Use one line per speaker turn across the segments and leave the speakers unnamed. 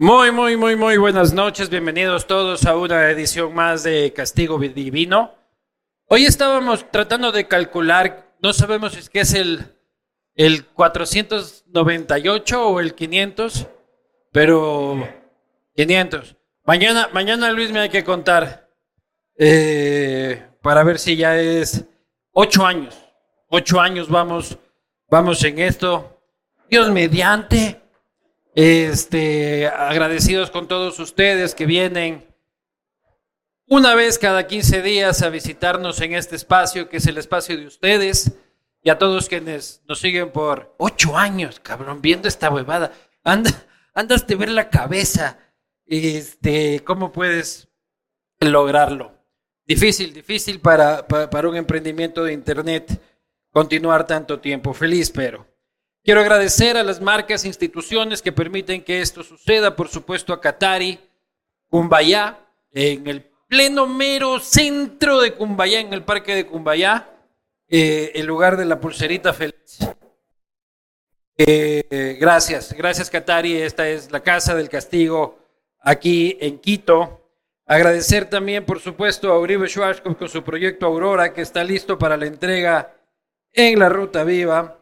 Muy, muy, muy, muy buenas noches. Bienvenidos todos a una edición más de Castigo Divino. Hoy estábamos tratando de calcular, no sabemos si es que es el, el 498 o el 500, pero 500. Mañana, mañana Luis me hay que contar eh, para ver si ya es 8 años. 8 años vamos, vamos en esto. Dios mediante. Este, agradecidos con todos ustedes que vienen una vez cada 15 días a visitarnos en este espacio, que es el espacio de ustedes, y a todos quienes nos siguen por ocho años, cabrón, viendo esta huevada. Anda, andas de ver la cabeza. Este, ¿cómo puedes lograrlo? Difícil, difícil para, para, para un emprendimiento de internet continuar tanto tiempo. Feliz, pero. Quiero agradecer a las marcas e instituciones que permiten que esto suceda, por supuesto a Qatari, Cumbayá, en el pleno mero centro de Cumbayá, en el parque de Cumbayá, eh, el lugar de la pulserita feliz. Eh, gracias, gracias Qatari, esta es la Casa del Castigo aquí en Quito. Agradecer también, por supuesto, a Uribe Schwarzkopf con su proyecto Aurora, que está listo para la entrega en la Ruta Viva.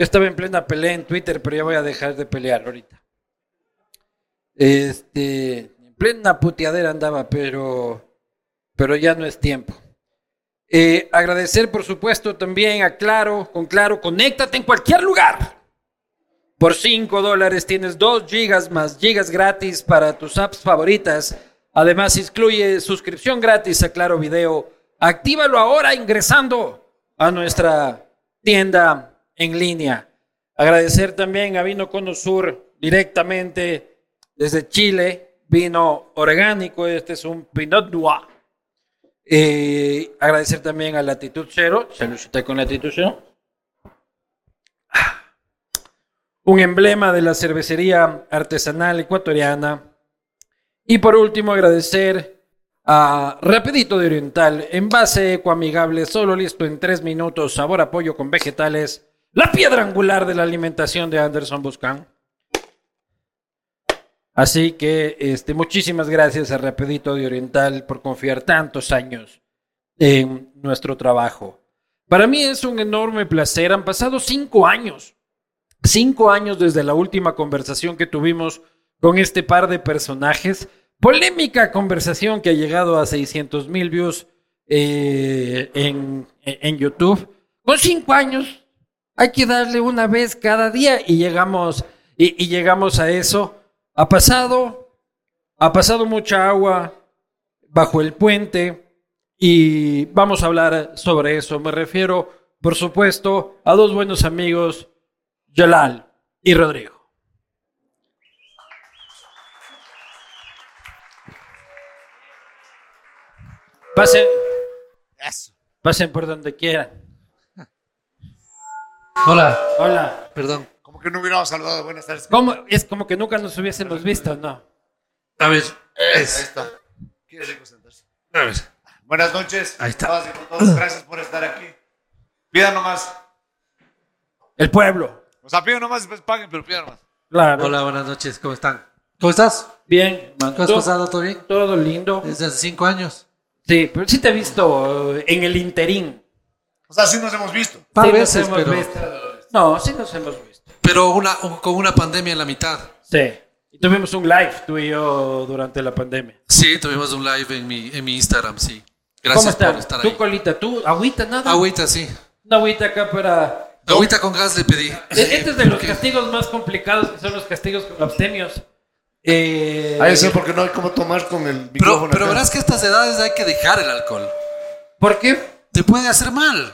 Yo estaba en plena pelea en Twitter, pero ya voy a dejar de pelear ahorita. Este, en plena puteadera andaba, pero, pero ya no es tiempo. Eh, agradecer, por supuesto, también a Claro, con Claro, conéctate en cualquier lugar. Por 5 dólares tienes 2 gigas más gigas gratis para tus apps favoritas. Además, incluye suscripción gratis a Claro Video. Actívalo ahora ingresando a nuestra tienda en línea. Agradecer también a Vino Cono Sur directamente desde Chile, vino orgánico, este es un Pinot Noir. Eh, agradecer también a Latitud Cero, saludita con Latitud Cero. Un emblema de la cervecería artesanal ecuatoriana. Y por último, agradecer a Rapidito de Oriental, envase ecoamigable, solo listo en tres minutos, sabor a pollo con vegetales la piedra angular de la alimentación de Anderson Buscán. Así que este, muchísimas gracias a Rapidito de Oriental por confiar tantos años en nuestro trabajo. Para mí es un enorme placer. Han pasado cinco años, cinco años desde la última conversación que tuvimos con este par de personajes. Polémica conversación que ha llegado a 600 mil views eh, en, en YouTube. Con cinco años hay que darle una vez cada día y llegamos y, y, llegamos a eso. Ha pasado, ha pasado mucha agua bajo el puente y vamos a hablar sobre eso. Me refiero, por supuesto, a dos buenos amigos, Yolal y Rodrigo. Pasen, pasen por donde quieran. Hola. Hola.
Perdón. Como que no hubiéramos saludado. Buenas tardes.
¿Cómo? Es como que nunca nos hubiésemos visto, ¿no?
A ver.
Es. Ahí está. Qué rico sentarse.
A ver.
Buenas noches.
Ahí está.
Todas y con todos. Gracias por estar aquí. Pidan nomás.
El pueblo.
O sea, pidan nomás y después paguen, pero pidan nomás.
Claro.
Hola, buenas noches. ¿Cómo están? ¿Cómo estás?
Bien. man.
¿Cómo has
Todo-
pasado? ¿Todo bien?
Todo lindo.
Desde hace cinco años.
Sí, pero sí te he visto eh, en el interín.
O sea, sí nos hemos visto.
Par
Sí nos
veces,
hemos
pero,
visto. No, sí nos hemos visto.
pero una, con una pandemia en la mitad.
Sí. Y tuvimos un live tú y yo durante la pandemia.
Sí, tuvimos un live en mi, en mi Instagram, sí.
¿Cómo
Gracias
estás?
por estar
¿Tú,
ahí.
Colita? ¿Tú? ¿Agüita? ¿Nada?
Agüita, sí.
Una agüita acá para...
Agüita con gas le pedí.
E- Este es de los
Porque-
castigos más complicados, que son los castigos con abstemios. Eh,
Ahí sí, porque no hay cómo tomar con el
Pero,
micrófono.
pero
acá.
verás que a estas edades hay que dejar el alcohol.
¿Por qué?
Te puede hacer mal.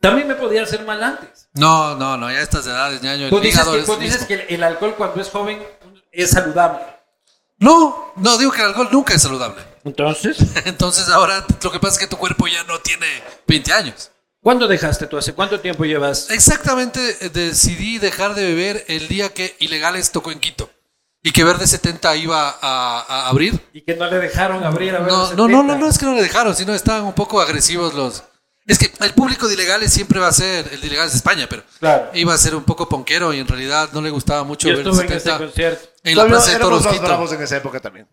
También me podía hacer mal antes.
No, no, no, ya a estas edades, ya yo el
Tú dices,
hígado
que,
es
tú
el
dices
mismo.
que el, el alcohol cuando es joven es saludable.
No, no, digo que el alcohol nunca es saludable.
Entonces,
Entonces ahora lo que pasa es que tu cuerpo ya no tiene 20 años.
¿cuándo dejaste tú? ¿Hace cuánto tiempo llevas?
eh, Exactamente eh, decidí dejar de beber el día que Ilegales tocó en Quito. y que Verde 70 iba a, a abrir.
Y que no le dejaron abrir a ver
No,
los
no, no,
70.
no, no, es que no le dejaron, sino estaban un poco agresivos los. Es que el público de ilegales siempre va a ser el de ilegales de España, pero
Claro.
iba a ser un poco ponquero y en realidad no le gustaba mucho
Yo
ver
estuve en ese
70
concierto.
en la
Todavía
plaza de
éramos
Toros
más
Quito.
bravos en esa época también.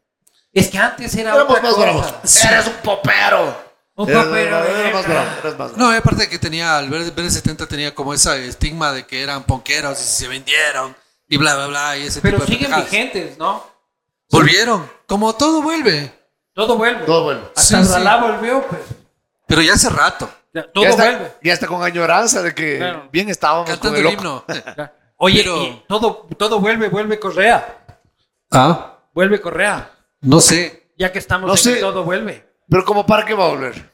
Es que antes era
Éramos
otra
más bravos.
cosa.
Eres un popero.
Un
Eres-
popero,
Eres
eh.
más bravo. Eres más bravo.
No, y aparte que tenía, al ver, ver el 70 tenía como ese estigma de que eran ponqueros y se vendieron y bla, bla, bla, y ese
Pero
Este tipo de
siguen
pendejadas.
vigentes, ¿no?
Volvieron, como todo vuelve,
Todo vuelve.
Todo vuelve.
Hasta
Sí, sí.
Abdalá volvió, pues.
pero ya hace rato.
Ya,
ya,
Todo
está,
vuelve.
ya está con añoranza de que
Claro.
bien estábamos
Cantando
con el
el
loco.
himno.
Claro. Oye,
Pero-
y todo, todo vuelve, vuelve Correa.
Ah,
Vuelve Correa.
no sé.
Ya que estamos
No
en
sé.
el todo vuelve.
Pero como para qué va a volver.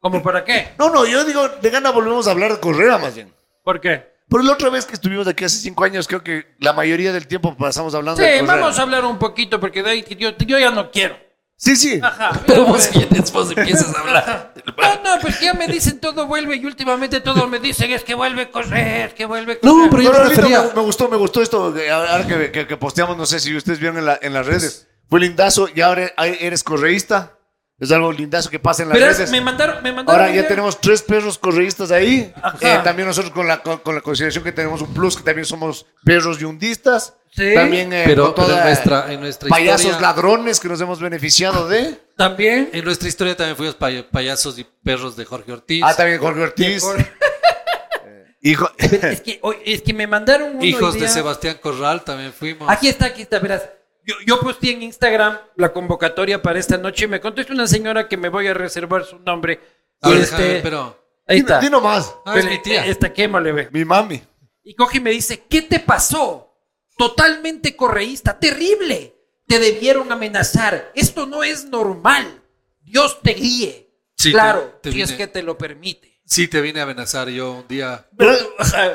¿Cómo para qué?
No, no, yo digo, de gana volvemos a hablar de Correa más bien.
¿Por qué?
Pero la otra vez que estuvimos aquí hace cinco años, creo que la mayoría del tiempo pasamos hablando
Sí,
de Correa.
vamos a hablar un poquito porque de ahí yo, yo ya no quiero.
Sí, sí.
Ajá.
Pero vos vienes, vos empiezas a hablar.
No, no, pues ya me dicen todo vuelve y últimamente todo me dicen es que vuelve a correr, que vuelve a correr.
No, pero yo
Pero
me
ahorita
refería...
me, me gustó, me gustó esto. que Ahora que, que- que posteamos, no sé si ustedes vieron en, la- en las redes. Fue lindazo y ahora eres correísta. Es algo lindazo que pasa en las
Pero
redes.
me mandaron, me mandaron.
Ahora ya
ayer-
tenemos tres perros correístas ahí.
Ajá.
Eh, también nosotros con la, con, con la consideración que tenemos un plus, que también somos perros yundistas.
Sí.
También eh,
Pero,
con toda-
pero en nuestra, en nuestra
payasos
historia...
ladrones que nos hemos beneficiado de.
También.
En nuestra historia también fuimos pay- payasos y perros de Jorge Ortiz.
Ah, también Jorge Ortiz. Eh, Hijo.
Es que, hoy- es que me mandaron uno hoy
Hijos de
día.
Sebastián Corral también fuimos.
Aquí está, aquí está, verás. Yo, yo posté en Instagram la convocatoria para esta noche y me contesta una señora que me voy a reservar su nombre.
A ver,
Este,
Ah, déjame ver, pero...
Ahí está.
Dino más.
Ah, es mi tía.
Esta quémale, ve.
Mi mami.
Y coge y me dice, ¿qué te pasó? Totalmente correísta, terrible. Te debieron amenazar. Esto no es normal. Dios te guíe.
Sí,
claro,
te- te
si es
vine.
que te lo permite.
Sí, te vine a amenazar yo un día.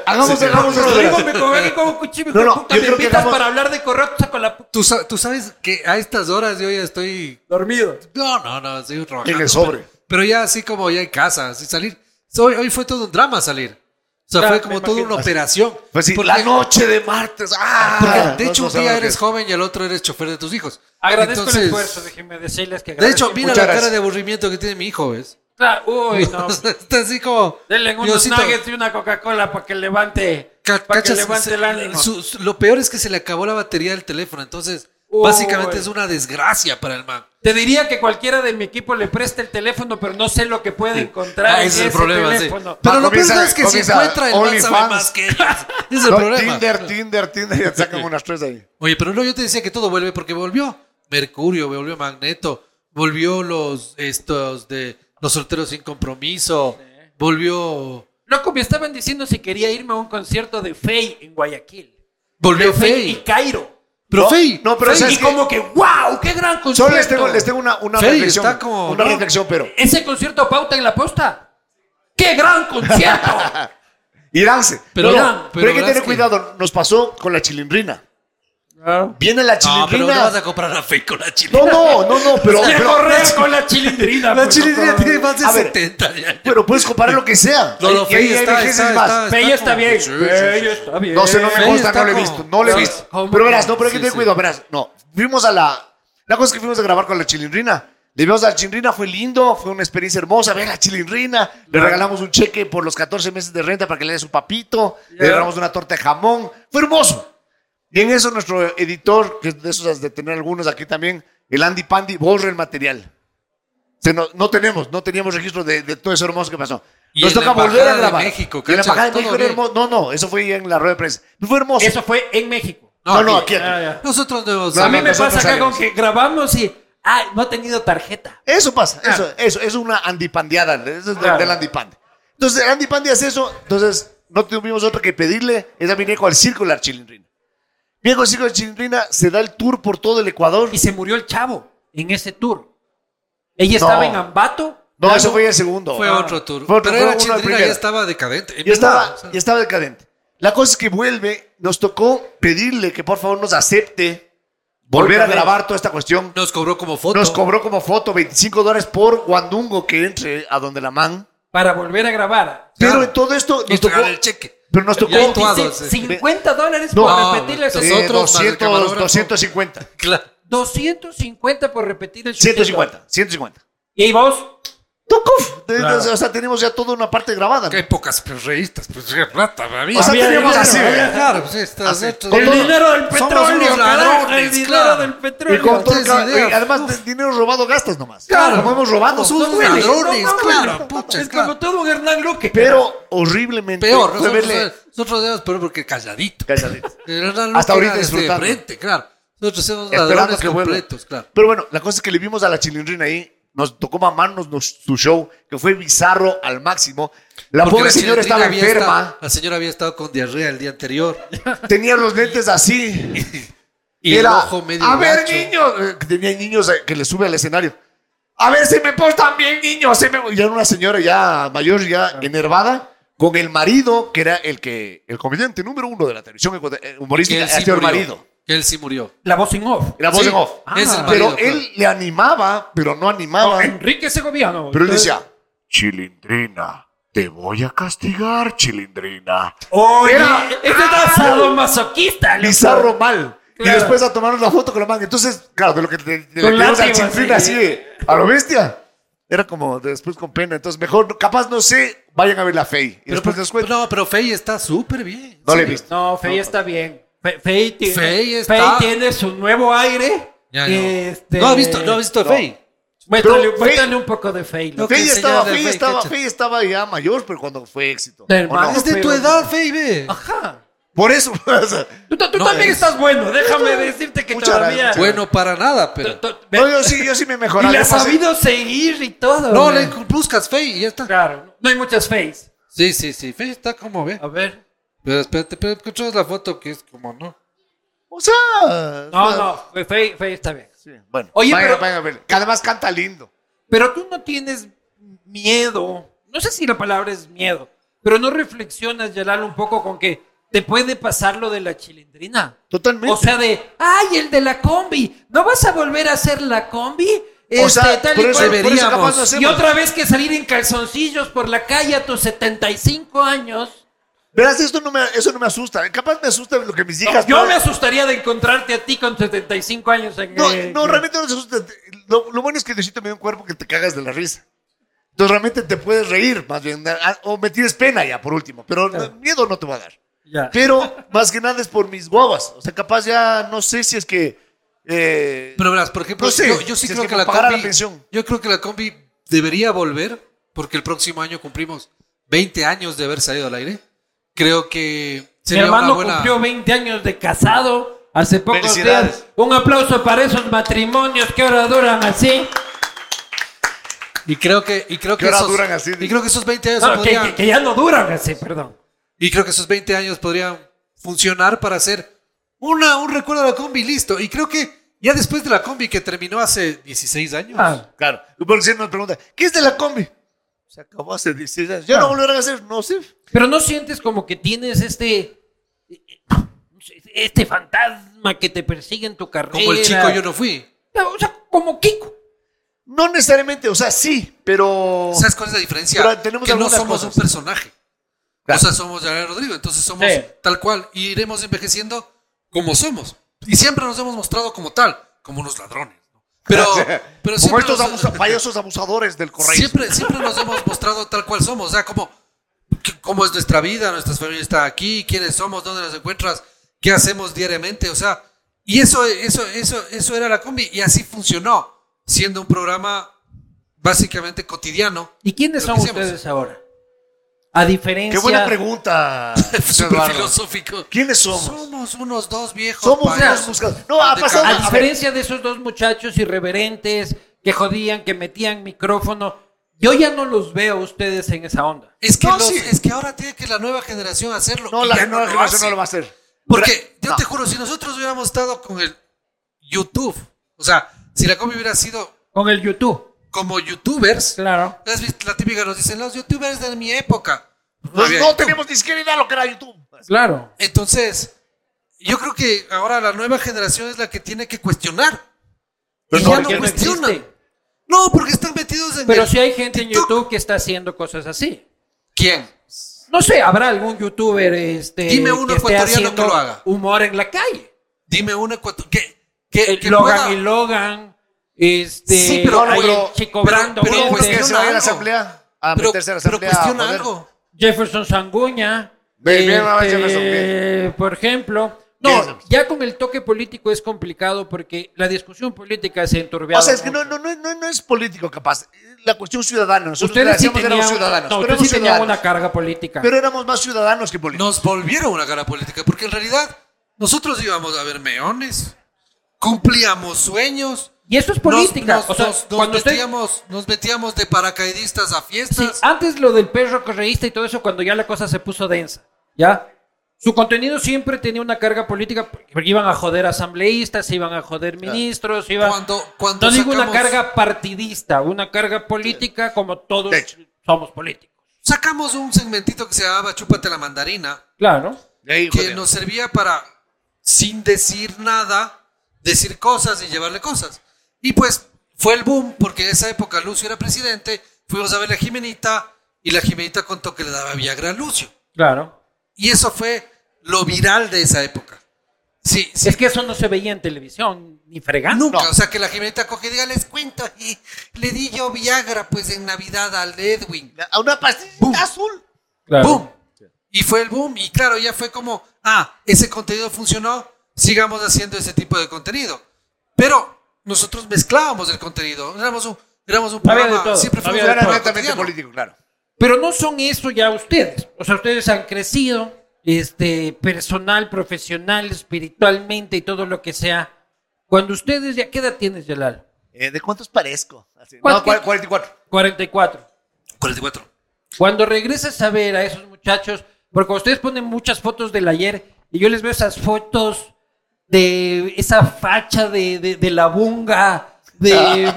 Hagamos,
Sí, claro.
hagamos esto.
Rodrigo
verás.
me coge como cuchillo.
No,
hijo de
no,
puta,
yo
me
creo que
invitas
hagamos-
para hablar de correo, te saco la puta.
Tú, sa- tú sabes que a estas horas yo ya estoy...
Dormido.
No, no, no, sigo trabajando.
Que le sobre.
Pero, pero ya así como ya en casa, así salir. Hoy, hoy fue todo un drama salir. O sea,
Claro,
fue
me
como toda
imagino.
una operación.
Pues sí,
Porque-
la noche de martes. Ah,
porque de
No,
hecho,
no
un día
sabemos
eres
qué.
joven y el otro eres chofer de tus hijos.
Ah, Agradezco
Entonces,
el esfuerzo, déjenme decirles que
De hecho,
agradezco mucho.
mira la
Muchas
cara
gracias.
de aburrimiento que tiene mi hijo, ¿ves?
Claro, Uy, no.
Está así como.
Denle unos
Diosito,
nuggets y una Coca-Cola para que levante,
ca-
para que
cachas,
levante el ánimo.
su- su- lo peor es que se le acabó la batería del teléfono. Entonces,
Uy.
básicamente es una desgracia para el man.
Te diría que cualquiera de mi equipo le preste el teléfono, pero no sé lo que puede encontrar.
Ah,
en
ese es el
ese
problema, sí.
teléfono.
Pero
Ah,
lo peor
comienza-
es que si
comienza
encuentra el man sabe
OnlyFans.
más que ellos. Ese es el
No,
problema.
Tinder, Tinder, Tinder. Ya te sacan unas tres ahí.
Oye, pero no, yo te decía que todo vuelve porque volvió Mercurio, volvió Magneto, volvió los estos de los solteros sin compromiso, volvió
Loco, me estaban diciendo si quería irme a un concierto de Fey en Guayaquil.
volvió
De Fey y
Fey.
Cairo.
Pero
No,
Fey,
no, pero
Fey,
¿sabes
y
qué?
como que, wow, qué gran concierto.
Solo les tengo, les tengo una, una
Fey,
reflexión.
está como-
Una
no.
reflexión, pero.
Ese concierto pauta en la posta. ¡Qué gran concierto!
Iránse.
Pero-
No,
Irán,
no,
pero
pero hay que
verás
tener
que-
cuidado. Nos pasó con la chilindrina.
Ah.
Viene la
no, pero no
chilindrina.
vas a comprar a Fey con la chilindrina.
No, no, no, no, pero.
Quiero
pero-
correr con la chilindrina.
La
pues,
chilindrina
loco.
tiene más de
A ver.
70 ya.
Pero puedes comparar lo que sea.
No, no,
Y ahí
Fey
hay
está,
veces
está,
más.
está,
Fey está
como-
bien.
Sí, sí, sí.
Fey está bien.
No sé, no me
Fey
gusta,
está
no lo he
como-
visto. No lo he
No,
visto.
¿cómo?
Pero verás, no, pero hay que
Sí,
tener
sí.
cuidado. Verás, no. Fuimos a la. La cosa es que fuimos a grabar con la chilindrina. Le vimos a la chilindrina, fue lindo, fue una experiencia hermosa. Ver a la chilindrina. Le regalamos un cheque por los 14 meses de renta para que le dé su papito.
Ya.
Le regalamos una torta de jamón. Fue hermoso. Y en eso, nuestro editor, que de esos has de tener algunos aquí también, el Andy Pandy, borra el material. Se nos- no tenemos, no teníamos registro de, de todo eso hermoso que pasó.
Y
Nos
en la
toca volver
Embajada
a
de
grabar.
México,
Y en la
cachas,
Embajada de
todo
México era
bien.
hermoso. No, no, eso fue en la rueda de prensa. Fue hermoso.
Eso fue en México.
no, no, aquí.
Ah, ya.
Nosotros no hemos.
No,
a mí me
Pues nosotros
pasa acá
salimos.
con que grabamos y. ¡Ay, no ha tenido tarjeta!
Eso pasa, eso, eso, es una andipandeada, eso es de-
Claro.
del andipande. Entonces, el andipande hace eso, entonces no tuvimos otra que pedirle, esa vine con el círculo de la chilindrina. Viene con el círculo de la chilindrina, se da el tour por todo el Ecuador.
Y se murió el chavo en ese tour. Ella estaba en Ambato.
No,
dando-
eso fue el segundo.
Fue
Ah.
otro tour.
Fue otro,
pero
fue
era
una
chilindrina, ya
primera.
estaba decadente.
Ya estaba,
O sea,
ya estaba decadente. La cosa es que vuelve, nos tocó pedirle que por favor nos acepte volver a
Porque-
grabar toda esta cuestión.
Nos cobró como foto.
Nos cobró como foto 25 dólares por guandungo que entre a donde la man.
Para volver a grabar.
Claro.
Pero en todo esto
Y
nos tocó,
pagar el cheque.
Pero nos tocó.
Ya tú-
50 dólares
No,
no,
por repetir la
esto-
sesión.
eh,
otros, más el
200,
camarógrafo.
250.
Claro.
250 por repetir el
150. 150.
¿Y vos?
Tocó. De-
Claro.
O sea, tenemos ya toda una parte grabada.
Que hay pocas pues, revistas, pues qué plata, mami.
O sea,
Había
teníamos
dinero,
así.
había-
Claro, pues estas
Así.
otras-
Con
El
todo-
dinero del
somos
petróleo,
unos
carajo, el
ladrones,
dinero
claro.
del
Y
petróleo.
con todo el
Entonces,
ca- y
ideas.
además, de dinero robado gastas nomás.
Claro.
Como hemos robado.
Somos
no
unos
duele.
ladrones,
No, no,
claro,
no,
pucha,
es
claro.
como todo un Hernán Luque.
Pero horriblemente.
Peor,
fue
nosotros,
verle-
nosotros debemos peor porque calladito.
Cállate.
De verdad, Luca
Hasta ahorita
era este,
disfrutando.
frente, claro. Nosotros somos
esperando
ladrones
que vuelva.
completos, claro.
Pero bueno, la cosa es que le vimos a la chilindrina ahí, nos tocó mamarnos nos- su show, que fue bizarro al máximo. La
Porque
pobre
la
señora estaba
había
enferma,
estado- la señora había estado con diarrea el día anterior.
tenía los lentes así.
Y
era,
el ojo medio
a ver,
gacho".
niños, eh, que tenía niños eh, que le sube al escenario. A ver, se me postan bien, niños. Se me... Ya era una señora ya mayor, ya enervada, con el marido, que era el que el comediante número uno de la televisión ecuator- eh,
Que
humorística,
él sí
este el
murió.
marido.
Que él sí murió.
La voz en off.
Era voz
Sí,
en off.
es el
pero
marido,
él le animaba, pero no animaba.
No, Enrique Segoviano.
Pero él
Entonces-
decía,
Chilindrina, te voy a castigar, Chilindrina.
Oye,
Era-
este
Ah.
está sadomasoquista. loco.
bizarro mal.
Claro.
Y después a tomar una foto con la manga. Entonces, claro, de lo que te, te
Con
le tiras al
látigo,
chinflín
así.
así, de, a lo bestia. Era como después con pena. Entonces, mejor, capaz no sé, vayan a ver la Fey. Y
Pero,
después les cuento.
no, pero Fey está súper bien.
No le he
Sí.
visto.
No, Fey está bien. Fe- Fey tiene,
Fey
Fey
está-
tiene su nuevo aire.
Ya, no.
Este-
no ha visto, no ha visto a
No.
Fey.
Muéstrale,
Pero Fey-
muéstrale un poco de Fey. loco.
que
Fey estaba,
enseñarle
Fey
al Fey,
estaba,
cacha.
Fey estaba ya mayor, pero cuando fue éxito.
Del
¿O
man.
no?
Ah, Es de tu
pero-
edad, Fey, ve.
Ajá.
Por eso. o sea,
Tú, tú
No,
también
es-
estás bueno. Déjame decirte que
Muchas
todavía...
gracias,
Bueno, para nada, pero.
To- to-
no, yo sí, yo sí me
y
mejoraba.
le
Yo
has
pasé-
sabido seguir y todo.
No,
güey.
le buscas Fey y ya está.
Claro. No hay muchas Feys.
Sí, sí, sí. Fey está como ve.
A ver.
Pero espérate, pero encontramos la foto que es como no.
O sea.
No, no. Fey, Fey está bien.
sí, bueno,
Oye,
vayan,
pero-
vayan a ver. Que además canta lindo.
Pero tú no tienes miedo, no sé si la palabra es miedo, pero no reflexionas, Yalal, un poco con que te puede pasar lo de la chilindrina.
Totalmente.
O sea, de, ay, el de la combi, ¿no vas a volver a hacer la combi? Este, tal y cual.
por eso, por eso
deberíamos.
capaz no
Y
hacemos.
otra vez que salir en calzoncillos por la calle a tus 75 años.
Verás, esto no me, eso no me asusta. ¿eh? Capaz me asusta lo que mis hijas.
Yo me
puedan-
asustaría de encontrarte a ti con 75 años en
No,
eh,
no, realmente no te asustes. Lo, lo bueno es que Diosito me dio un cuerpo que te cagas de la risa. Entonces realmente te puedes reír, más bien. ah, O me tienes pena ya, por último. Pero no, miedo no te va a dar.
Ya.
Pero más que nada es por mis guavas. O sea, capaz ya no sé si es que. eh,
Pero verás, por ejemplo,
No sé,
yo, yo sí
si es
creo
que
que, la
me pagara
combi.
la pensión.
Yo creo que la combi debería volver porque el próximo año cumplimos 20 años de haber salido al aire. Creo que
Mi
sería una
hermano
buena.
cumplió 20 años de casado hace pocos
Felicidades.
días. Un aplauso para esos matrimonios que ahora duran así.
Y creo que y creo que
Que ahora
esos,
duran así,
y creo que esos 20 años
No, que,
podrían
que- que ya no duran así, perdón.
y creo que esos 20 años podrían funcionar para hacer una un recuerdo de la combi listo. Y creo que ya después de la combi que terminó hace 16 años.
Ah,
Claro. Porque si nos pregunta, ¿qué es de la combi? Se acabó hace 16 años. Ya
Claro.
no volverán a hacer, no sé.
pero no sientes como que tienes este este fantasma que te persigue en tu carrera.
como el chico yo no fui.
O sea, como Kiko.
No necesariamente, o sea, sí, pero.
¿Sabes cuál es la diferencia?
Pero tenemos
que no
algunas
somos
cosas.
un personaje.
Claro.
O sea, somos Javier Rodrigo, entonces somos
Sí.
tal cual y iremos envejeciendo como somos. Y siempre nos hemos mostrado como tal, como unos ladrones. ¿no? Pero, pero
como
siempre,
estos
nos,
abusa- payasos abusadores del correo.
siempre, siempre nos hemos mostrado tal cual somos. O sea, como, que- cómo es nuestra vida, nuestras familias están aquí, quiénes somos, dónde nos encuentras, qué hacemos diariamente. O sea, y eso, eso, eso, eso era la combi y así funcionó, siendo un programa básicamente cotidiano.
¿Y quiénes
Lo
son
que hacemos.
ustedes ahora? A diferencia.
Qué buena pregunta.
Súper
Eduardo.
filosófico.
¿Quiénes somos?
Somos unos dos viejos.
Somos
payasos.
unos buscadores. No, ha
De
pasado-
A
cagada.
A ver.
diferencia de esos dos muchachos irreverentes que jodían, que metían micrófono, yo ya no los veo a ustedes en esa onda.
Es que,
No,
los-
sí.
es que ahora tiene que la nueva generación hacerlo.
No,
y
la
ya
nueva
lo
generación
hace.
no lo va a hacer.
Porque yo
No.
te juro, si nosotros hubiéramos estado con el YouTube, o sea, si la combi hubiera sido
Con el YouTube.
como youtubers,
Claro.
¿has visto la típica nos dicen los youtubers de mi época?
No,
había
Pues no
YouTube.
tenemos ni siquiera idea lo que era YouTube.
Claro.
Entonces, yo creo que ahora la nueva generación es la que tiene que cuestionar.
Pero
y
no,
ya
porque
no
no
cuestionan.
existe.
no, porque están metidos en
Pero
el-
si hay gente en
TikTok.
YouTube que está haciendo cosas así.
¿Quién?
No sé, habrá algún youtuber este,
Dime uno
que esté
ecuatoriano
haciendo
que lo haga.
humor en la calle.
Dime una ecuatoriano. Que,
Eh,
que,
El
que
Logan
pueda-
y Logan. Este,
Sí, pero-
hay
pero-
el Chico Brando,
pero-
Gómez,
Pues que se vaya a la
algo.
asamblea a
pero,
meterse a la
pero
asamblea.
cuestiona
a joder.
algo.
Jefferson Sanguña. este,
Bien, bien, va, Jefferson, bien.
Por ejemplo.
Bien,
No,
Jefferson.
ya con el toque político es complicado porque la discusión política se enturbia.
O sea, es que no, no, no, no, no es político capaz. La cuestión ciudadana. Nosotros
Ustedes sí
éramos
tenían,
ciudadanos.
no, ustedes
pero, éramos
sí tenían
ciudadanos.
una carga política.
pero éramos más ciudadanos que políticos.
Nos volvieron una cara política, porque en realidad nosotros íbamos a ver meones, cumplíamos sueños.
y eso es política.
Nos, nos-
o sea,
nos- nos
cuando usted-
metíamos, nos metíamos de paracaidistas a
Sí, ah,
fiestas.
antes lo del perro correísta y todo eso, cuando ya la cosa se puso densa, ¿ya? Su contenido siempre tenía una carga política, porque iban a joder asambleístas, iban a joder ministros, iban...
Cuando- cuando
no digo una
sacamos-
carga partidista, una carga política como todos
De hecho.
somos políticos.
Sacamos un segmentito que se llamaba Chúpate la mandarina,
Claro.
De ahí,
que
joder.
nos servía para, sin decir nada, decir cosas y llevarle cosas. Y pues fue el boom, porque en esa época Lucio era presidente, fuimos a ver a Jimenita y la Jimenita contó que le daba Viagra a Lucio.
Claro.
Y eso fue lo viral de esa época. Sí, sí.
Es que eso no se veía en televisión, ni fregando.
Nunca, o sea que la Jimenita coge y diga, les cuento, y le di yo Viagra pues en Navidad al Edwin.
A una pastilla
Boom.
azul.
Claro.
¡Boom! Y fue el boom, y claro, ya fue como, ah, ese contenido funcionó, sigamos haciendo ese tipo de contenido. Pero nosotros mezclábamos el contenido, éramos un, éramos un
Había de
programa,
todo,
siempre fuimos
había
un
de
Era
programa
netamente
cotidiano.
político, claro.
Pero no son eso ya ustedes. O sea, ustedes han crecido, este, personal, profesional, espiritualmente y todo lo que sea. Cuando ustedes ya, ¿qué edad tienes, Yelal?
Eh, ¿De cuántos parezco? Así. No,
¿Cuánto?
cua- 44.
44.
44.
Cuando regresas a ver a esos muchachos, porque ustedes ponen muchas fotos del ayer y yo les veo esas fotos de esa facha de, de, de la bunga de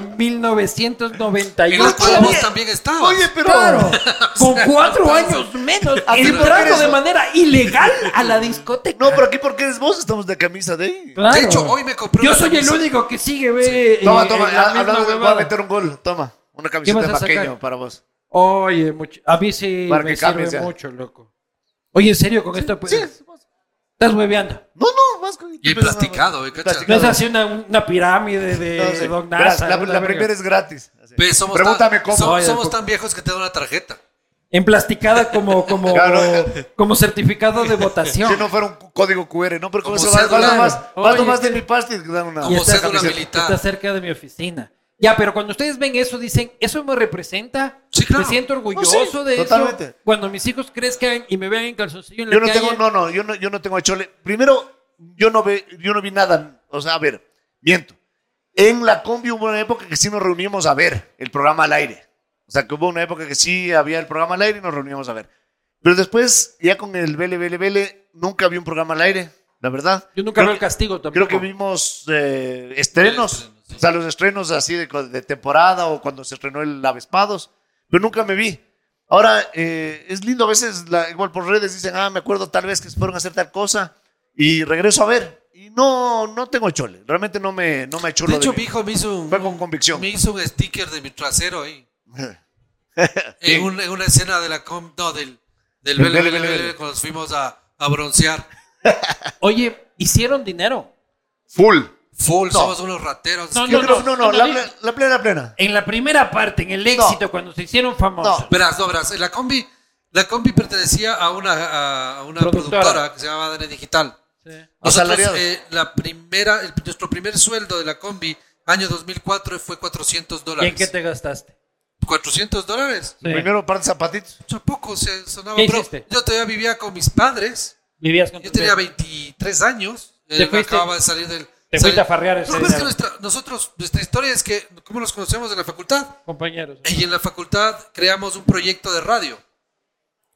1998.
En la cual
Claro.
vos también estabas.
Oye, pero.
Claro, con cuatro años menos,
Aquí no
entrando
eres-
de manera ilegal a la discoteca.
No, pero aquí porque eres vos, estamos de camisa de ahí.
Claro.
De hecho, hoy me compré
Yo
una
soy el
camisa.
único que sigue, ve.
Toma,
eh,
toma,
la
ha-
misma
hablando de voy a
huevada.
meter un gol. Toma, una camiseta
vas
de
a sacar?
vaqueño para vos.
Oye, much- a mí sí
Para
me
que cambies,
sirve
ya.
mucho, loco. Oye, en serio, con esto pues,
Sí,
estás hueveando.
no, no, vas con.
Y el plasticado, ¿eh? ¿Cachas?
No es así una, una pirámide de
No sé.
Don
Verás,
NASA.
la,
una
la
verga.
primera es gratis. Así.
Ve, somos
Pregúntame
tan,
cómo.
somos-
Oye,
somos
por-
tan viejos que te dan una tarjeta.
Emplasticada como, como,
Claro.
como certificado de votación.
Si no fuera un código QR, ¿no? Pero como
Como
se va,
cédula.
vas nomás, vas
Oye,
nomás de
sí.
mi pasta y te dan una.
Y
Como
está-
cédula
está-
militar.
Está cerca de mi oficina. Ya, pero cuando ustedes ven eso, dicen, ¿eso me representa?
Sí, claro.
Me siento orgulloso
No, sí,
de eso.
totalmente.
Cuando mis hijos crezcan y me vean en calzoncillo en la
Yo no
calle,
tengo, no, no, yo no, yo no tengo a Chole. Primero, yo no, ve, yo no vi nada. O sea, a ver, miento. En la combi hubo una época que sí nos reunimos a ver el programa al aire. O sea, que hubo una época que sí había el programa al aire y nos reuníamos a ver. Pero después, ya con el Vele, Vele, Vele, nunca vi un programa al aire, la verdad.
yo nunca
Creo
veo el
que-
castigo tampoco.
Creo que vimos eh, estrenos,
Estrenos, sí.
o sea, los estrenos así de, de temporada o cuando se estrenó el Avespados, pero nunca me vi. Ahora, eh, es lindo, a veces, la- igual por redes dicen, ah, me acuerdo tal vez que fueron a hacer tal cosa y regreso a ver. Y no, no tengo chole, realmente no me, no me chulo.
De hecho, mi hijo me hizo un,
Fue con convicción.
me hizo un sticker de mi trasero ahí. en, un- en una escena de la com, no, del, del
Del
Vele,
Vele,
Vele,
Vele,
Vele,
Vele.
cuando nos fuimos a, a broncear.
Oye, hicieron dinero.
Full.
Full, somos unos rateros.
No,
Es que-
Yo creo, no, no,
no, no,
la,
di-
ple- la plena, la plena.
En la primera parte, en el éxito, cuando se hicieron famosos.
Verás, no, verás. La combi, la combi pertenecía a una, a- a una
Productora.
productora. que se llamaba ADN Digital.
Sí.
Nosotros,
Asalariados.
eh, la primera, el- nuestro primer sueldo de la combi, año 2004, fue 400
¿Y en
dólares.
qué te gastaste?
400 dólares.
Sí.
Primero par de zapatitos.
O sea, poco se sonaba.
¿Qué
bro.
hiciste?
Yo todavía vivía con mis padres.
Vivías con
Yo
tus
tenía
viejos.
23 años.
¿Te
eh, me
fuiste?
acababa de salir del.
Te
salir-
fuiste a farrear ese
No, pero es que
dinero.
nuestra- nosotros, nuestra historia es que, ¿cómo nos conocemos en la facultad?
compañeros.
Y en la facultad creamos un proyecto de radio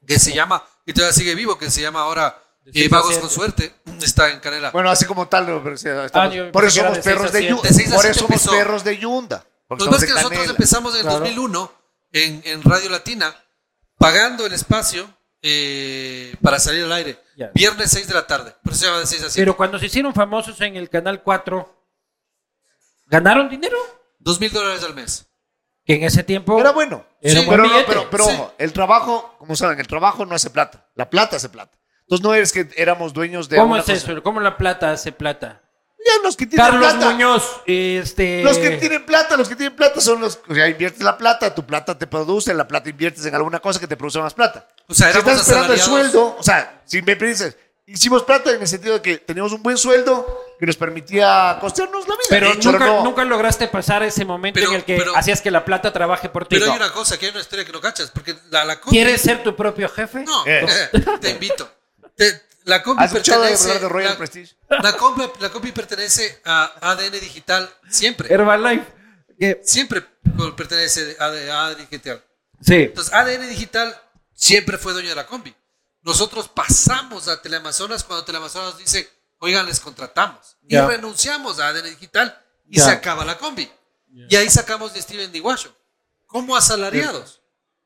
que se llama, y todavía sigue vivo, que se llama ahora
De
eh,
seis a
Vagos
siete.
con Suerte. Está en Canela.
Bueno, así como tal, pero sí, estamos-
Ah, yo
por
pensé
eso
que era
somos
de seis
perros
a
de
siete.
Yunda.
De seis a
Por
siete
eso somos
empezó.
perros de Yunda. porque
Lo que pasa es
somos
que
de
nosotros
Canela.
empezamos en el
Claro.
2001 en, en Radio Latina, pagando el espacio eh, para salir al aire.
Ya.
Viernes 6 de la tarde. Por eso se llama de 6 a 7.
Pero cuando se hicieron famosos en el Canal 4, ¿ganaron dinero?
2 mil dólares al mes.
que en ese tiempo
Era bueno.
Era
Sí,
buen
pero, no,
billete.
pero, pero
Sí.
ojo, el trabajo, como saben, el trabajo no hace plata. La plata hace plata. Entonces no es que éramos dueños de.
¿Cómo
una
es
cosa.
eso? ¿Cómo la plata hace plata?
Ya los que tienen
Carlos
plata.
Muñoz, este...
Los que tienen plata, los que tienen plata son los que inviertes la plata, tu plata te produce, la plata inviertes en alguna cosa que te produce más plata.
O sea,
si
éramos
estás esperando el
asalariados.
sueldo, o sea, si me dices, hicimos plata en el sentido de que teníamos un buen sueldo que nos permitía costearnos la vida.
Pero
De hecho,
nunca,
Eh, no.
nunca lograste pasar ese momento
Pero-
en el que
pero-
hacías que la plata trabaje por ti.
Pero
No.
hay una cosa, que hay una historia que no cachas, porque la, la combi...
¿Quieres ser tu propio jefe?
No,
Eh.
te invito. Te- la combi
¿Has escuchado de
pertenece...
hablar de Royal
la-
Prestige?
La combi, la combi pertenece a ADN Digital siempre.
Eh.
Herbalife. que-
Siempre pertenece a ADN Digital.
Sí.
Entonces, ADN Digital siempre fue dueño de la combi. Nosotros pasamos a Teleamazonas cuando Teleamazonas dice, oigan, les contratamos. Y
Ya.
renunciamos a ADN Digital y
Ya.
se acaba la combi. Y ahí sacamos de Steven Diguacho. Como asalariados.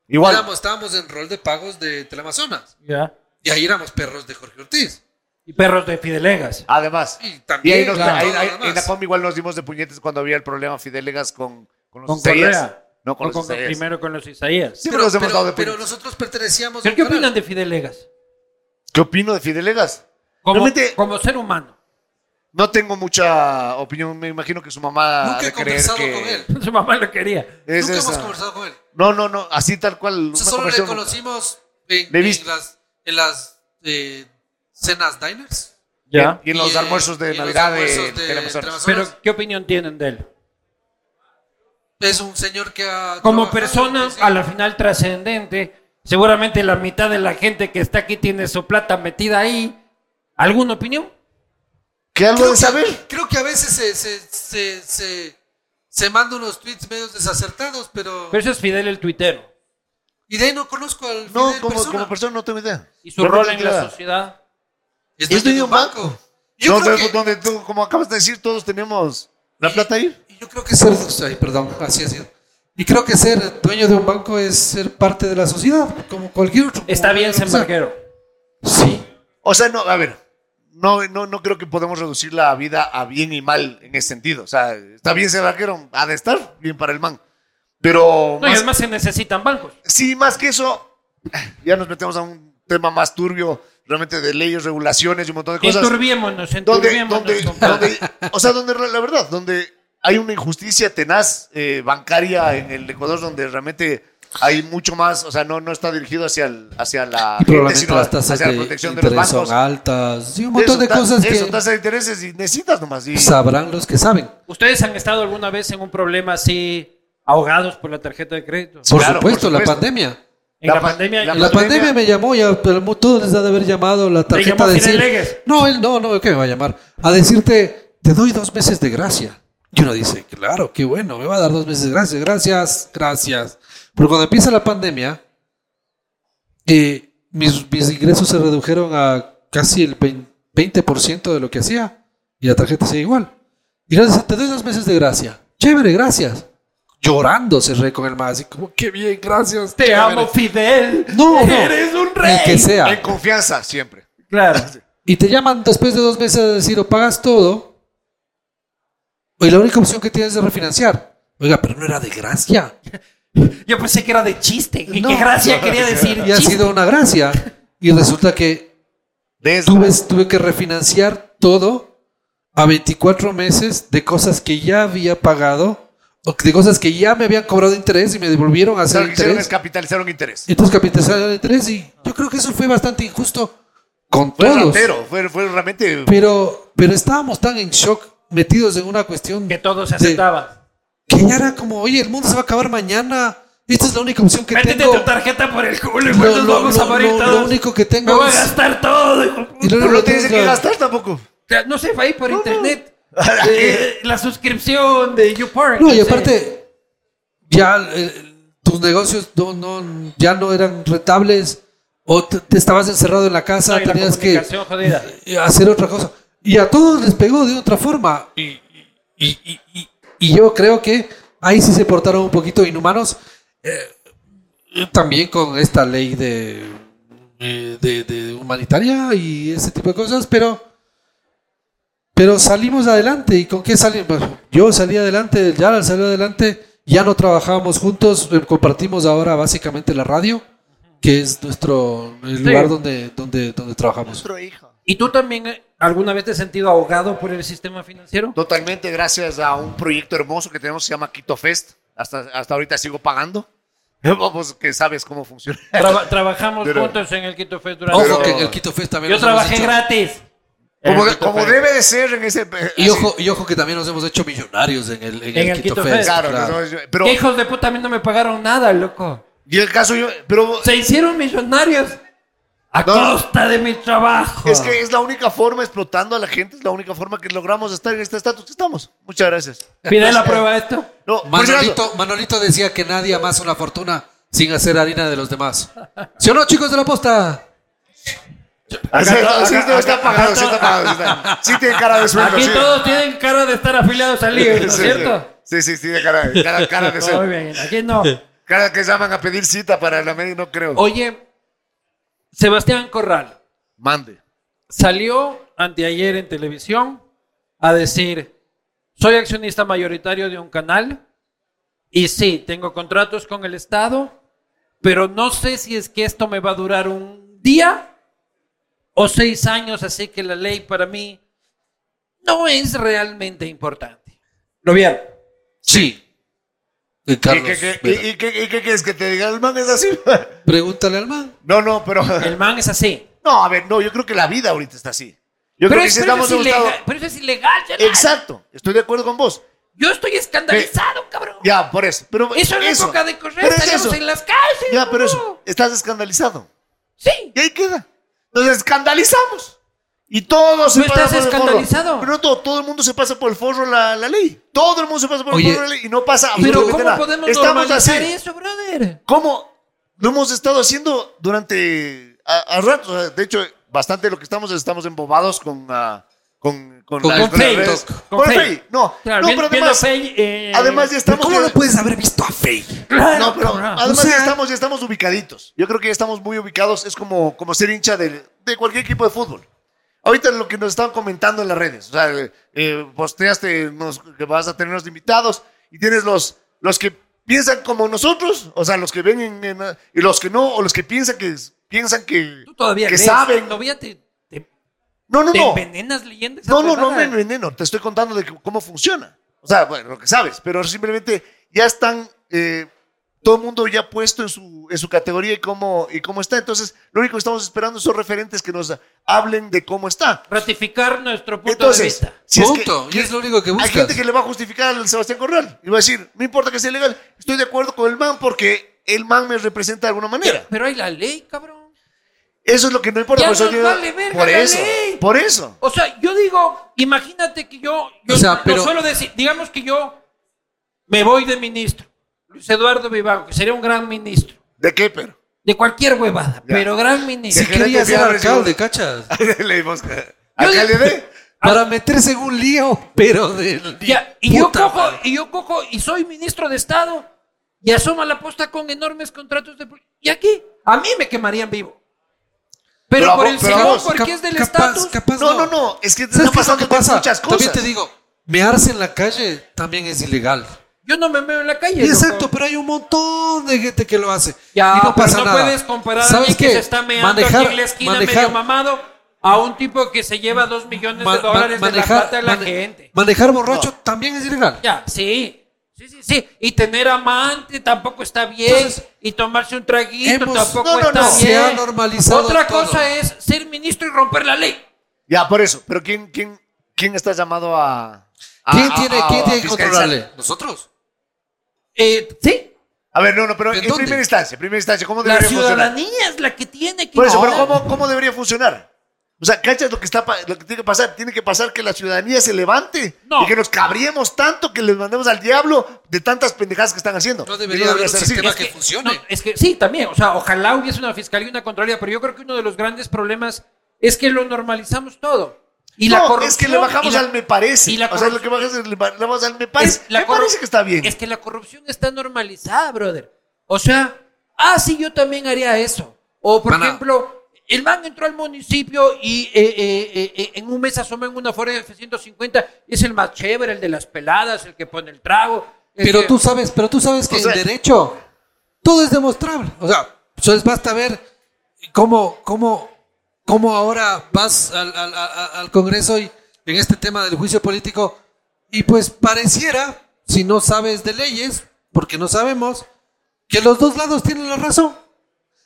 Igual.
Éramos- estábamanos en rol de pagos de Teleamazonas.
Ya.
Y ahí éramos perros de Jorge Ortiz.
Y perros de Fidelegas.
Además.
Y
Y
también
ahí nos-
claro,
ahí-
todo
ahí-
lo
en la
demás.
combi igual nos dimos de puñetes cuando había el problema Fidelegas con, con los
Con
Isaías.
Correa.
No, con
O
los Isaías.
primero con los Isaías.
Siempre nos hemos dado de
pero
puñetes.
nosotros pertenecíamos
¿Pero
a
¿Qué
un canal.
opinan de Fidelegas?
¿Qué opino de Fidelegas?
Como,
Realmente-
como ser humano.
No tengo mucha opinión. Me imagino que su mamá. ha
Nunca
de
he
creer
conversado
que
con él.
Su mamá lo quería.
es
Nunca hemos
esa.
conversado con él.
No, no, no. Así tal cual.
O sea,
una
solo le
conversación-
conocimos en,
Le he
en
visto.
las, en las eh, cenas diners.
Ya.
Y en los
eh,
almuerzos
y
de
en los
Navidad de,
almuerzos de
Teleamazonas.
Teleamazonas.
Pero, ¿qué opinión tienen de él?
Es un señor que ha...
Como
trabajado,
persona,
que sí.
a la final trascendente, seguramente la mitad de la gente que está aquí tiene su plata metida ahí. ¿Alguna opinión?
¿Qué algo
Creo
de
que-
saber?
Creo que a veces se, se, se, se, se manda unos tweets medios desacertados, pero...
Pero eso es Fidel el tuitero.
Y de ahí no conozco al
No,
Fidel
como
persona.
como persona no tengo idea.
Y su
Pero no
rol
tengo
en la
idea.
sociedad.
Es
Yo estoy
dueño
en
de
un banco.
Yo
No,
creo
pero
que-
donde tú, como acabas de decir, todos tenemos la plata ahí.
Y yo creo que ser, ay, perdón, así ha sido. Y creo que ser dueño de un banco es ser parte de la sociedad, como cualquier otro.
Está
como
bien,
cualquier otra
Sembarquero.
Ah,
persona. Sí.
O sea, no, a ver, no, no, no creo que podemos reducir la vida a bien y mal en ese sentido. O sea, está bien ser vaquero, ha de estar bien para el man. Pero
No, y
más-
además se necesitan bancos.
sí, más que eso, ya nos metemos a un tema más turbio, realmente de leyes, regulaciones y un montón de cosas.
Enturbiémonos,
Donde,
enturbiémonos.
donde,
compadre.
donde- o sea, donde re- la verdad, donde hay una injusticia tenaz eh, bancaria en el Ecuador, donde realmente hay mucho más, o sea, no, no está dirigido hacia, el- hacia la
Y
gente,
probablemente
sino
las tasas
hacia
de
la protección de los
interés
bancos.
son altas. Sí, un montón de
Eso, ta-
cosas
eso,
que
tasa de intereses y necesitas nomás. Y,
sabrán los que saben.
¿Ustedes han estado alguna vez en un problema así, ahogados por la tarjeta de crédito?
Por,
Claro,
supuesto,
por
la
supuesto.
pandemia.
En
La
la,
pa-
pandemia.
la
La, pandemia,
pandemia
me llamó, ya, pero mu- todos les ha de haber llamado la tarjeta
llamó
de
Fidel
decir.
Legues.
No, él no, no, ¿qué me va a llamar? A decirte, te doy dos meses de gracia. Y uno dice, claro, qué bueno, me va a dar dos meses de gracia, gracias, gracias. Pero cuando empieza la pandemia, eh, mis, mis ingresos se redujeron a casi el 20% 20% de lo que hacía y la tarjeta sigue igual. Y gracias, te doy dos meses de gracia. Chévere, gracias. Llorando cerré con el más, así como, qué bien, gracias.
Te
chévere".
amo, Fidel.
No, no.
Eres un rey.
El que sea.
En confianza, siempre.
Claro.
Y te llaman después de dos meses a decir o pagas todo. Y la única opción que tienes es refinanciar. Oiga, pero no era de gracia.
Yo pensé que era de chiste. Y
No.
qué gracia quería decir.
Y ha
chiste.
sido una gracia. Y resulta que
Desde
tuve, tuve que refinanciar todo a 24 meses de cosas que ya había pagado, o de cosas que ya me habían cobrado interés y me devolvieron a hacer
lo que hicieron
interés.
es capitalizar un interés.
Y entonces capitalizaron interés. Y yo creo que eso fue bastante injusto con
Fue
todos.
ratero, fue, fue realmente...
Pero, pero estábamos tan en shock, metidos en una cuestión
Que todo se
de-
aceptaba.
que ya era como, oye, el mundo se va a acabar mañana. Esta es la única opción que
Métete
tengo.
tu tarjeta por el culo y
Lo,
nos
lo-
vamos a
lo-
morir
lo- lo
todos.
único que
Me
tengo
voy a
es.
gastar todo. hijo de puta.
y lo
Pero
único
no
que
tienes
tengo
que
es la-
gastar tampoco.
Ya, No sé, fue ahí por
No, no.
internet. Eh, la suscripción de YouPorn.
No, y
sé.
aparte, ya eh, tus negocios no, no, ya no eran rentables. O te, te estabas encerrado en la casa,
No, y la
tenías que
comunicación jodida.
eh, hacer otra cosa. Y a todos les pegó de otra forma. Y, y- y- y- y yo creo que ahí sí se portaron un poquito inhumanos. eh, también con esta ley de, eh, de- de humanitaria y ese tipo de cosas, pero, pero salimos adelante. ¿Y con qué salimos? Yo salí adelante, Yaral salió adelante. Ya no trabajábamos juntos, eh, compartimos ahora básicamente la radio, que es nuestro el lugar donde, donde, donde trabajamos.
Nuestro hijo.
¿Y tú también eh, alguna vez te has sentido ahogado por el sistema financiero?
Totalmente gracias a un proyecto hermoso que tenemos, se llama Quito Fest. Hasta, hasta ahorita sigo pagando. Vamos, que sabes cómo funciona.
Traba- trabajamos
Pero-
juntos en el Quito Fest durante...
Ojo que en el Quito Fest también
Yo
nos hemos
trabajé
hecho-
gratis.
Como,
En el Eh, Quito
como
Fest.
debe de ser en ese... eh,
Y
así.
ojo, y ojo que también nos hemos hecho millonarios en el, en el Quito, Fest.
Claro,
claro.
no, yo- pero...
¿Qué hijos de puta a mí no me pagaron nada, loco.
Y el caso yo... Pero
Se hicieron millonarios a
No.
costa de mi trabajo.
es que es la única forma, explotando a la gente, es la única forma que logramos estar en este estatus que estamos. Muchas gracias.
Pide la prueba de esto.
No, por si acaso,
Manolito, Manolito decía que nadie amasa una fortuna sin hacer harina de los demás. ¿Sí o no, chicos de la posta?
Así,
Acá-
así
acá-
está
acá-
pagado,
acá-
sí está pagado. Sí, está- sí tiene cara de sueldo.
Aquí
Ah, sí.
todos tienen cara de estar afiliados al IE, ¿no es
Sí,
cierto?
Sí, sí, sí, tiene cara, cara, cara de
Muy
sueldo.
bien, aquí no.
Cara que llaman a pedir cita para la media, no creo.
Oye, Sebastián Corral
Mande.
salió anteayer en televisión a decir, soy accionista mayoritario de un canal y sí, tengo contratos con el Estado, pero no sé si es que esto me va a durar un día o seis años, así que la ley para mí no es realmente importante. ¿Lo vieron?
Sí. Eh,
¿Y
Carlos,
qué, qué-
mira,
y- y qué- y qué quieres que te diga? El man es así.
pregúntale al man.
No, no, pero.
El man es así.
No, a ver, no, yo creo que la vida ahorita está así. Yo
Pero,
creo que
es,
si
pero eso
estamos
es
en un estado-
ilegal, pero eso es ilegal, Gerard.
Exacto, estoy de acuerdo con vos.
Yo estoy escandalizado, cabrón.
Ya, por eso. Pero
Eso en la época de correr
pero es
estaríamos
eso.
en las calles.
Ya, pero
¿no?
eso, estás escandalizado.
Sí.
Y ahí queda. Nos escandalizamos. Y todos se
¿No
pasan
estás
por el forro.
escandalizado?
Pero no todo, todo el mundo se pasa por el forro la, la ley. Todo el mundo se pasa por
Oye,
el forro la ley y no pasa
Pero
absolutamente
¿cómo
nada.
podemos
Ah, Estamos así.
normalizar eso, brother?
¿Cómo lo hemos estado haciendo durante a, a ratos? O sea, De hecho, bastante de lo que estamos estamos embobados con ah, con con,
Con-
las-
con
con las
Facebook,
redes.
con
Con
Facebook.
Facebook, No,
Claro,
no,
bien-
pero
viendo
además,
Fey, eh,
además ya estamos.
¿Cómo
ya-
no puedes haber visto a Faye?
claro,
no, pero
cabrón.
además
O sea-
ya estamos, ya estamos ubicaditos. Yo creo que ya estamos muy ubicados. Es como, como ser hincha de, de cualquier equipo de fútbol. Ahorita lo que nos están comentando en las redes. O sea, eh, eh, posteaste unos- que vas a tener unos invitados y tienes los, los que piensan como nosotros, o sea, los que ven en- en- y los que no, o los que piensan que piensan que,
Tú todavía
que
lees,
saben. No,
Todavía te, te,
no,
te
no.
envenenas leyendo esa
No, no, no
huevada.
me enveneno. Te estoy contando de c- cómo funciona. O sea, bueno, lo que sabes, pero simplemente ya están eh, todo el mundo ya puesto en su, en su categoría y cómo, y cómo está. Entonces, lo único que estamos esperando son referentes que nos hablen de cómo está.
Ratificar nuestro punto
Entonces,
de vista.
si es que-
Punto. y es lo único que
hay
buscas.
gente que le va a justificar al Sebastián Corral y va a decir, no importa que sea ilegal, estoy de acuerdo con el man porque el man me representa de alguna manera.
Pero hay la ley, cabrón.
Eso es lo que no importa.
Ya
por eso
nos
yo-
vale verga
por
la
eso,
ley.
por eso.
O sea, yo digo, imagínate que yo, yo
O sea,
no
pero-
suelo decir, digamos que yo me voy de ministro, Luis Eduardo Vivanco, que sería un gran ministro,
¿De qué, pero?
de cualquier huevada, pero gran ministro.
Si
gerente
quería ser
fiable,
alcalde, cachas.
Le busca. Alcalde de...
Para meterse en un lío, pero del.
Ya, y yo
puta
cojo,
madre.
y yo cojo, y soy ministro de Estado, y asoma la posta con enormes contratos de... pro- Y aquí, a mí me quemarían vivo. Pero,
Pero a
por
vos-
el
pero a
señor,
vos,
porque
Cap-
es del
capaz-
estatus...
capaz
No, no, no, es que
¿Sabes qué
están
es lo que
pasando
pasa?
muchas cosas.
También te digo, mearse en la calle también es ilegal.
Yo no me veo en la calle. loco.
Exacto, pero hay un montón de gente que lo hace.
Ya,
y no
pero
pasa
no
nada.
puedes comparar a
¿Sabes
alguien que
qué?
se está meando aquí en la esquina medio mamado a un tipo que se lleva dos millones
ma-
de dólares
ma-
de la plata de la
mane-
gente.
manejar borracho también es ilegal.
Ya, sí. Sí, sí, sí. Y tener amante tampoco está bien.
Entonces,
y tomarse un traguito
hemos-
tampoco
No, no,
está
no.
bien.
Se ha normalizado
Otra
todo.
cosa es ser ministro y romper la ley.
Ya, por eso. Pero ¿quién, quién, quién está llamado a.
Ah,
a-
¿Quién
a-
tiene,
a-
quién
a
tiene que
fiscalizar?
controlarle? Nosotros.
Eh, sí.
A ver, no, no, pero
¿En
en
dónde?
primera instancia, primera instancia, ¿cómo
La
debería funcionar?
ciudadanía es la que tiene que.
Por eso, pero
No.
¿cómo, ¿cómo debería funcionar? O sea, ¿cachas lo que, está, pa- lo que tiene que pasar? Tiene que pasar que la ciudadanía se levante
No.
y que nos cabriemos tanto que les mandemos al diablo de tantas pendejadas que están haciendo.
No
Y
debería haber un
ser
sistema
así.
que funcione.
Eh, no, es que sí, también. O sea, ojalá hubiese una fiscalía y una contraloría, pero yo creo que uno de los grandes problemas es que lo normalizamos todo. Y la
No,
corrupción.
es que le bajamos
y la-
al me parece.
y la
o sea, lo que bajas es le ba- le bajamos al me parece.
es la
me
corru-
parece que está bien.
Es que la corrupción está normalizada, brother. O sea, ah, sí, yo también haría eso. O, por
Van a-
ejemplo, el man entró al municipio y eh, eh, eh, eh, en un mes asomó en una Ford F-150 y es el más chévere, el de las peladas, el que pone el trago. Es
Pero
que-
tú sabes, pero tú sabes que
O sea-
en derecho todo es demostrable. O sea, solo es basta ver cómo, cómo, cómo ahora vas al, al- a- al Congreso y en este tema del juicio político y pues pareciera, si no sabes de leyes, porque no sabemos, que los dos lados tienen la razón.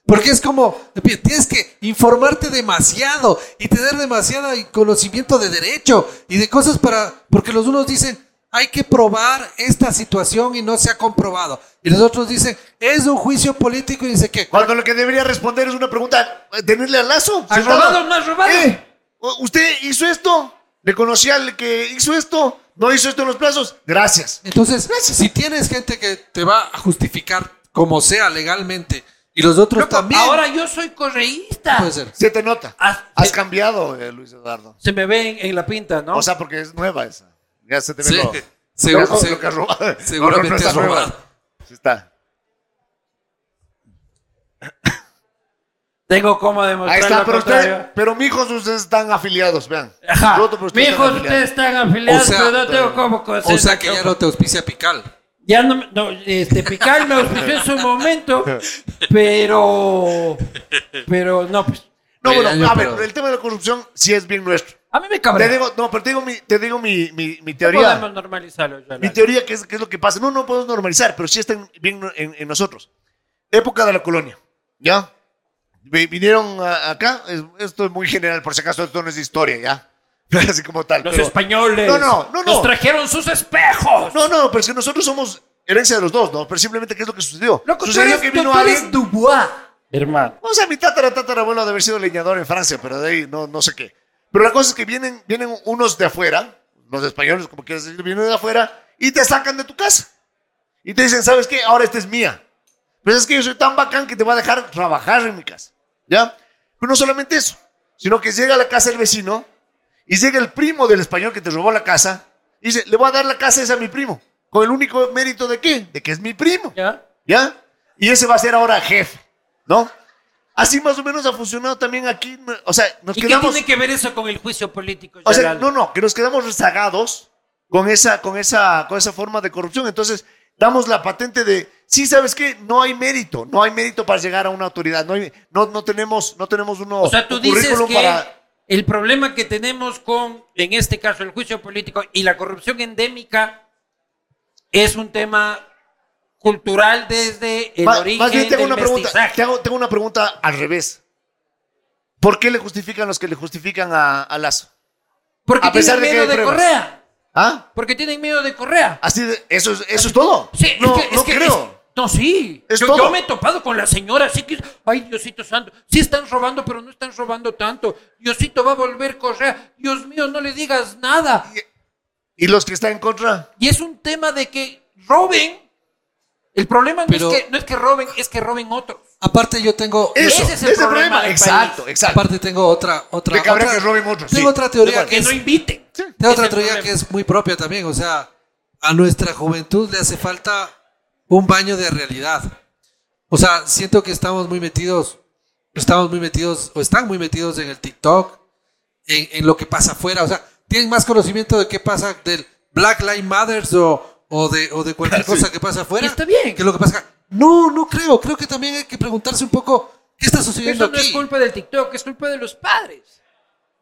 Porque es como, tienes que informarte demasiado y tener demasiado conocimiento de derecho y de cosas para, porque los unos dicen, hay que probar esta situación y no se ha comprobado. Y los otros dicen, es un juicio político y dice que,
Cuando lo que debería responder es una pregunta, eh, tenerle al lazo.
¿Has
cerrado.
robado o no has robado?
Eh, ¿Usted hizo esto? ¿Le conocía al que hizo esto? ¿No hizo esto en los plazos? Gracias.
entonces, si tienes gente que te va a justificar como sea legalmente y los otros
Loco,
también,
Ahora yo soy correísta.
puede ser.
Se te nota.
Has-
Has
se-
cambiado, eh, Luis Eduardo.
Se me ve en, en la pinta, ¿no?
O sea, porque es nueva esa. Ya se te ve
Sí,
lo,
seguro-
lo- lo
se-
que has robado.
seguramente
está
has robado.
nueva. Sí está.
Tengo cómo demostrar
Ahí está,
lo
pero
contrario.
usted, pero mijos, ustedes están afiliados, vean.
Ajá.
Yo, pero ustedes
Mi
están
hijo,
afiliados.
ustedes están afiliados,
O sea,
pero no tengo cómo
o
conseguir.
sea que ya no te auspicia Pical.
Ya no, me- no, este, Pical me auspició en su momento, pero, pero no, pues,
No,
Oye,
bueno,
año,
a ver,
pero-
el tema de la corrupción sí es bien nuestro.
a mí me
Te
cabrea.
digo, no, pero te digo mi, te digo mi, mi, mi
No
teoría.
podemos normalizarlo. ya,
Mi
Lalo.
teoría, ¿qué es, qué es lo que pasa? No, no podemos normalizar, pero sí están bien en, en nosotros. Época de la colonia, ¿ya? Vi- Vinieron a- acá, es- esto es muy general, por si acaso esto no es de historia, ¿ya? Así como tal.
Los
pero-
españoles
No, no, no, no.
nos trajeron sus espejos.
No, no, pero es que nosotros somos herencia de los dos, ¿no? Pero simplemente, ¿qué es lo que sucedió?
Loco, tú
sucedió
eres, tú- tú eres Dubois, hermano.
O sea, mi tatara, tatarabuelo ha de haber sido leñador en Francia, pero de ahí no, no sé qué. Pero la cosa es que vienen, vienen unos de afuera, los españoles, como quieras decir, vienen de afuera y te sacan de tu casa. Y te dicen, ¿sabes qué? Ahora esta es mía. Pero es que yo soy tan bacán que te voy a dejar trabajar en mi casa. ¿Ya? Pero no solamente eso, sino que llega a la casa el vecino y llega el primo del español que te robó la casa y dice, le voy a dar la casa esa a mi primo. Con el único mérito de qué? De que es mi primo.
¿Ya?
¿Ya? Y ese va a ser ahora jefe, ¿no? Así más o menos ha funcionado también aquí. no- O sea, nos
¿Y qué
quedamos.
tiene que ver eso con el juicio político?
O sea,
Yolanda?
no, no, que nos quedamos rezagados con esa, con esa, con esa forma de corrupción. Entonces, damos la patente de. Sí, ¿sabes qué? No hay mérito. No hay mérito para llegar a una autoridad. No, hay- no, no tenemos, no tenemos uno,
O sea, tú
un
dices
currículum
que
para.
el problema que tenemos con, en este caso, el juicio político y la corrupción endémica es un tema cultural desde el
Ma-
origen
más bien, te hago
del
una pregunta.
mestizaje.
Te hago, te hago una pregunta al revés. ¿Por qué le justifican los que le justifican a, a Lazo?
Porque
a pesar
tienen
de que
miedo
hay
de
pruebas.
Correa.
¿Ah?
Porque tienen miedo de Correa.
Así de- eso es, eso es todo.
Sí, es
no,
que- es
no
que-
creo.
es- no, sí.
Es
yo,
todo.
yo me he topado con la señora, así que, ay, Diosito Santo, sí están robando, pero no están robando tanto. Diosito va a volver Correa. Dios mío, no le digas nada.
¿Y los que están en contra?
Y es un tema de que roben. El problema no,
Pero-
es, que, no es que roben, es que roben otros.
Aparte yo tengo...
Ese
Eso,
es el
ese es el
problema
problema.
del
Exacto,
país.
exacto.
Aparte tengo otra... otra
Me cabrea
otra-
que roben otros,
Tengo
sí.
otra teoría
Igual.
que
Que
es,
no inviten.
tengo
Ese
otra
es el
teoría
problema.
que es muy propia también. O sea, a nuestra juventud le hace falta un baño de realidad. O sea, siento que estamos muy metidos, estamos muy metidos, o están muy metidos en el TikTok, en, en lo que pasa afuera. O sea, tienen más conocimiento de qué pasa del Black Lives Matter o, o de, o de cualquier cosa que pasa afuera.
Está bien.
Que lo que pasa acá. No, no creo. Creo que también hay que preguntarse un poco qué está sucediendo
Eso no
aquí.
es culpa del TikTok, es culpa de los padres.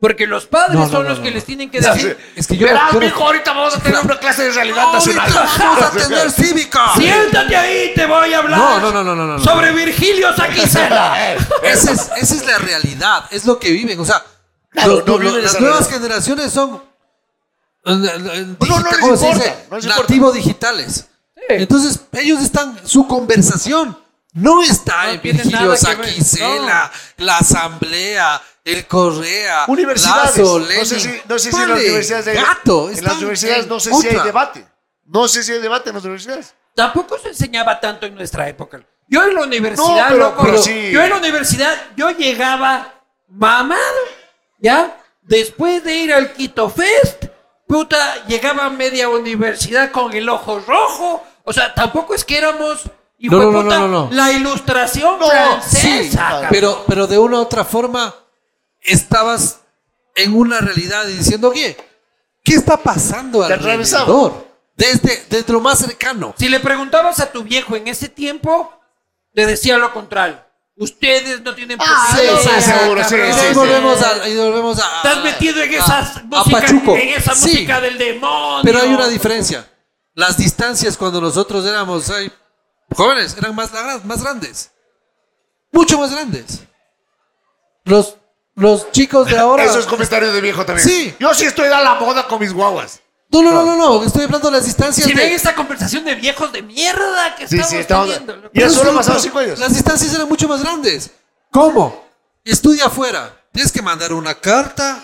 Porque los padres
No, no,
son
no,
los
no,
que
no.
les tienen que decir.
Es que yo,
Verás,
yo no-
mijo, ahorita vamos a tener una clase de realidad
Ahorita
nacional.
vamos a tener cívica.
Siéntate ahí, te voy a hablar.
No, no, no, no, no, no, no.
Sobre Virgilio Saquicela.
Esa es, esa es la realidad, es lo que viven. O sea,
Claro,
los-
no
los-
viven
las
esa
nuevas
realidad.
generaciones son eh, eh,
No, no les
¿cómo se
importa,
dice?
no les importa.
nativo digitales. Entonces, ellos están, su conversación no está
No
en
tiene
Virgilio
nada que ver,
Saquicela, la asamblea, el Correa,
Universidades.
Lazo,
no
Lenin.
sé si, no sé si en las
Vale,
universidades hay
gato,
En
están
las universidades no sé
en
si hay
otra.
debate. No sé si hay debate en las universidades.
Tampoco se enseñaba tanto en nuestra época. Yo en la universidad,
No, pero-
loco,
pues
pero sí.
yo en la universidad, yo llegaba mamado, ¿ya? Después de ir al Quito Fest, puta, llegaba a media universidad con el ojo rojo. O sea, tampoco es que éramos, hijo
No,
de
no, no,
puta,
no, no, no.
la ilustración
No,
Sí,
francesa. cabrón.
pero, pero de una u otra forma estabas en una realidad y diciendo, oye, ¿qué está pasando
Te atravesaba.
alrededor? Desde, desde lo más cercano.
Si le preguntabas a tu viejo en ese tiempo, te decía lo contrario. Ustedes no tienen
Ah,
posibilidad.
sí, sí, seguro, sí,
Y
sí, sí.
volvemos a- y volvemos a-
Estás
a-
metido en
a-
esas
a
músicas,
Pachuco.
en esa
Sí,
música del demonio.
Pero hay una diferencia. Las distancias cuando nosotros éramos ay, jóvenes eran más, la- más grandes. Mucho más grandes. Los, los chicos de ahora.
Eso es comentario de viejo también.
Sí.
Yo sí estoy a la moda con mis guaguas.
No, no, no, no, no. Estoy hablando de las distancias.
Si
de- este
ven esta conversación de viejos de mierda que
Sí,
estamos,
sí, estamos-
teniendo, loco.
Ya
Pero
solo
sí,
pasaron
pero
cinco años.
Las distancias eran mucho más grandes. ¿Cómo? Estudia afuera. Tienes que mandar una carta,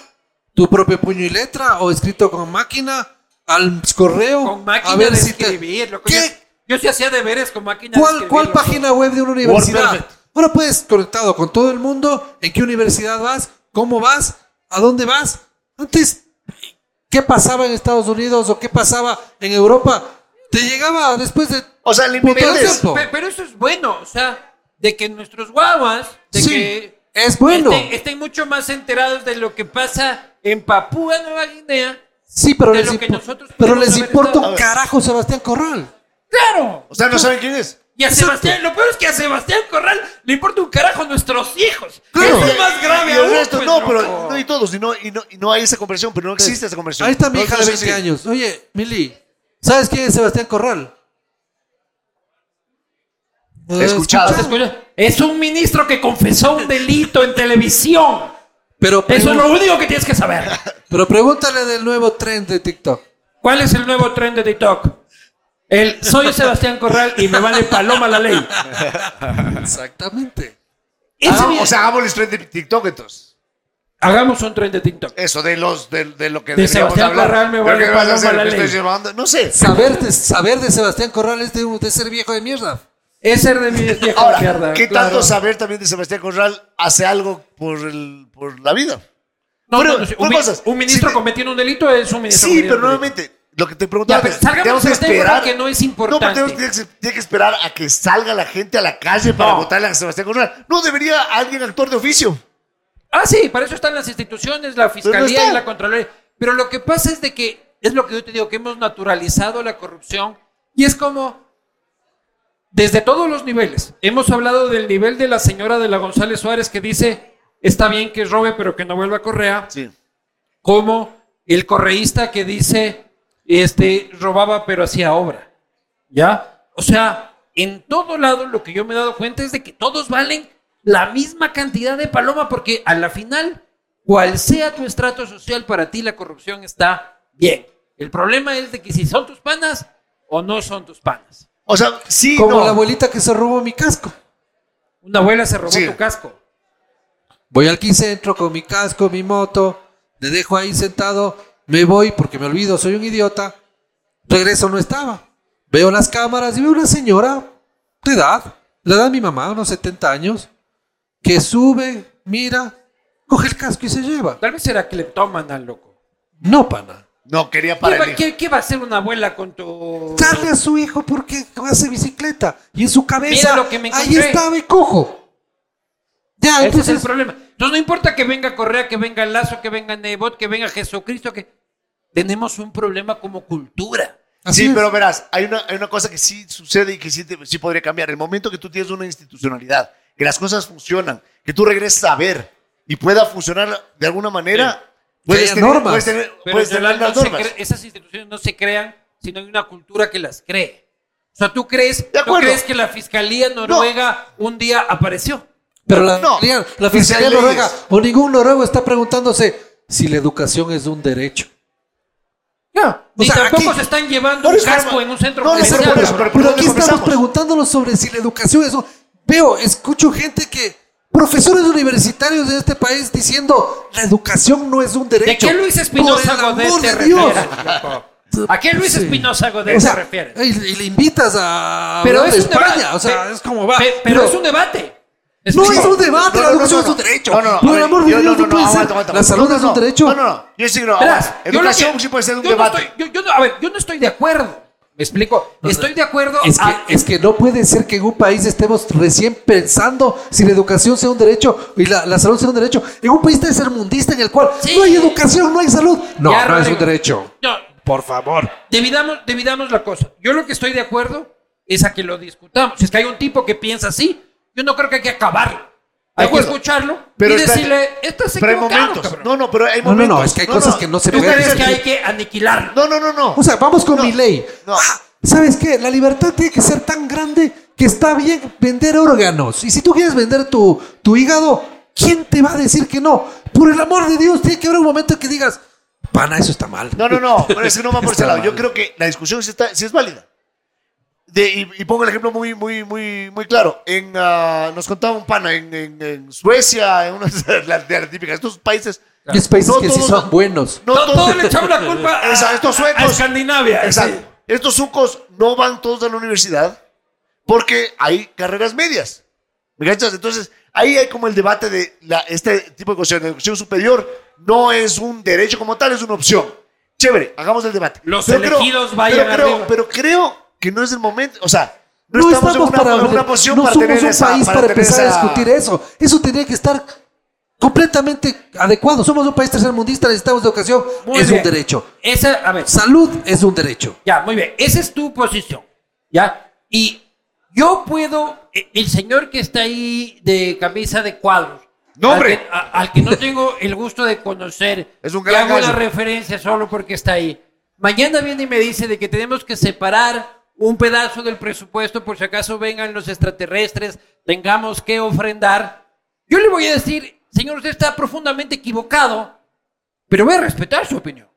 tu propio puño y letra, o escrito con máquina, al correo.
Con máquina
a ver
de
si te-
escribir, loco. Yo,
¿Qué?
yo sí hacía deberes con máquina de
¿Cuál,
escribir,
cuál
loco.
página web de una universidad?
Perfect.
Ahora puedes conectado con todo el mundo. ¿En qué universidad vas? ¿Cómo vas? ¿A dónde vas? Antes, ¿qué pasaba en Estados Unidos o qué pasaba en Europa? Te llegaba después de
O sea,
Pero
Todo el
limitantes.
eso,
tiempo.
pe- pero eso es bueno, o sea, de que nuestros guaguas, de
Sí,
que
es bueno.
estén, estén mucho más enterados de lo que pasa en Papúa Nueva Guinea.
Sí, pero
de
les,
lo que
impo-
nosotros
pero
queremos
les
haber
importa
estado.
un carajo Sebastián Corral.
¡Claro!
O sea, no saben quién es.
Y a
Exacto.
Sebastián, lo peor es que a Sebastián Corral le importa un carajo a nuestros hijos.
Claro.
Eso es más grave
Y el
aún,
resto,
pues,
no, pero
loco.
no hay todos, y no, y, no, y no hay esa conversión, pero no existe esa conversión.
Ahí está mi
No,
hija
no
de
sé
20
si-
años. Oye, Mili, ¿sabes quién es Sebastián Corral?
He escuchado.
¿Se escucha? Es un ministro que confesó un delito en televisión.
Pero,
Eso es lo
pregun-
único que tienes que saber.
pero pregúntale del nuevo tren de TikTok.
¿Cuál es el nuevo tren de TikTok? El soy Sebastián Corral y me vale paloma la ley.
Exactamente.
Ese
Ah,
día-
o sea, hagamos el trend de TikTok entonces.
hagamos un tren de TikTok.
Eso, de los de, de lo que
De
deberíamos
Sebastián
hablar.
Corral me
¿Pero
vale
qué vas a
paloma
hacer?
la
¿Me
ley.
estoy llevando? No sé.
Saber de, saber de Sebastián Corral es de, un- de ser viejo de mierda.
Ese es de mi viejo de
Ahora,
mierda,
¿qué
claro.
tanto saber también de Sebastián Corral hace algo por, el, por la vida?
No,
Bueno,
no, no, sí, un,
dos
mi-
cosas.
un ministro
Si te-
cometiendo un delito es un ministro.
Sí,
cometiendo
pero
un delito.
nuevamente, lo que te preguntaba
Ya, pero
antes,
salgamos
tenemos
de
que
este tema
esperar
que no es
No,
importante.
pero tenemos que, tiene que esperar a que salga la gente a la calle para
No.
votarle a Sebastián Corral. No debería alguien actor de oficio.
Ah, sí, para eso están las instituciones, la fiscalía
está.
y la Contraloría. Pero lo que pasa es de que, es lo que yo te digo, que hemos naturalizado la corrupción y es como, desde todos los niveles, hemos hablado del nivel de la señora de la González Suárez que dice, está bien que robe, pero que no vuelva a Correa,
Sí.
como el correísta que dice, este, robaba pero hacía obra. ¿Ya? O sea, en todo lado lo que yo me he dado cuenta es de que todos valen la misma cantidad de paloma porque a la final, cual sea tu estrato social, para ti la corrupción está bien. El problema es de que si son tus panas o no son tus panas.
O sea, sí,
Como
no.
la abuelita que se robó mi casco.
Una abuela se robó
Sí.
tu casco.
Voy al quicentro con mi casco, mi moto, le dejo ahí sentado, me voy porque me olvido, soy un idiota. Regreso, no estaba. Veo las cámaras y veo una señora de edad, la edad de mi mamá, unos 70 años, que sube, mira, coge el casco y se lleva.
Tal vez era cleptómana, loco.
No, pana.
No, quería
¿Qué
para
va,
el hijo.
qué- qué va a hacer una abuela con tu...
Darle a su hijo porque hace bicicleta y en su cabeza
Mira lo que me
ahí
encontré.
estaba y cojo.
Ese
Ya,
es el
entonces
problema. Entonces no importa que venga Correa, que venga Lazo, que venga Nebot, que venga Jesucristo, que tenemos un problema como cultura.
así
Sí,
es.
pero verás, hay una, hay una cosa que sí sucede y que sí, te- sí podría cambiar. El momento que tú tienes una institucionalidad, que las cosas funcionan, que tú regreses a ver y pueda funcionar de alguna manera, puedes,
haya
tener,
normas.
puedes tener,
Pero
puedes
en
tener
realidad
Pues, las
no se
normas.
cre- esas instituciones no se crean, sino hay una cultura que las cree. O sea, tú crees,
De
¿tú
acuerdo.
crees que la Fiscalía Noruega un día apareció.
Pero la,
No,
fiscalía- la
pues si
fiscalía
hay leyes.
noruega o ningún noruego está preguntándose si la educación es un derecho.
Ni
sea,
tampoco
aquí-
se están llevando
por
un
eso,
casco
hermano,
en un centro
no,
comercial.
pero por eso,
cabrón.
¿por
Pero
dónde
aquí estamos
comenzamos?
preguntándonos sobre si la educación es un... Veo, escucho gente que... Profesores universitarios de este país diciendo la educación no es un derecho.
¿De qué Luis
Por
Espinosa
el
Godet
amor
te
de Dios.
refieres? loco? ¿A qué Luis
Sí.
Espinosa Godet
O sea,
te refieres?
Y, y le invitas a
Pero
hablar
es
de
un
España.
debate.
O sea,
Pe-
es como va.
pe- pero es un debate.
No
Explico.
es un debate,
No,
la
no, no,
educación
no, no.
es un derecho.
No, no, no.
Por
A
el
ver,
amor de
yo-
Dios,
no,
no,
no, no,
puede ser.
aguanta, aguanta.
La salud
No, no,
es un
no.
derecho.
No, no, no. Yo sí que no.
Verás,
aguanta.
yo lo
Educación
que-
sí puede ser un
yo no
debate.
estoy- yo, yo no- a ver, yo no estoy de acuerdo. Me explico. Estoy de acuerdo.
Es que,
Ah.
a-
es que no puede ser que en un país estemos recién pensando si la educación sea un derecho y la, la salud sea un derecho. En un país tercermundista en el cual
Sí.
no hay educación, no hay salud. No,
Ya,
no es
Rodrigo.
un derecho.
No,
por favor.
Dividamos, dividamos la cosa. Yo lo que estoy de acuerdo es a que lo discutamos. Si es que hay un tipo que piensa así, yo no creo que hay que acabarlo.
De
Hay que
acuerdo.
escucharlo
Pero
y
está-
decirle, estas se
Pero hay
equivocaron,
momentos.
cabrón.
No, no, pero hay
No, no,
momentos.
no, es que hay cosas que no se
¿Tú
pueden
crees que
discutir.
hay que aniquilarlo?
No, no, no, no.
O sea, vamos con
No,
mi ley.
no.
Ah, ¿Sabes qué? La libertad tiene que ser tan grande que está bien vender órganos. Y si tú quieres vender tu, tu hígado, ¿quién te va a decir que no? Por el amor de Dios, tiene que haber un momento que digas, pana, eso está mal.
No, no, no, pero es que no va por ese
Está
lado. Yo
mal.
creo que la discusión sí, está- sí es válida. De- y, y pongo el ejemplo muy, muy, muy, muy claro. En, ah, nos contaba un pana en, en- en Suecia, en una de las, de las típicas, estos países.
Hay países
No
que sí
todos-
son buenos.
No,
No,
todos-
todos le echamos la culpa a,
Exacto, estos
a
suecos.
Escandinavia.
Exacto. Estos sucos no van todos a la universidad porque hay carreras medias. ¿Me cachas? Entonces, ahí hay como el debate de la- este tipo de cuestiones. La educación superior no es un derecho como tal, es una opción. Chévere, hagamos el debate.
Los
creo-
elegidos vayan
pero creo,
arriba.
pero creo que no es el momento. O sea, no,
No,
estamos, en una, en
para,
una posición
no
para
somos
tener
un
esa-
país para,
tener
empezar
esa-
a discutir eso. Eso tendría que estar completamente adecuado. Somos un país tercermundista, necesitamos educación.
Muy
es
bien.
un derecho.
Esa, a ver,
Salud es un derecho.
Ya, muy bien. Esa es tu posición. Ya. Y yo puedo, e- el señor que está ahí de camisa de cuadros.
No, hombre.
Al que, a- al que no tengo el gusto de conocer.
Es un
que
gran
hago una
gallo.
referencia solo porque está ahí. Mañana viene y me dice de que tenemos que separar un pedazo del presupuesto por si acaso vengan los extraterrestres, tengamos que ofrendar. Yo le voy a decir, señor, usted está profundamente equivocado, pero voy a respetar su opinión.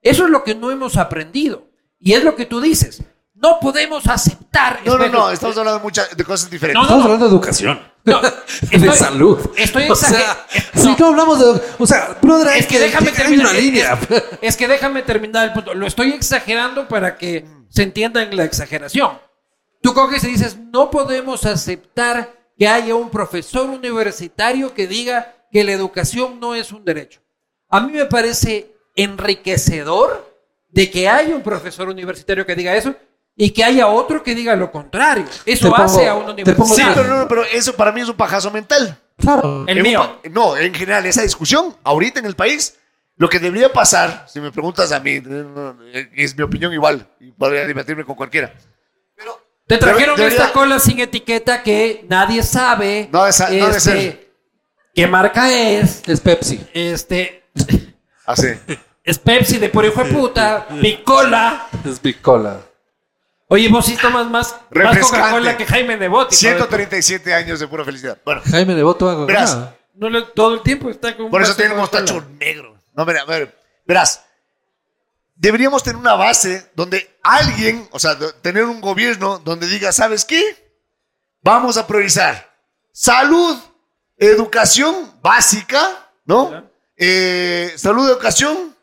Eso es lo que no hemos aprendido. Y es lo que tú dices. No podemos aceptar.
No, no,
espera,
no, estamos hablando de, muchas, de cosas diferentes.
No,
Estamos hablando de educación.
Ah. No,
de
estoy-
salud.
estoy
o sea,
exager-
si
no.
no hablamos de. O sea, brother,
Es que déjame
hay una
terminar.
línea.
Es, es que déjame terminar el punto. Lo estoy exagerando para que se entienda en la exageración. Tú coges y dices, no podemos aceptar que haya un profesor universitario que diga que la educación no es un derecho. A mí me parece enriquecedor de que haya un profesor universitario que diga eso y que haya otro que diga lo contrario. Eso
Te
hace a
pongo-
un
te pongo-
Sí,
universitario.
pero no, no, pero eso para mí es un pajazo mental.
Claro.
El
En un
mío.
pa- no, en general, esa discusión ahorita en el país, lo que debería pasar, si me preguntas a mí, eh, es mi opinión igual, y podría debatirme con cualquiera.
Te trajeron
Debería-
esta cola sin etiqueta que nadie sabe.
No, esa- no debe
este,
ser.
¿Qué marca es?
Es Pepsi.
Este.
Así.
Es Pepsi de por hijo de puta. Picola.
Es Bicola.
Oye, vos sí tomas más, más
Refrescante.
Coca-Cola que Jaime de Botti.
137 años de pura felicidad. Bueno,
Jaime Devoto hago.
Verás.
nada.
No le- todo el tiempo está con. un
por eso
vaso
tiene
de
un mostacho
Coca-Cola.
negro. No, mira, a ver, verás. Deberíamos tener una base donde alguien, o sea, do- tener un gobierno donde diga, ¿sabes qué? Vamos a priorizar salud, educación básica, ¿no? Eh, salud, educación,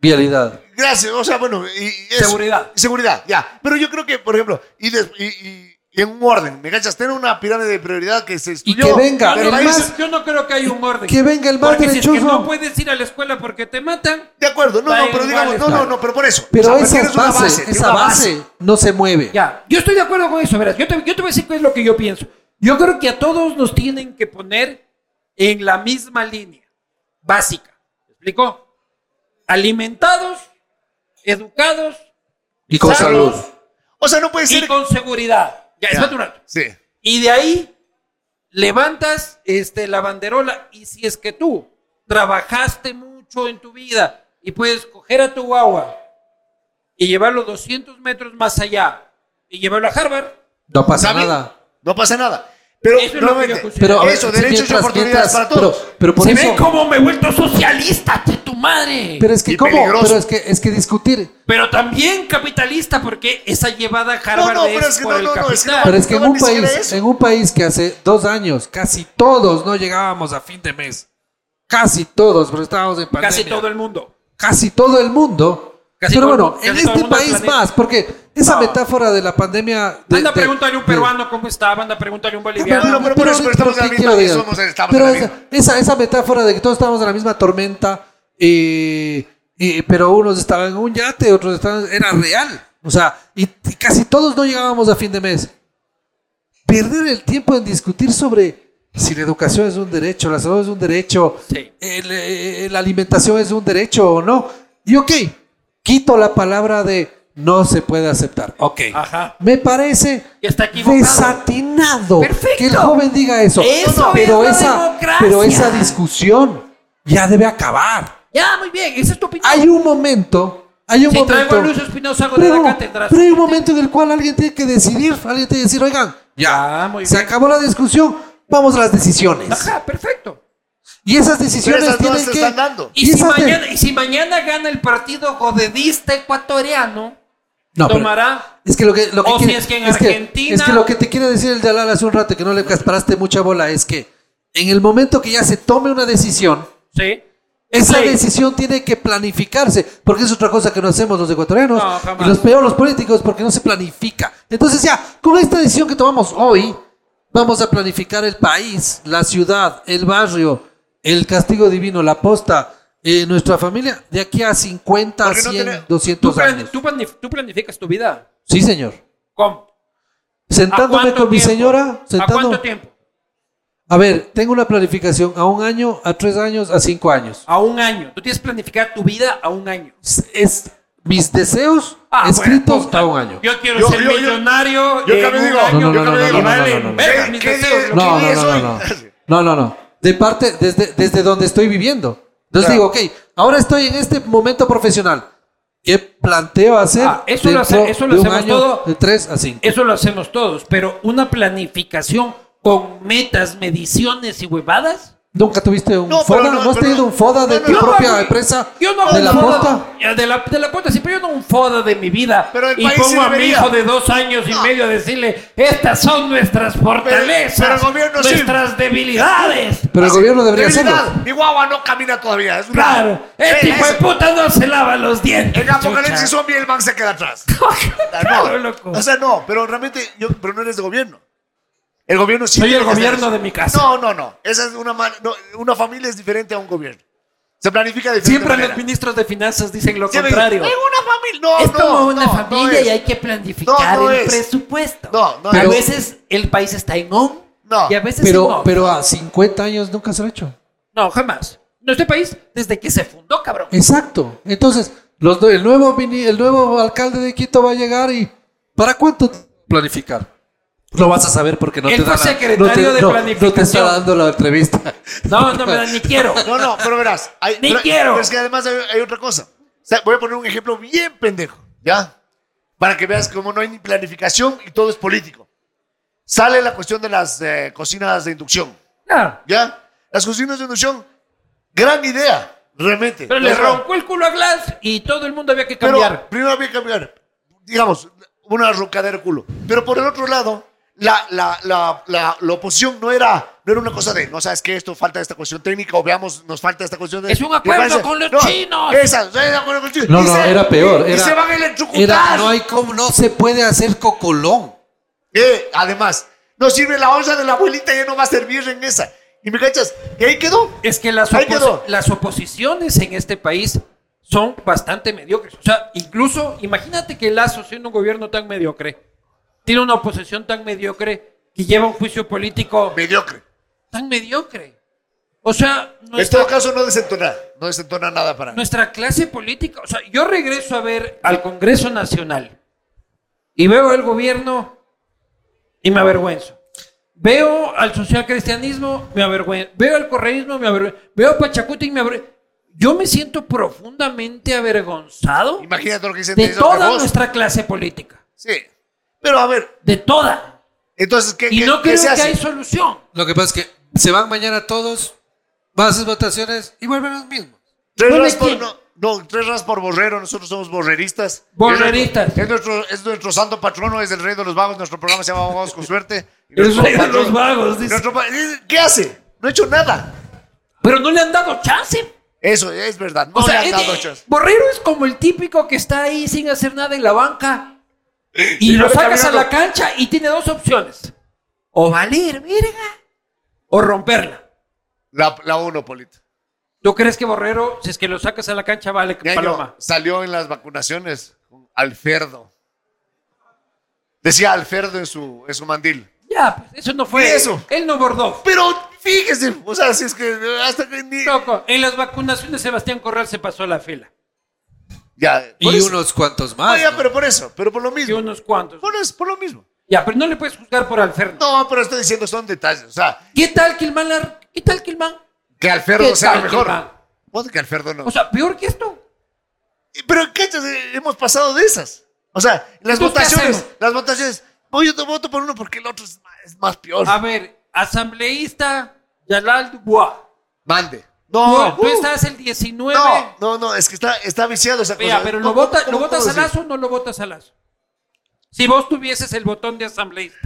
Vialidad.
Gracias, o sea, bueno, y, y eso.
Seguridad.
Seguridad, ya. Pero yo creo que, por ejemplo, y, des- y, y- y en un orden, ¿me cachas? Tener una pirámide de prioridad que se estudió.
que venga,
Yo
del
no,
el
país.
más-
yo no creo que haya un orden.
que venga el más
Porque si es que
derechoso.
no puedes ir a la escuela porque te matan.
De acuerdo, no, no,
Países
pero digamos, no,
iguales,
no,
claro.
no, pero por eso.
Pero
O sea,
esa
tienes
base,
una base, tienes
esa
una
base, no se mueve.
Ya, yo estoy de acuerdo con eso, verás. Yo te, yo te voy a decir qué es lo que yo pienso. Yo creo que a todos nos tienen que poner en la misma línea básica. ¿Me explico? Alimentados, educados
Y con
Salud.
salud.
O sea, no puede
y
ser.
con seguridad. Ya,
Ya,
espérate un rato.
Sí.
Y de ahí levantas este, la banderola y si es que tú trabajaste mucho en tu vida y puedes coger a tu guagua y llevarlo 200 metros más allá y llevarlo a Harvard,
No pasa
¿Está bien?
nada.
No pasa nada. Pero,
Eso es lo que yo
nuevamente,
considero.
Pero, a ver,
eso,
sí,
derechos y
mientras-
oportunidades
mientras-
para todos.
Pero, pero por
¿Se
eso.
ven cómo me he vuelto socialista, che tu madre? Pero,
Pero es que,
Y
¿cómo?
peligroso.
Pero es que, es que discutir.
también capitalista, porque esa llevada a Harvard
no,
es
pero es que
por
no,
el
no, no, es que no
capital.
Pero es que en
No,
un
ni siquiera
país,
eso.
en un país que hace dos años casi todos no llegábamos a fin de mes. Casi todos, porque estábamos en pandemia.
Casi todo el mundo.
casi todo el mundo.
Casi
pero
todo el
bueno,
mundo,
en
casi todo el
este
mundo del
país
planeta.
más, porque esa
No.
metáfora de la pandemia. De,
Anda,
de-
pregúntale a un
de-
peruano cómo estaba, anda, pregúntale a un
Pero
boliviano.
bueno, pero por eso, pero estamos en la
¿qué
misma,
quiero
y
decir?
somos- estamos en
Pero
la
esa-
misma.
Esa, esa metáfora de que todos estábamos en la misma tormenta, eh, eh, pero unos estaban en un yate, otros estaban. Era real. O sea, y, y casi todos no llegábamos a fin de mes. Perder el tiempo en discutir sobre si la educación es un derecho, la salud es un derecho,
Sí.
el, eh, la alimentación es un derecho o no. Y ok, quito la palabra de no se puede aceptar. Ok.
Ajá.
Me parece
Y está equivocado.
desatinado
Perfecto.
que el joven diga eso.
Eso
pero
es la
esa,
democracia.
pero esa discusión ya debe acabar.
Ya, muy bien, esa es tu opinión.
Hay un momento, hay un
Si traigo
momento.
a Luis Espinosa hago de la
Pero,
cátedra.
pero hay un momento en el cual alguien tiene que decidir, alguien tiene que decir, oigan, ya,
Ah,
Ya, Ah, muy
se
bien.
acabó la discusión, vamos a las decisiones.
Ajá, perfecto.
Y esas decisiones
Pero esas no
tienen
se
que...
están dando.
Y si,
esas de-
mañana, y si mañana gana el partido godedista ecuatoriano,
No, pero-
tomará.
Es que lo que, lo que
O si
quiere-
es que en
que-
Argentina-
es que lo que te quiere decir el Dalal hace un rato que no le casparaste mucha bola es que en el momento que ya se tome una decisión,
Sí.
esa
Sí.
decisión tiene que planificarse, porque es otra cosa que no hacemos los ecuatorianos
No, jamás.
y los peor los políticos porque no se planifica. Entonces ya, con esta decisión que tomamos hoy, vamos a planificar el país, la ciudad, el barrio, el castigo divino, la posta, eh, nuestra familia, de aquí a 50,
Porque no
100,
tiene-
Tú,
200
plan-
años.
tú planif- tú planificas tu vida.
Sí, señor.
¿Cómo? ¿A
Sentándome
cuánto
con mi
tiempo?
señora,
¿A
sentando.
cuánto tiempo?
A ver, tengo una planificación a un año, a tres años, a cinco años.
A un año. Tú tienes que planificar tu vida a un año.
Es, es mis deseos
Ah, bueno,
escritos
puta.
a un año.
Yo quiero
Yo-
ser
yo- yo-
millonario.
yo
en
también
un
digo,
año.
No, no,
Yo
no,
también
no,
digo,
no, no,
vale,
no, no, no.
verga,
¿Qué-
mis
qué
deseos,
de-
lo
No,
que
no,
digas.
no,
soy.
no, no. No, no, no. De parte, desde, desde donde estoy viviendo. Entonces
Claro.
digo, ok, ahora estoy en este momento profesional. ¿Qué planteo hacer?
Ah, eso lo hace-
dentro
eso lo
de un
hacemos
año,
todo.
De tres a cinco.
Eso lo hacemos todos, pero una planificación con metas, mediciones y huevadas.
¿Nunca tuviste un
No, pero
FODA?
no,
¿No has
pero
tenido
no.
un FODA de
No, no,
tu
no,
propia
hago-
empresa?
Yo no hago
¿De
un
la
foda-
posta?
De la, de la posta, sí, pero yo no hago un foda de mi vida.
Pero el
y
país sí
pongo a mi
debería.
hijo de dos años y medio a decirle, estas son nuestras fortalezas,
pero el gobierno sí.
nuestras debilidades.
Pero el gobierno debería hacerlo.
Debilidad. Mi guagua no camina todavía. Es una-
Claro, este
Eh,
hijo de
es-
puta no se lava los dientes.
En Apocalipsis
chucha.
Zombie el man se queda atrás.
Claro,
Ah, No,
loco.
O sea, no, pero realmente, yo, pero no eres de gobierno. El gobierno sí.
Soy
tiene
el
que hacer
gobierno
eso.
de mi casa.
No, no, no. Esa es una man- no, una familia es diferente a un gobierno. Se planifica de diferente
Siempre
manera.
los ministra de finanzas dicen lo
Siempre
contrario.
dicen, "Tengo una familia. No,
es
no,
como una
no, no
familia
es.
y hay que planificar
No, no
el
es.
presupuesto.
No, no
a
es.
veces el país está en on
No.
y a veces en
Pero,
off.
pero a 50 años nunca se lo ha hecho.
No, jamás. Nuestro país, desde que se fundó, cabrón.
Exacto. Entonces, los, do- el, nuevo, mini- el nuevo alcalde de Quito va a llegar y ¿para cuánto t- planificar? Lo vas a saber porque no
Él
te da
fue
la-
secretario
no te-
de
no, No te está
planificación.
dando la entrevista.
No, no me da ni quiero.
No, no, pero verás. Hay,
Ni
pero-
quiero.
pero es que además hay, hay otra cosa. O sea, voy a poner un ejemplo bien pendejo, ¿ya? Para que veas cómo no hay ni planificación y todo es político. Sale la cuestión de las eh, cocinas de inducción,
No,
¿ya? Las cocinas de inducción, gran idea, realmente.
Pero
O
le
sea,
roncó el culo a Glass y todo el mundo había que
pero
cambiar.
primero había que cambiar, digamos, una roncadera de culo. Pero por el otro lado, la, la, la, la, la oposición no era, no era una cosa de, no sabes que esto falta esta cuestión técnica o veamos, nos falta esta cuestión de.
Es un acuerdo
de base".
con los
No,
chinos.
Esa, es un acuerdo con los chinos.
No,
Y
no,
se-
era peor.
y- y
era-
se van a
era-
electrocutar.
no hay cómo, no se puede hacer cocolón.
Eh, además, no sirve la onza de la abuelita, ya no va a servir en esa. ¿Y me cachas? Y ahí quedó.
Es que las,
Ahí
opos-
quedó.
las oposiciones en este país son bastante mediocres. O sea, incluso, imagínate que Lazo, siendo un gobierno tan mediocre, tiene una oposición tan mediocre que lleva un juicio político
Mediocre.
tan mediocre. O sea,
En
nuestra,
todo caso, no desentona. No desentona nada para mí.
nuestra clase política. O sea, yo regreso a ver al Congreso Nacional y veo al gobierno y me avergüenzo. Veo al socialcristianismo, me avergüenzo. Veo al correísmo, me avergüenzo. Veo a Pachacuti y me avergüenzo. Yo me siento profundamente avergonzado
Imagínate lo que dicen
de
eso que
toda
vos.
nuestra clase política.
Sí. Pero a ver,
De toda.
entonces, ¿qué,
Y
qué-
no
qué
creo
se
que
hace?
hay solución.
Lo que pasa es que se van mañana todos, van a hacer votaciones y vuelven los mismos.
Tres
¿Dónde
ras por,
quién?
no, no, tres ras por borrero, nosotros somos borreristas.
Borreristas.
Es nuestro, es nuestro santo patrono, es el rey de los vagos, nuestro programa se llama Vagos con Suerte. Y
El
nuestro
rey de
patrono-
los vagos, dice.
nuestro pa- eh, ¿Qué hace? No ha hecho nada.
Pero no le han dado chance.
Eso es verdad, no
O sea,
le
es-
han dado chance.
Borrero es como el típico que está ahí sin hacer nada en la banca y
Y
lo
sale
sacas a
caminando.
la cancha y tiene dos opciones. O valer, verga, o romperla.
La, la uno, Polito.
¿Tú crees que Borrero, si es que lo sacas a la cancha, vale
Ñaño,
paloma?
salió en las vacunaciones con Alferdo. Decía Alferdo en su, en su mandil.
Ya, pues, eso no fue.
¿Y eso?
Él no bordó.
Pero fíjese, o sea, si es que hasta que ni...
Loco, en las vacunaciones Sebastián Corral se pasó la fila.
Ya, por
Y
eso.
unos cuantos
No,
más.
ya,
¿no?
pero por eso, pero por lo
Y
mismo.
unos cuantos.
Por, eso, por lo mismo.
Ya, pero no le puedes juzgar por Alferno.
No, pero estoy diciendo son detalles. O sea,
¿Qué tal que el man la- ¿Qué tal que el man?
que Alferdo
¿Qué
sea
tal,
mejor.
Germán?
Ponte que Alferdo no.
O sea, peor que esto.
Pero cachas, eh, hemos pasado de esas. O sea, las
Entonces, ¿qué
votaciones,
hacemos?
las votaciones, voy yo te voto por uno porque el otro es más, es más peor.
A ver, asambleísta Yalal Dubois.
Mande.
Tú,
No, uh,
tú estás el 19.
no, no, no, es que está, está viciado esa
Vea,
cosa.
pero ¿lo,
¿Cómo-
vota-
cómo-
¿lo votas
cómo
a
decir?
Lazo o no lo votas a Lazo? Si vos tuvieses el botón de asambleísta.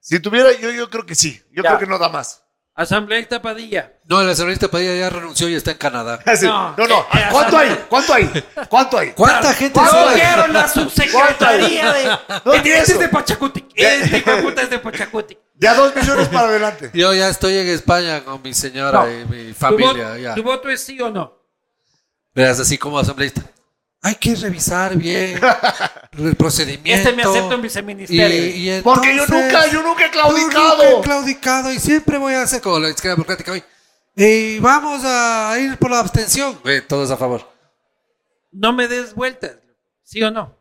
Si tuviera, yo, yo creo que sí. Yo
Ya.
creo que no da más.
Asambleísta Padilla.
No, el asambleísta Padilla ya renunció y está en Canadá.
Así,
No.
No, no. ¿Cuánto hay? ¿Cuánto hay? ¿Cuánto hay?
¿Cuánta gente
¿Cuánto
sube?
quiero?
quiero Ah, la subsecretaría de...
No,
Este- este es
eso.
de Pachacutic. Este hijo de puta es de Pachacutic.
Ya dos millones para adelante.
Yo ya estoy en España con mi señora
No.
y mi
¿Tu vo-
familia. ya.
¿Tu voto es sí o no?
Verás, así como asambleísta. Hay que revisar bien el procedimiento.
Este me acepto en viceministerio.
Y- y
Porque yo
entonces-
nunca, yo nunca he
Yo nunca he
claudicado.
claudicado y siempre voy a hacer como la izquierda democrática hoy. Y vamos a ir por la abstención. Ve, todos a favor.
No me des vueltas. ¿Sí o no?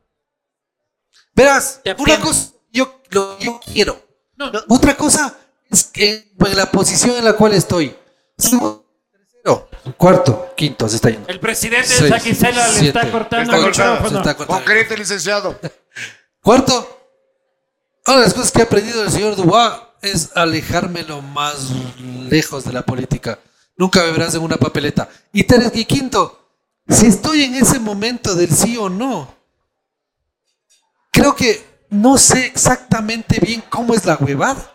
Verás,
Te
una
atiendo.
cosa yo, lo, yo quiero.
No.
Otra cosa es que en la posición en la cual estoy. Segundo, tercero, cuarto, quinto, se está yendo.
El presidente de
Seis,
Saquicela le
siete.
está cortando
Está
el
cortado,
micrófono.
se está cortando.
Concreto, licenciado.
Cuarto, una de las cosas que he aprendido del señor Dubois es alejarme lo más lejos de la política. Nunca me verás en una papeleta. Y, ter- y quinto, si estoy en ese momento del sí o no, creo que no sé exactamente bien cómo es la huevada.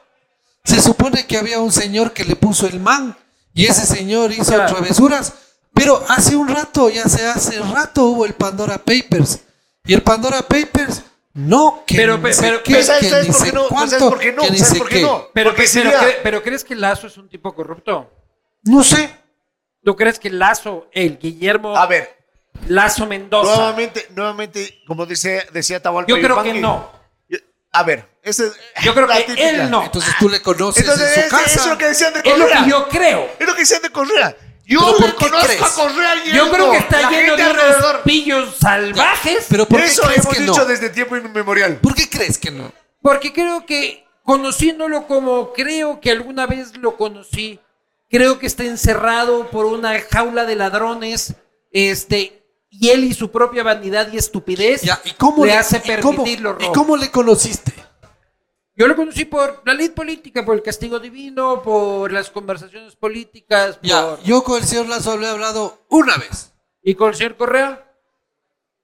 Se supone que había un señor que le puso el man y ese señor hizo
Claro.
travesuras, pero hace un rato, ya se hace rato hubo el Pandora Papers y el Pandora Papers no que
Pero,
ni
pe-
sé
pero-
qué,
Pero ¿sabes-
que
sabes
ni
por
sé
qué no? Pero ¿sabes
cuánto,
por qué no?
que ni
¿Sabes
sé
por qué
qué.
no?
Pero,
Porque
cre-
si
pero
vea-
cre- pero crees que Lazo es un tipo corrupto?
No sé.
¿Tú crees que Lazo, el Guillermo
A ver,
Lazo Mendoza?
nuevamente, nuevamente, como dice, decía Tahualpa
Yo creo
Yupanqui,
que no.
yo- A ver, ese,
Yo creo
la
que
típica.
él no.
Entonces tú le conoces
Entonces,
en su
ese-
casa.
eso es lo que decían de
Es lo
Correa.
que yo creo.
Es lo que decían de Correa. Yo
¿Pero por
le
qué
conozco
crees?
a Correa y él
Yo creo
no.
que está
La
lleno
gente
de unos
alrededor.
pillos salvajes.
Pero ¿por qué
Eso
crees
hemos
que
dicho
no?
desde tiempo inmemorial.
¿Por qué crees que no?
Porque creo que, conociéndolo como creo que alguna vez lo conocí, creo que está encerrado por una jaula de ladrones, este, y él y su propia vanidad y estupidez
Ya, ¿y cómo
le, hace
y cómo-
permitir los
¿Y
robos.
cómo le conociste?
Yo lo conocí por la ley política, por el castigo divino, por las conversaciones políticas,
Ya,
por...
yo con el señor Lazo le he hablado una vez,
y con el señor Correa.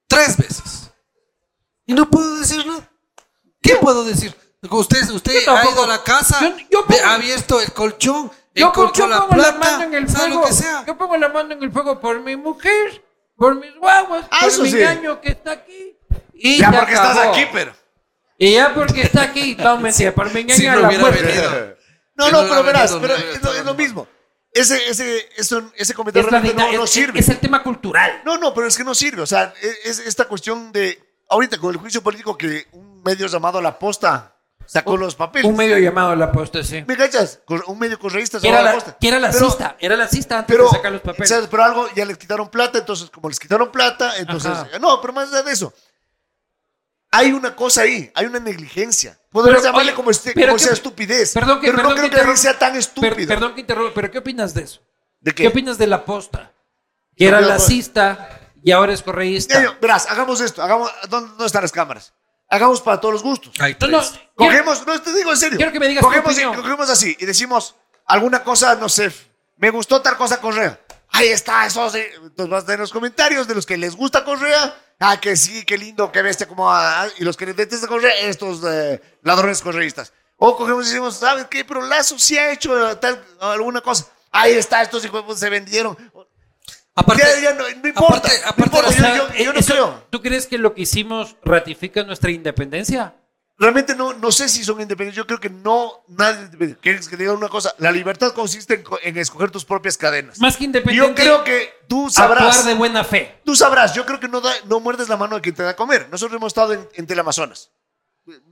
tres veces. Y no puedo decir nada. ¿Qué puedo decir? Usted, usted
Yo
ha
tampoco.
ido a la casa,
Yo- yo
ve-
pongo-
ha visto el colchón,
Yo, con-
encontró
yo
la
pongo
plata,
la mano en el
sabe
fuego.
lo que sea.
Yo pongo la mano en el fuego por mi mujer, por mis guaguas,
Ah,
por
eso
mi
sí.
engaño que está aquí. Y
Ya
se
porque estás
acabó.
aquí, pero.
Y ya porque está aquí. No, mentira, por mi engaño
Si
a
no
la
hubiera
muerte.
venido.
No,
Que
no,
no
pero
la
verás,
vendido,
pero
no la
es lo, es lo
vendido.
mismo. Ese, ese, eso- ese comentario
Es, la
realmente
dina-
no, no
es-
sirve.
es el tema cultural.
No, no, pero es que no sirve. O sea, e, es, es esta cuestión de. Ahorita con el juicio político que un medio llamado La Posta sacó los papeles.
Un medio llamado a la posta, sí.
¿Me cachas? Cor- Un medio correísta sacó
Era
La
la,
Posta.
que era la
Pero-
cista, era la cista antes
Pero,
de sacar los papeles.
¿sabes? pero algo, ya les quitaron plata, entonces, como les quitaron plata, entonces.
Ajá.
No, pero más allá de eso. Hay una cosa ahí, hay una negligencia. Podrías
Pero,
llamarle
oye,
como, este,
pero
como
qué-
sea estupidez.
perdón que-
pero
perdón
no creo
que
que, alguien
interrumpa-
sea tan
Per-
estúpido.
perdón que interrumpa, pero ¿qué opinas de eso?
¿De
¿Qué,
qué?
opinas de la posta? Que era
Yo-
la cista y ahora es correísta.
Ya, yo, "Este verás, hagamos esto. Hagamos, ¿dónde, dónde están las cámaras? Hagamos para todos los gustos.
Hay
No,
tres.
no, quiero-
Cogemos, no te digo en serio.
Quiero que me digas tu
cogemos,
opinión.
cogemos así y decimos alguna cosa, no sé. Me gustó tal cosa Correa. Ahí está, eso sí. Entonces vas a tener los comentarios de los que les gusta Correa. Ah, que sí, qué lindo, qué bestia, como. ah, y los que les detesta Correa, estos eh, ladrones correístas. O cogemos y decimos, ¿sabes qué? Pero Lazo sí ha hecho eh, tal, alguna cosa. Ahí está, estos hijos de puta se vendieron.
Aparte,
ya, ya no, no importa.
aparte-
no
aparte
importa,
la-
yo- yo, yo no
Eso-
creo.
¿Tú crees que lo que hicimos ratifica nuestra independencia?
Realmente no, no sé si son independientes. Yo creo que no, nadie. es independiente. ¿Quieres que te diga una cosa? La libertad consiste en, co- en escoger tus propias cadenas.
Más que independiente,
Yo creo que tú
actuar
sabrás.
de buena fe.
Tú sabrás. Yo creo que no, da- no muerdes la mano de quien te da a comer. Nosotros hemos estado en, en Teleamazonas.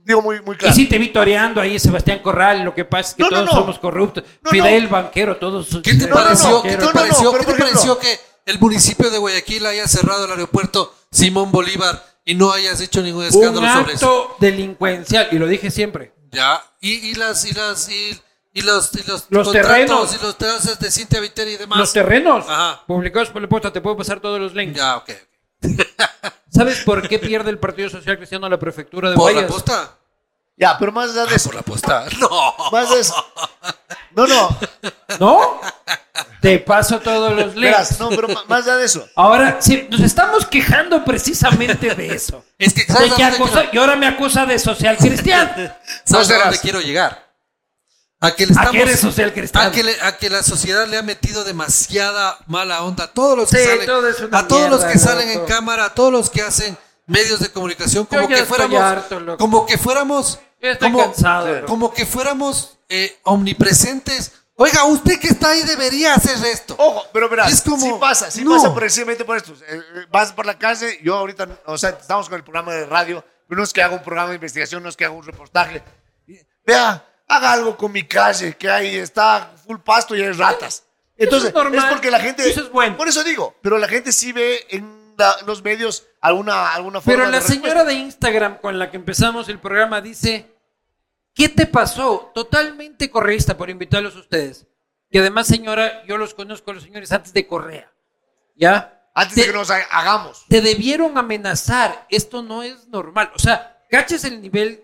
Digo muy, muy claro.
Y si te vi toreando ahí, Sebastián Corral, lo que pasa es que
No, no,
todos
no.
somos corruptos.
No,
Fidel,
no.
banquero, todos.
¿Qué te
No, no, no,
pareció? ¿Qué
no,
te
no, no,
pareció?
pero
¿Qué te
por ejemplo-
pareció que el municipio de Guayaquil haya cerrado el aeropuerto Simón Bolívar y no hayas hecho ningún escándalo
Un
sobre eso.
acto delincuencial, y lo dije siempre.
Ya, y, y las, y las, y, y los, y los,
Los
contratos
terrenos.
y los terrazas de Cintia Viteri y demás.
Los terrenos
Ajá.
publicados por la posta, te puedo pasar todos los links.
ya, ok. ok.
¿Sabes por qué pierde el Partido Social Cristiano la prefectura de
¿Por la
Guayas?
posta?
Ya, pero más allá de
Ah,
eso.
por la posta. No.
Más de eso. No, no.
¿No? Te paso todos los links.
Verás, no, pero ma- más allá de eso.
Ahora, sí, nos estamos quejando precisamente de eso.
Es que
De
sabes a
que
dónde
acosó-
quiero-
y ahora me acusa de social cristiano.
sabes a
verás.
dónde quiero llegar. A que le estamos,
que eres social cristiano.
a que, le- a que la sociedad le ha metido demasiada mala onda a todos los que
Sí,
salen,
todo es una
a todos los
mierda,
que salen en
loco.
cámara, a todos los que hacen medios de comunicación, como
ya
que
estoy
fuéramos,
harto, loco.
como que fuéramos,
Yo estoy
como, eh,
cansado, loco.
como que fuéramos eh, omnipresentes. Oiga, usted que está ahí debería hacer esto.
Oh.
Ojo, pero verás,
Es como-
sí pasa, sí
no.
pasa precisamente por esto. Eh, eh, vas por la calle, yo ahorita, o sea, estamos con el programa de radio, pero no es que haga un programa de investigación, no es que haga un reportaje. Y, Vea, haga algo con mi calle, que ahí está full pasto y hay ratas. Entonces,
es normal,
porque la gente...
eso es bueno.
Por eso digo, pero la gente sí ve en la- los medios alguna, alguna forma
Pero
de
la
respuesta.
señora de Instagram con la que empezamos el programa dice, ¿qué te pasó? Totalmente correísta por invitarlos a ustedes. Y además, señora, yo los conozco a los señores antes de Correa. ¿Ya?
Antes
Te-
de que nos ha- hagamos.
Te debieron amenazar. Esto no es normal. O sea, caches el nivel.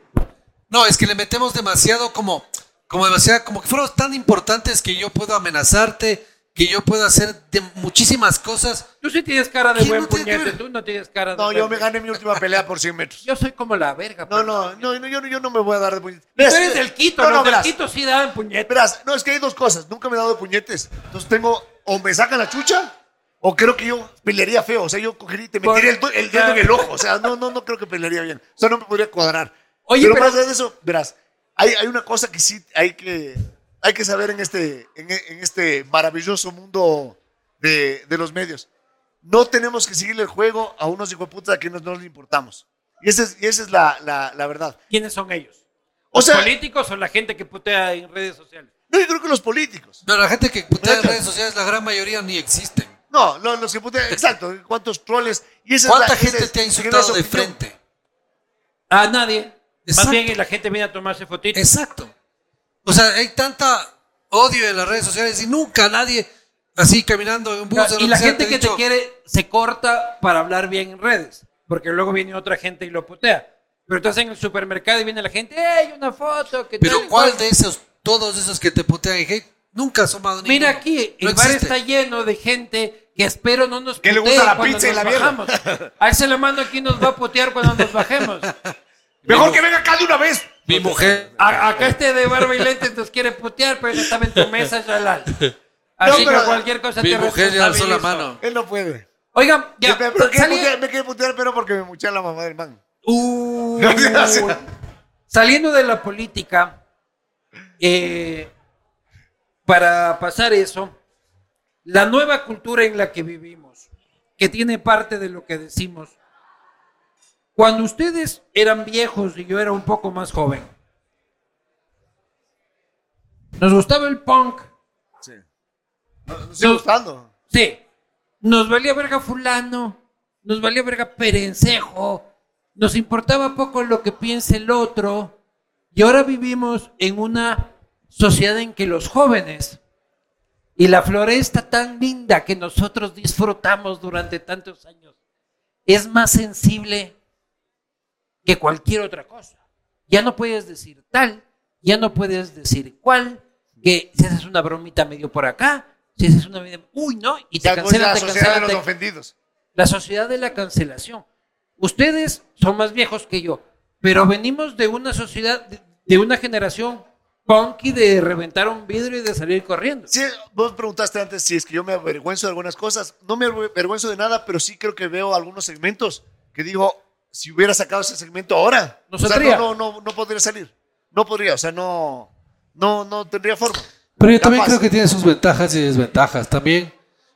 No, es que le metemos demasiado como, como demasiado, como que fuéramos tan importantes que yo puedo amenazarte, que yo puedo hacer de muchísimas cosas.
Tú sí tienes cara de
¿Quién
buen
no tiene
puñete.
cara?
Tú no tienes cara de.
No, yo
buen
me
puñete.
gané mi última pelea por 100 metros.
Yo soy como la verga.
No,
pero-
no, no, no, yo, no- yo no me voy a dar de puñetes.
Tú eres del Quito.
No,
los
no,
del
verás,
Quito sí dan puñetes.
verás, no, es que hay dos cosas. Nunca me he dado de puñetes. Entonces tengo, o me sacan la chucha, o creo que yo pelearía feo. O sea, yo cogería y te
Por-
metería el, do- el dedo en el ojo. O sea, no, no, no creo que pelearía bien. O sea, no me podría cuadrar.
Oye,
pero,
pero-
más allá de eso, verás, hay, hay una cosa que sí hay que, hay que saber en este, en, e- en este maravilloso mundo de, de los medios. No tenemos que seguirle el juego a unos hijueputas a quienes no les importamos. Y esa es, y esa es la, la- la verdad.
¿Quiénes son ellos?
O
¿Los
sea,
políticos o la gente que putea en redes sociales?
No, yo creo que los políticos.
Pero la gente que putea en
Neta.
redes sociales, la gran mayoría ni existen.
No, lo- los que putean, exacto, cuántos troles. Y esa es
¿Cuánta
la- esa
gente
es-
te ha
esa es
insultado
la
de
opinión.
frente?
A nadie.
Exacto.
Más bien la gente viene a tomarse fotitos.
Exacto. O sea, hay tanta odio en las redes sociales y nunca nadie así caminando en un bus.
Ya,
o lo
y la
sea,
gente
ha
que
dicho,
te quiere se corta para hablar bien en redes, porque luego viene otra gente y lo putea. Pero estás en el supermercado y viene la gente, ¡Ey, una foto! ¿qué tal?"
Pero ¿cuál de esos, todos esos que te putean en hate, nunca ha asomado ninguno?
Mira aquí,
No
el bar
existe.
está lleno de gente que espero no nos
Que le
putee
gusta la
cuando
pizza y
nos
la mierda.
bajamos. A él se lo mando aquí nos va a putear cuando nos bajemos.
Mejor que venga acá de una vez.
Mi mujer.
A- acá este de barba y lentes nos quiere putear, pero él estaba en tu mesa, Yalal.
No,
Así
pero-
que cualquier cosa
Mi
te
mujer ya alzó la
responsabilizo.
mano.
Él no puede.
Oigan, ya,
me, me quedé
salí-
putear, me quedé putear, pero porque me muchea la mamá del man.
Uy.
No, no, sí.
Saliendo de la política, eh, para pasar eso, la nueva cultura en la que vivimos, que tiene parte de lo que decimos, cuando ustedes eran viejos y yo era un poco más joven, nos gustaba el punk,
Nos sigue
No.
gustando.
Sí. Nos valía verga fulano, nos valía verga perencejo, nos importaba poco lo que piense el otro. Y ahora vivimos en una sociedad en que los jóvenes y la floresta tan linda que nosotros disfrutamos durante tantos años es más sensible que cualquier otra cosa. Ya no puedes decir tal, ya no puedes decir cual, que si haces una bromita medio por acá, si haces una medio... Uy, no, y te
Ya es
cancelan,
la
te
sociedad de
cancelan,
los
te-
ofendidos.
la sociedad de la cancelación. Ustedes son más viejos que yo, pero venimos de una sociedad, de, de una generación punky de reventar un vidrio y de salir corriendo.
Sí, vos preguntaste antes si es que yo me avergüenzo de algunas cosas. No me avergüenzo de nada, pero sí creo que veo algunos segmentos que digo, si hubiera sacado ese segmento ahora,
No
o sea,
saldría.
no, no, no, no podría salir. No podría, o sea, no, no, no tendría forma.
Pero yo también
Capaz.
creo que tiene sus ventajas y desventajas. También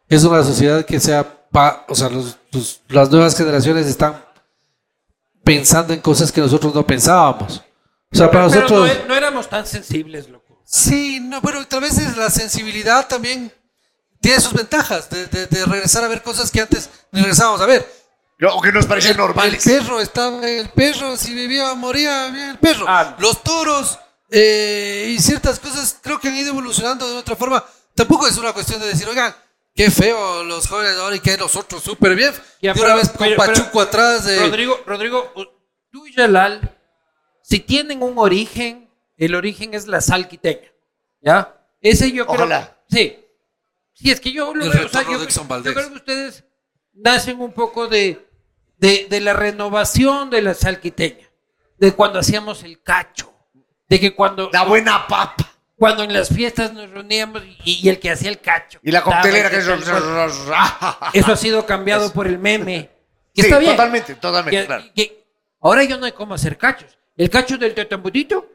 es una sociedad que sea, pa- o sea, los- los- las nuevas generaciones están pensando en cosas que nosotros no pensábamos. O sea, para
Pero
nosotros...
no, e- no éramos tan sensibles, loco.
Sí, no, pero tal vez es la sensibilidad también tiene sus ventajas de, de- de regresar a ver cosas que antes ni regresábamos a ver.
No, o que nos parecen normales.
El perro estaba, el perro, si vivía, moría, bien el perro.
Ah.
Los toros eh, y ciertas cosas creo que han ido evolucionando de otra forma. Tampoco es una cuestión de decir, oigan, qué feo los jóvenes ahora y que nosotros súper bien.
Ya,
de
pero-
una vez con
pero- pero-
Pachuco atrás de.
Rodrigo, Rodrigo, u- tú y Yalal, si tienen un origen, el origen es la sal quiteña. ¿Ya? Ese yo creo.
Ojalá.
Sí. Sí, es que yo lo
El
veo. o sea,
retorno
yo,
de Exxon
yo
Valdez.
creo que ustedes nacen un poco de, de, de la renovación de la sal quiteña. De cuando hacíamos el cacho. De que cuando,
La buena papa.
cuando en las fiestas nos reuníamos y, y el que hacía el cacho.
Y la
cantaba,
coctelera que es...
tal cual. Eso ha sido cambiado por el meme. Que
Sí,
está bien.
totalmente, totalmente,
Que-
claro.
que- ahora yo no hay cómo hacer cachos. El cacho del tetambutito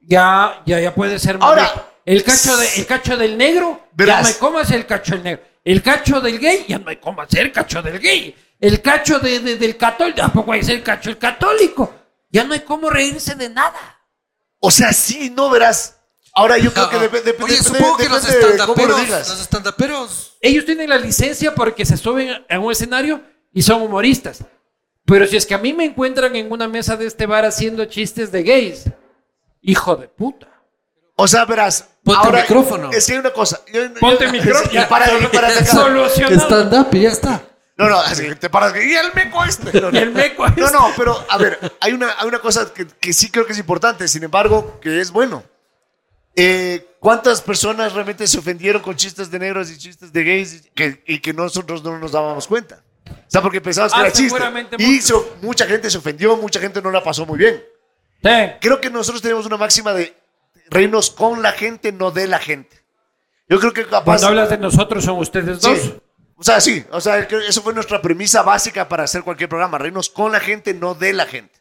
ya, ya, ya puede ser
Ahora-
molesto. el cacho, de- el cacho del negro,
Verás.
ya no hay cómo hacer el cacho del negro. El cacho del gay, ya no hay cómo hacer cacho del gay. El cacho de- de- del católico, tampoco hay que hacer cacho del católico. Ya no hay cómo reírse de nada.
O sea, sí, no verás. Ahora yo creo que
Ajá.
depende depende-
Ah, Oye, supongo que los
depende de cómo lo
estandaperos,
digas.
los estandaperos,
Ellos tienen la licencia porque se suben a un escenario y son humoristas. Pero si es que a mí me encuentran en una mesa de este bar haciendo chistes de gays, hijo de puta.
O sea, verás.
Ponte
ahora,
micrófono.
Es que hay una cosa. yo-
Ponte
yo-
micrófono.
Y para, y para de acá.
Solucionado.
stand up y ya está.
No, no, así te paras. Y el meco este. No,
Y
no.
el meco
No,
es-
no, pero a ver, hay una, hay una cosa que, que sí creo que es importante, sin embargo, que es bueno. Eh, ¿Cuántas personas realmente se ofendieron con chistes de negros y chistes de gays y que, y que nosotros no nos dábamos cuenta? O sea, porque pensabas que
Ah,
era chiste.
seguramente
Y
muchos.
se- mucha gente se ofendió, mucha gente no la pasó muy bien.
Sí.
Creo que nosotros tenemos una máxima de reírnos con la gente, no de la gente. Yo creo que capaz...
Cuando hablas de nosotros son ustedes dos.
Sí. O sea, sí, o sea, creo que eso fue nuestra premisa básica para hacer cualquier programa, reírnos con la gente, no de la gente.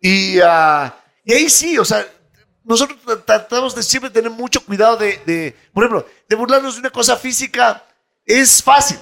Y, ah, y ahí sí, o sea, nosotros tra- tratamos de siempre tener mucho cuidado de, de, por ejemplo, de burlarnos de una cosa física es fácil,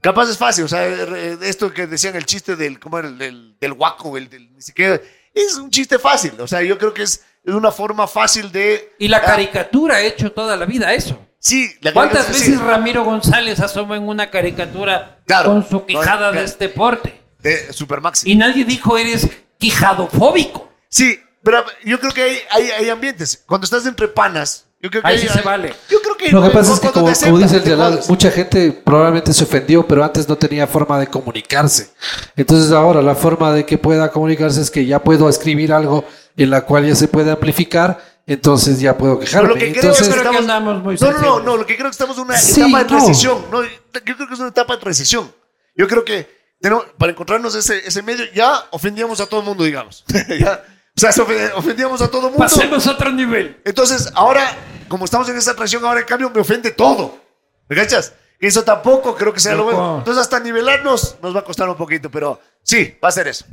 capaz es fácil, o sea, er- er- esto que decían el chiste del, ¿cómo era? El Del, del guaco, el del, ni siquiera, es un chiste fácil, o sea, yo creo que es una forma fácil de...
Y la
ah,
caricatura ha hecho toda la vida eso.
Sí, la
¿Cuántas
caricatura, sí.
veces Ramiro González asoma en una caricatura
Claro.
con su quijada
No, claro.
de este porte?
De Supermaxi.
Y nadie dijo eres quijadofóbico.
Sí, pero yo creo que hay, hay, hay ambientes. Cuando estás entre panas, yo creo que
Ahí
hay-
sí se
hay-
vale.
Yo creo que
Lo que pasa
no,
es que,
cuando
como,
te
como
aceptas,
dice el
te
Yalal,
jodes.
mucha gente probablemente se ofendió, pero antes no tenía forma de comunicarse. Entonces, ahora la forma de que pueda comunicarse es que ya puedo escribir algo en la cual ya se puede amplificar, entonces ya puedo
Pero
quejarme.
lo que creo
Entonces,
es que
creo que
estamos,
andamos muy
no, no, no,
sensibles.
no, lo que creo que estamos en una
Sí,
etapa de
no.
recesión. No, yo creo que es una etapa de recesión. Yo creo que tenemos- para encontrarnos ese, ese medio ya ofendíamos a todo el mundo, digamos. Ya, o sea, se ofe- ofendíamos a todo el mundo.
Pasemos a otro nivel.
Entonces, ahora, como estamos en esa atracción, ahora en cambio me ofende todo. ¿Me cachas? Eso tampoco creo que sea lo bueno.
Loco.
Entonces, hasta nivelarnos nos va a costar un poquito, pero sí, va a ser eso.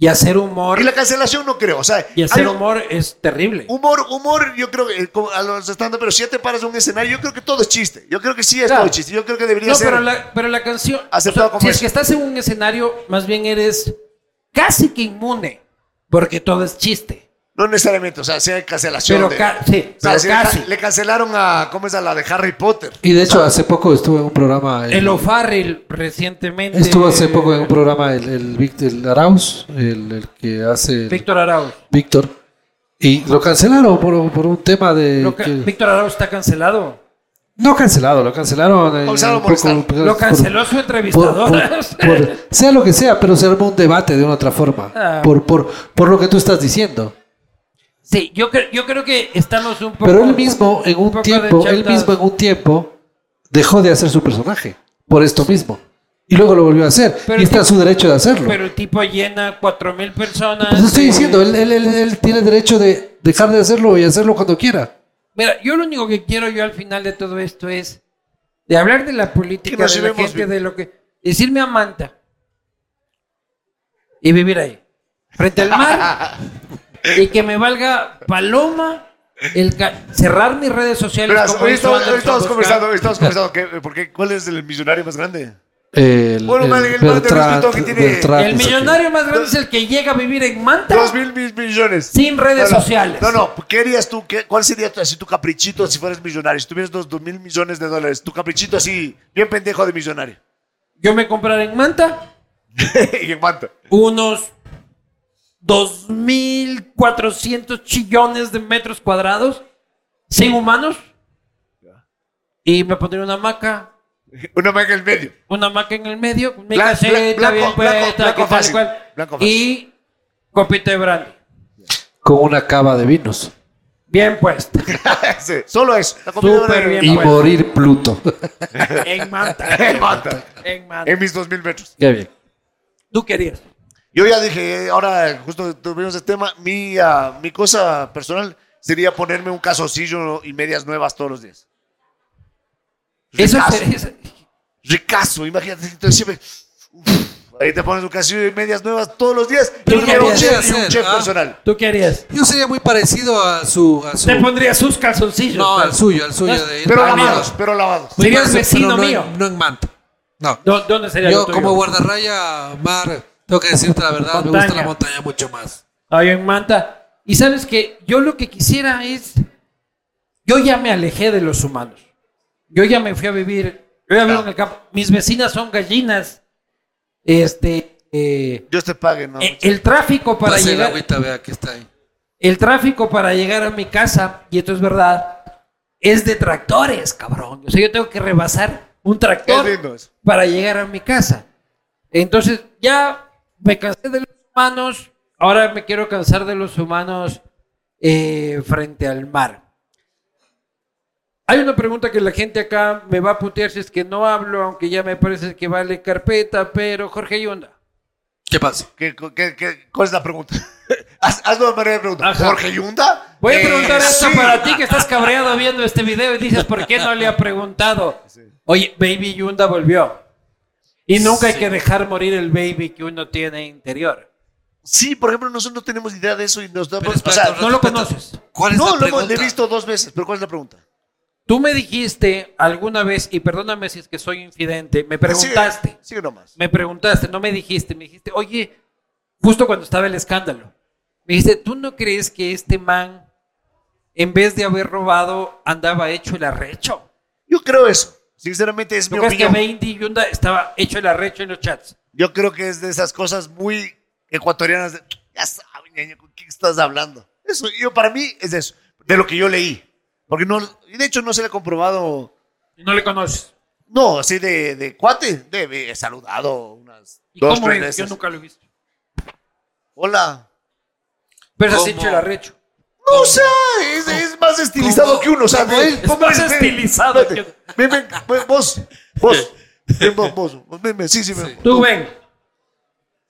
Y hacer humor.
Y la cancelación no creo. O sea,
Y hacer
hay un-
humor es terrible.
humor, humor, yo creo que eh, como a los estando, pero si ya te paras en un escenario, yo creo que todo es chiste. Yo creo que sí es
Claro.
todo chiste. Yo creo que debería
No,
ser.
pero la, pero la canción.
aceptado como
si
es.
es que estás en un escenario, más bien eres casi que inmune, porque todo es chiste.
No necesariamente, o sea, sea cancelación.
Pero,
de-
ca- sí,
o sea,
pero
si le ca-
casi.
Le cancelaron a, ¿cómo es a la de Harry Potter?
y de hecho, hace poco estuve en un programa. en-
El O'Farrell recientemente.
estuvo hace poco en un programa el, el, Vic- el Arauz, el, el que hace el
Víctor Arauz.
Víctor, y lo cancelaron por, por un tema de.
Lo ca-
que-
Víctor Arauz está cancelado.
no cancelado, lo cancelaron. eh,
Causado
un
molestar.
Lo
por-
canceló su
por-
entrevistador.
por- por- sea lo que sea, pero se armó un debate de una otra forma.
Ah.
Por, por, por lo que tú estás diciendo.
sí, yo, cre- yo creo que estamos un poco.
Pero él mismo en
un
un
poco
tiempo, él
dechautados.
mismo en un tiempo dejó de hacer su personaje por esto mismo. Y luego lo volvió a hacer.
Pero
y está
sí.
en su derecho de hacerlo.
Pero el tipo llena 4.000 personas.
Pues estoy
eh,
diciendo, él, él- él- él tiene el derecho de dejar de hacerlo y hacerlo cuando quiera.
Mira, yo lo único que quiero yo al final de todo esto es de hablar de la política,
Que nos
de la
llevemos
gente,
bien.
de lo que... Decirme a Manta y vivir ahí, frente al mar, y que me valga paloma el ca- cerrar mis redes sociales.
Verás,
como
hoy
hizo
estamos, hoy
Anderson
estamos
Busca.
conversando, hoy estamos conversando, ¿qué? ¿Por qué? ¿cuál es el millonario más grande?
El,
Bueno,
el
man, el man de
Beltrán-
respeto que tiene-
Beltrán
El
es aquí.
millonario más grande es el que llega a vivir en Manta
Dos mil, mil millones.
sin redes
No, no.
sociales.
No, no, ¿qué harías tú? ¿Qué- ¿Cuál sería tu, así, tu caprichito si fueras millonario? Si tuvieras dos, dos mil millones de dólares, tu caprichito así, bien pendejo de millonario.
Yo me compraré en Manta
y en Manta.
unos 2.400 chillones de metros cuadrados sin humanos y me pondría una hamaca,
Una maga en el medio.
una hamaca en el medio, mi
Blan-
caseta
blan- blanco-
bien
blanco-
puesta,
blanco
que tal y
fácil,
cual.
blanco fácil.
y copita de brandy,
Con una cava de vinos.
bien puesta,
Sí, solo eso. La comida
Súper
de-
bien.
Y
bueno. pues.
morir Pluto.
en
En
Manta,
Manta.
en Manta.
En mis dos mil metros.
Qué bien.
¿Tú querías?
Yo ya dije, eh, ahora justo tuvimos el tema, mi, ah, mi cosa personal sería ponerme un casocillo y medias nuevas todos los días.
Eso
Ricazo,
sería- eso-
ricazo, imagínate, entonces siempre, uf, ahí te pones un casocillo y medias nuevas todos los días.
¿Tú
Yo
qué
quiero un
querías
chef y un
hacer,
chef
ah?
personal.
¿Tú querías?
Yo sería muy parecido a su... A
Te pondría sus calzoncillos.
No, al
pero-
suyo, al suyo. de ir
Pero
a
lavados,
amigos.
pero lavados.
Sí. Serías
Pero
vecino
no en-
mío.
no en Manta. No.
¿Dó- ¿Dónde sería lo
Yo
tuyo?
como guardarraya, Mar, tengo que decirte la verdad, me gusta
Montaña.
la montaña mucho más.
Ahí en Manta. Y sabes que yo lo que quisiera es. Yo ya me alejé de los humanos. Yo ya me fui a vivir. Yo ya vivo en el campo. Mis vecinas son gallinas. Este. eh,
Dios te pague, ¿no?
eh, el tráfico para
Pase la
llegar.
agüita, vea que está ahí.
El tráfico para llegar a mi casa, y esto es verdad, es de tractores, cabrón. O sea, yo tengo que rebasar un tractor
Es lindo eso.
para llegar a mi casa. Entonces, ya me cansé de los humanos, ahora me quiero cansar de los humanos eh, frente al mar. Hay una pregunta que la gente acá me va a putear si es que no hablo, aunque ya me parece que vale carpeta, pero Jorge Yunda.
¿Qué pasa?
¿Qué- qué- qué- cuál es la pregunta? Haz, hazlo de manera de pregunta.
Ajá.
¿Jorge Yunda?
Voy a
Eh,
preguntar esto
sí.
para ti que estás cabreado viendo este video y dices, ¿por qué no le ha preguntado? Oye, Baby Yunda volvió. Y nunca hay que dejar morir el baby que uno tiene interior.
Sí, por ejemplo, nosotros no tenemos idea de eso y nos damos...
Pero
o
espérate
sea,
un rato,
no lo
espérate.
conoces.
¿Cuál es
no,
la
lo hemos
pregunta?
le he visto dos veces, pero ¿cuál es la pregunta?
Tú me dijiste alguna vez, y perdóname si es que soy infidente, me preguntaste,
Sigue, sigue nomás.
me preguntaste, no me dijiste, me dijiste, oye, justo cuando estaba el escándalo, me dijiste, ¿tú no crees que este man, en vez de haber robado, andaba hecho el arrecho?
Yo creo eso. Sinceramente es
¿Tú
mi
crees que
opinión.
Baby Yunda estaba hecho el arrecho en los chats?
Yo creo que es de esas cosas muy ecuatorianas. de, ya saben, ñaño, ¿con quién estás hablando? Eso, yo para mí es eso, de lo que yo leí. Porque no, y de hecho no se le ha comprobado,
Y no le conoces.
no, así de, de cuate, de, de saludado unas
¿Y
dos,
cómo
tres
es? Yo
veces.
nunca lo he visto.
Hola.
Pero has
¿Cómo?
hecho el arrecho.
No, o sea, es, es más estilizado
¿Cómo?
que uno, o sea, de-
Es más
ven, ven,
estilizado
ven,
que-
ven, ven, ven, vos, vos, ven, vos, vos, ven, ven, sí, sí, ven.
Tú ven.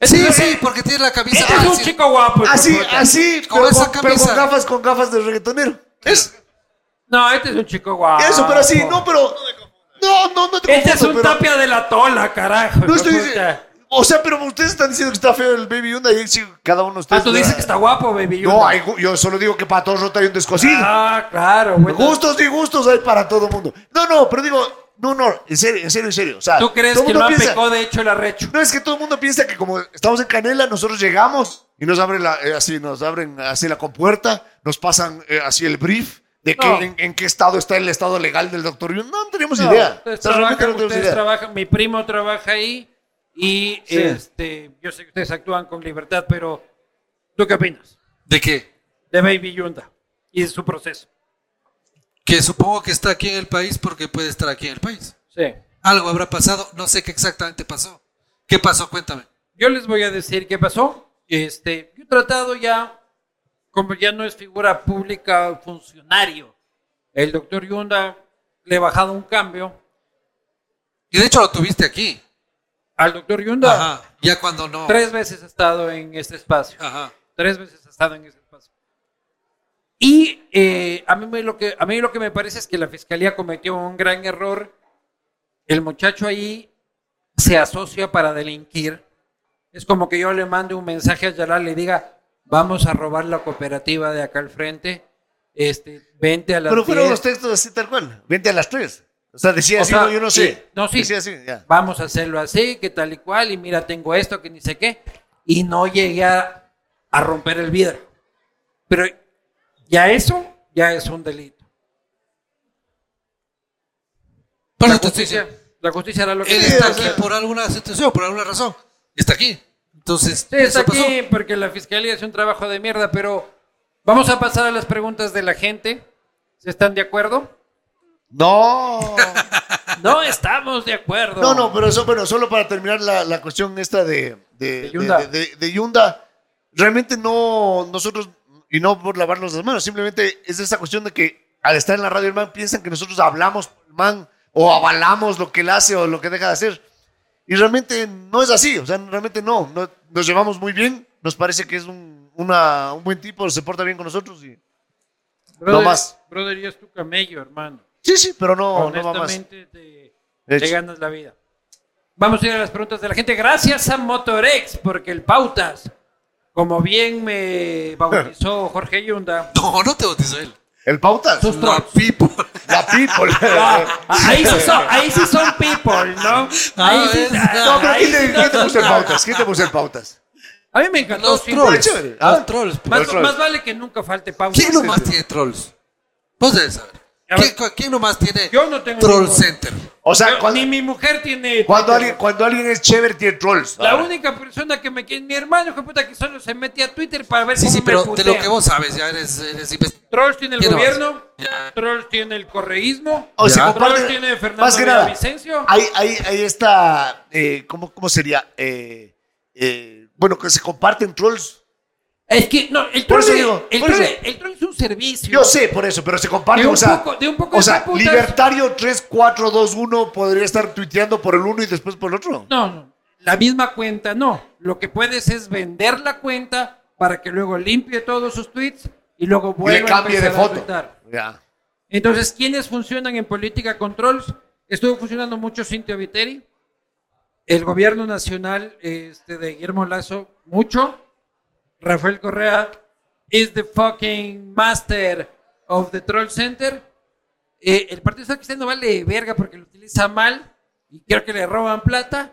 Sí,
Este-
sí, porque tiene la camisa
Este es un
así.
chico guapo. hijo
Ah, Así, ah.
de puta.
así,
Con
pero,
esa
con, pero con
camisa.
gafas, con gafas de reggaetonero. Es,
No, este es un chico guapo.
eso, pero así, no, pero. No, no, no te
Este es
confundo,
un
pero-
tapia de la tola, carajo.
No estoy
hijo de puta.
O sea, pero ustedes están diciendo que está feo el Baby Yunda y sí, cada uno de ustedes.
Ah, tú dices que está guapo, baby.
No,
Yoda.
hay gu- yo solo digo que para todos rota hay un descosido.
Ah, claro. bueno.
Gustos y gustos hay para todo el mundo. No, no, pero digo, no, no, en serio, en serio, en serio. O sea,
¿Tú crees
todo
que
mundo
lo ha
piensa-
pecado de hecho el arrecho?
No, es que todo el mundo piensa que como estamos en Canela, nosotros llegamos y nos abren la, eh, así, nos abren así la compuerta, nos pasan eh, así el brief de que,
No.
en, en qué estado está el estado legal del doctor. Yo, no tenemos
No,
idea.
Ustedes,
O sea,
trabajan,
realmente no tenemos
ustedes
idea.
trabajan, mi primo trabaja ahí y este, yo sé que ustedes actúan con libertad, pero ¿tú qué opinas
¿De qué?
de Baby Yunda y de su proceso?
Que supongo que está aquí en el país porque puede estar aquí en el país.
Sí.
Algo habrá pasado, no sé qué exactamente pasó. ¿Qué pasó? Cuéntame.
Yo les voy a decir qué pasó. Este, yo he tratado ya, como ya no es figura pública, funcionario. El doctor Yunda le he bajado un cambio.
Y de hecho lo tuviste aquí.
Al doctor Yunda
Ajá. Ya cuando no.
tres veces ha estado en este espacio.
Ajá.
Tres veces ha estado en ese espacio. Y eh, a, mí me lo que, a mí lo que me parece es que la fiscalía cometió un gran error. El muchacho ahí se asocia para delinquir. Es como que yo le mande un mensaje a Yalal, le diga, vamos a robar la cooperativa de acá al frente, este, vente a las
Pero fueron
10".
los textos así tal cual. Vente a las tres. O O sea, decía
O
así,
sea,
no, yo no sé.
no, sí.
Decía así, ya.
Vamos a hacerlo así, que tal y cual, y mira, tengo esto, que ni sé qué. Y no llegué a, a romper el vidrio. Pero ya eso, ya es un delito.
Pero
La
te estoy
justicia,
diciendo,
la justicia hará lo que
él
tenga
está
que
aquí
hacer.
por alguna situación, por alguna razón. Está aquí. Entonces,
Sí, está
eso pasó.
aquí porque la fiscalía hace un trabajo de mierda, pero vamos a pasar a las preguntas de la gente. ¿Se están de acuerdo?
No.
No estamos de acuerdo.
No, no, pero eso, bueno, solo para terminar la, la cuestión esta de, de,
De Yunda.
de- de- de Yunda, realmente no, nosotros, y no por lavarnos las manos, simplemente es esa cuestión de que al estar en la radio el man piensan que nosotros hablamos por el man o avalamos lo que él hace o lo que deja de hacer. Y realmente no es así, o sea, realmente no, no- nos llevamos muy bien, nos parece que es un, una- un buen tipo, se porta bien con nosotros y...
brother,
no más.
Brother, ya es tu camello, hermano.
Sí, sí, pero no, no va más.
Honestamente, te,
De
te
hecho.
ganas la vida. Vamos a ir a las preguntas de la gente. Gracias a Motorex, porque el Pautas, como bien me bautizó Jorge Yunda,
No, no te bautizó él.
El pautas.
Sus
La
trolls.
people.
La people.
Ah, ahí, sí son, ahí sí son people, ¿no?
Ah,
Ahí sí,
No,
No, pero
ahí
¿quién te,
sí no
quién te
son-
puso el pautas? ¿Quién te puso el pautas?
A mí me encantó.
Los
sí,
trolls.
pues.
chévere. Ah.
Los trolls.
Más,
Los trolls.
más vale que nunca falte pautas.
¿Quién nomás tiene trolls? Vos debes saber.
A
¿Quién,
ver.
cu- quién nomás tiene
Yo no tengo
troll
ninguno.
center?
O sea,
Yo-
cuando,
Ni mi mujer tiene.
cuando
Twitter.
alguien, cuando alguien es chévere tiene trolls.
La
Ahora,
única persona que me quiere. Mi hermano, hijo de puta, que solo se mete a Twitter para ver
Sí,
cómo
sí,
me
pero de lo
putea.
que vos sabes, ya eres, eres investigador.
Trolls tiene el
¿Quién más?
gobierno,
Ya.
Trolls tiene el correísmo,
O sea,
Ya.
comparte-
Trolls tiene Fernando
más que nada,
Villavicencio.
hay, hay, hay esta, eh, ¿cómo, ¿cómo sería? Eh, eh, bueno, que se comparten trolls.
Es que, no, el troll,
Por eso
es,
digo,
el,
por
troll,
eso.
el troll es un servicio.
Yo sé por eso, pero se comparten.
De un
o sea,
poco- de un poco
o
de
sea
putas.
libertario 3421 podría estar tuiteando por el uno y después por el otro.
No, no, la misma cuenta no. Lo que puedes es vender la cuenta para que luego limpie todos sus tweets y luego
y le
vuelva a
cambie de
empezar a
foto.
tuitar.
Ya.
Entonces, ¿quiénes funcionan en política con trolls? Estuvo funcionando mucho Cintia Viteri, el gobierno nacional este, de Guillermo Lazo, mucho. Rafael Correa is the fucking master of the troll center. Eh, el Partido Social Cristiano vale verga porque lo utiliza mal y creo que le roban plata.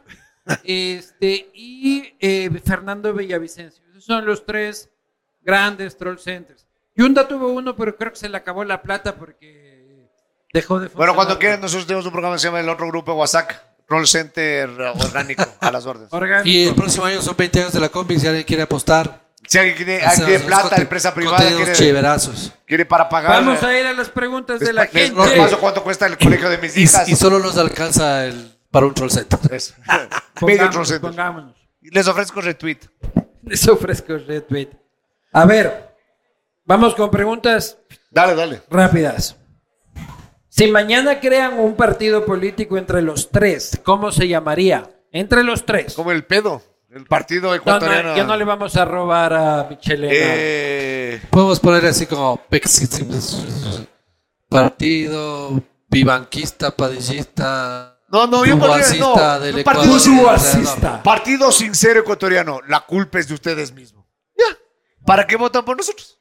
Este, y eh, Fernando Villavicencio. Esos son los tres grandes troll centers. Yunda tuvo uno, pero creo que se le acabó la plata porque dejó de
Bueno,
funcionar.
cuando quieran, nosotros tenemos un programa que se llama El Otro Grupo de WhatsApp, Troll Center Orgánico, a las órdenes.
Orgánico.
Y el próximo año son 20 años de la combi, si alguien quiere apostar.
Si alguien quiere,
o sea,
alguien quiere
los
plata,
conte-
empresa privada,
contenidos
quiere,
chiverazos.
quiere para pagar.
Vamos a ir a las preguntas de la
Les pa- les-
gente.
les paso cuánto cuesta el colegio de mis
Y,
hijas.
y solo nos alcanza el, para un troll center.
Eso. Medio Troll
Pongámonos,
Center.
pongámonos.
Y Les ofrezco retweet.
Les ofrezco retweet. A ver, vamos con preguntas
Dale, dale.
rápidas. Si mañana crean un partido político entre los tres, ¿cómo se llamaría? Entre los tres.
Como el pedo. El partido
No,
ecuatoriano.
no, ya no le vamos a robar a Michelena.
Eh,
Podemos poner así como pex- partido vivanquista, padillista.
no, no, yo pondría.
cubasista
No,
del
un
Ecuador.
partido, sin-
Cubasista.
partido sincero ecuatoriano. La culpa es de ustedes mismos. Ya. ¿Para qué votan por nosotros?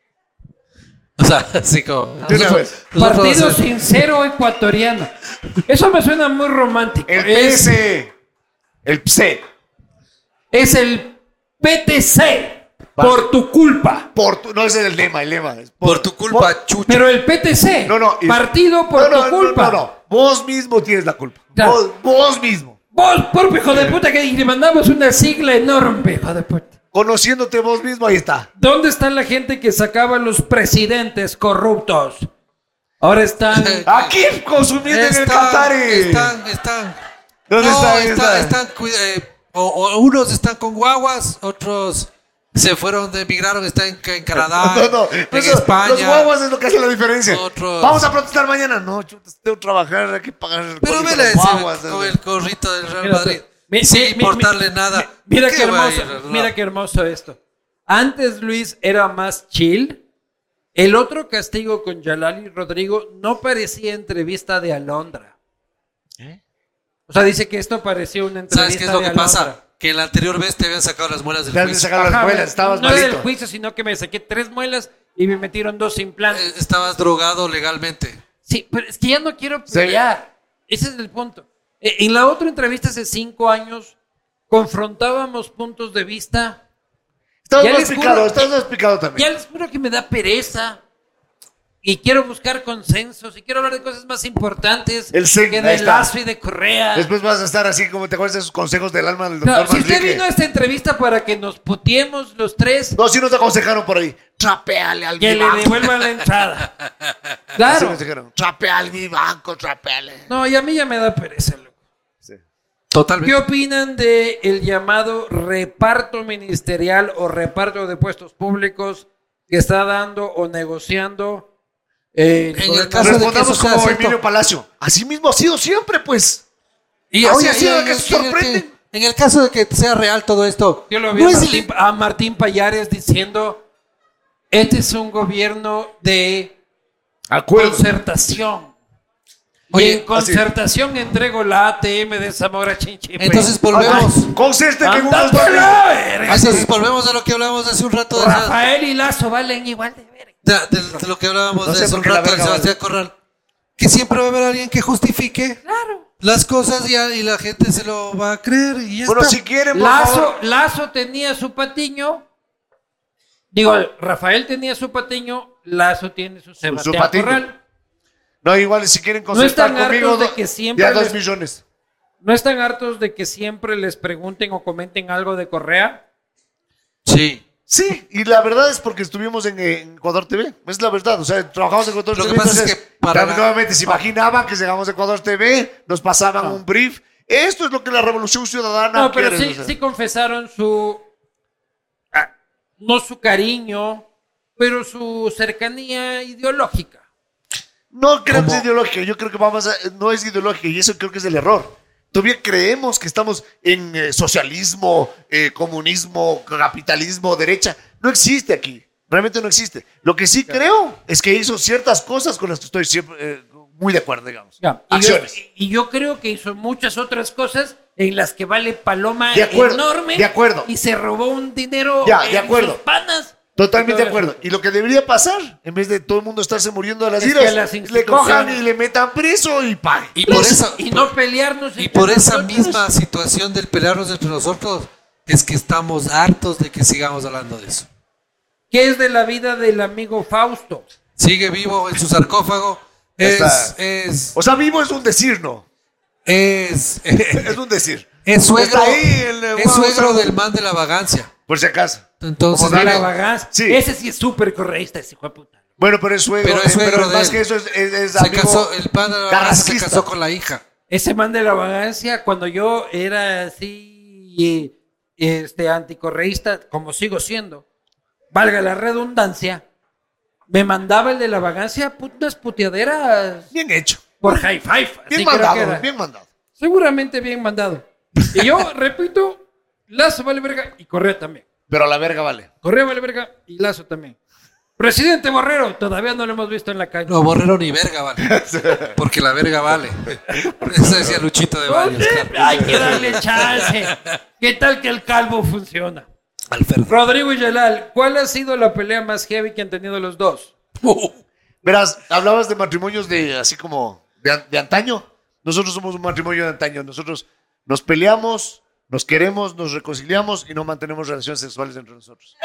O sea, así como.
De una vez.
nosotros-
Partido
nosotros-
sincero ecuatoriano. Eso me suena muy romántico.
El E.
es,
PS. El E. PSE.
es el PTC por tu culpa.
Por tu- no ese es el lema, el lema. es
Por tu culpa, chucha.
Pero el PTC,
No, no. y-
partido por
No, no,
tu
no,
culpa.
No, no, Vos mismo tienes la culpa.
Ya.
Vos, vos mismo.
Vos, propio hijo
Eh.
de puta, que le mandamos una sigla enorme, hijo de puta.
Conociéndote vos mismo, ahí está.
¿Dónde está la gente que sacaba a los presidentes corruptos? Ahora están.
Aquí consumiendo en el Qatar.
Están, están.
¿Dónde
no,
está? ¿Dónde
está-
está?
están cuida- eh, o, o unos están con guaguas, otros se fueron, de- emigraron, están en, en Canadá,
No, no,
en
eso-
España.
Los guaguas es lo que hace la diferencia.
Otros-
Vamos a protestar mañana. No, chuta, tengo que trabajar, hay que pagar el
Pero
colegio de
vele
los guaguas,
ese, con
eh.
el corrito del Real
Mira,
Madrid.
mi-
sin
mi- mi-
importarle
mi-
nada.
mi- Mira qué
va a
hermoso,
ir, no?
mira qué hermoso esto. Antes Luis era más chill. El otro castigo con Yalal y Rodrigo no parecía entrevista de Alondra. O sea, dice que esto parecía una entrevista
¿Eh? ¿Sabes qué es lo
de
que
Alondra.
pasa? Que la anterior vez te habían sacado las muelas del
Te has
juicio.
sacado las
Ajá,
muelas, estabas
no era
malito.
el juicio, sino que me saqué tres muelas y me
Eh,
metieron dos implantes.
Eh, Estabas drogado legalmente.
Sí, pero es que ya no quiero
Se-
pelear. Ese es el punto. E- En la otra entrevista hace cinco años, confrontábamos puntos de vista.
Estás
Ya
más
les juro-
picado, estás más picado también.
Ya les juro que me da pereza. Y quiero buscar consensos y quiero hablar de cosas más importantes
El zen,
que
ahí
de
está.
Lazo y de Correa.
Después vas a estar así como te acuerdas de esos consejos del alma del doctor
Claro, si usted
Manrique.
vino a esta entrevista para que nos putiemos los tres,
No, sí nos aconsejaron por ahí. Trapeale al
que le
vivaco.
devuelvan la entrada.
Así
Claro.
nos dijeron.
Trapea al vivanco, trapeale.
No, y a mí ya me da pereza, loco. ¿Qué
Totalmente.
opinan de el llamado reparto ministerial o reparto de puestos públicos que está dando o negociando? eh,
En
gobierno?
el caso de que
Respondamos
eso sea
como
cierto.
Emilio Palacio. Así mismo ha sido siempre, pues.
Y
Oye,
así-
sí,
y-
de que
y-
se
y- en el que-
sorprenden.
En el caso de que sea real todo esto,
Yo lo vi
no
a,
es
Martín, a Martín Payares diciendo, este es un gobierno de concertación.
Oye, pues,
y en concertación entrego la ATM de Zamora Chinchipe.
Entonces volvemos.
Consiste que en
Anda
unos
por
barrios-
la verga.
Entonces volvemos a lo que hablábamos hace un rato de, la-
Rafael y Lazo valen igual de verga.
de- de- de lo que hablábamos
No sé
de hace
por
un
qué la
rato de
verga
Sebastián Corral. Que siempre va a haber alguien que justifique las cosas y, a- y la gente se lo va a creer y ya
Bueno,
está.
si quieren, por
Lazo,
favor.
Lazo tenía su patiño. Digo, Rafael tenía su patiño, Lazo tiene su Sebastián
patiño.
Corral.
No, igual si quieren concertar
están hartos
conmigo,
de
do-
que siempre
ya dos
les-
millones.
¿No están hartos de que siempre les pregunten o comenten algo de Correa?
Sí.
Sí, y la verdad es porque estuvimos en, eh, en Ecuador TV. Es la verdad, o sea, trabajamos en Ecuador
Lo
TV.
que pasa es
entonces,
que para
ya
la-
Nuevamente, se imaginaban que llegamos a Ecuador TV, nos pasaban un brief. Esto es lo que la Revolución Ciudadana
Ah. No, pero
quiere,
sí,
o sea.
sí confesaron su. ah, no su cariño, pero su cercanía ideológica.
No creo
¿Cómo?
que sea ideológico, yo creo que vamos a, no es ideológico y eso creo que es el error. Todavía creemos que estamos en eh, socialismo, eh, comunismo, capitalismo, derecha. No existe aquí, realmente no existe. Lo que sí creo es que hizo ciertas cosas con las que estoy siempre, eh, muy de acuerdo, digamos.
Y yo,
Acciones.
y yo creo que hizo muchas otras cosas en las que vale paloma
De acuerdo,
enorme.
de acuerdo.
Y se robó un dinero
Ya, de
en
acuerdo.
sus panas.
Totalmente de
Todo eso.
acuerdo. Y lo que debería pasar, en vez de todo el mundo estarse muriendo a las
Es que
iras,
las
le cojan
instituciones-
y le metan preso y pague.
Y por eso
Y no pelearnos.
Y
entre
por esa
nosotros.
misma situación del pelearnos entre nosotros, es que estamos hartos de que sigamos hablando de eso.
¿Qué es de la vida del amigo Fausto?
Sigue vivo en su sarcófago.
Ya
Es,
está.
es,
O sea, vivo es un decir, ¿no?
es,
Es un decir.
es suegro,
Está ahí el, eh,
es suegro
Gonzalo.
del man de la vagancia.
Por si acaso.
Entonces,
Como
De la
mira,
vagancia.
Sí.
Ese sí es súper correísta, ese hijo de puta.
Bueno, pero es suegro.
Pero es
eh,
suegro de
más
él.
que eso es, es, es
se
amigo
casó, el pan de la vagancia se
carrasquista.
casó con la hija.
Ese man de la vagancia, cuando yo era así, eh, este, anticorreísta, como sigo siendo, valga la redundancia, me mandaba el de la vagancia put- unas puteaderas
Bien hecho.
por high five.
Bien
así creo que era.
mandado, bien mandado.
Seguramente bien mandado. Y yo, repito, Lazo vale verga y Correa también.
Pero a la verga vale.
Correa vale verga y Lazo también. Presidente Borrero, todavía no lo hemos visto en la calle.
No, borrero ni verga vale. Porque la verga vale. Eso decía Luchito de Baños. claro.
Pues, eh, Hay que darle chance. ¿Qué tal que el calvo funciona?
Alfredo.
Rodrigo y Yelal, ¿cuál ha sido la pelea más heavy que han tenido los dos?
Uh,
Verás, hablabas de matrimonios de así como de, an- de antaño. Nosotros somos un matrimonio de antaño. Nosotros nos peleamos, nos queremos, nos reconciliamos y no mantenemos relaciones sexuales entre nosotros.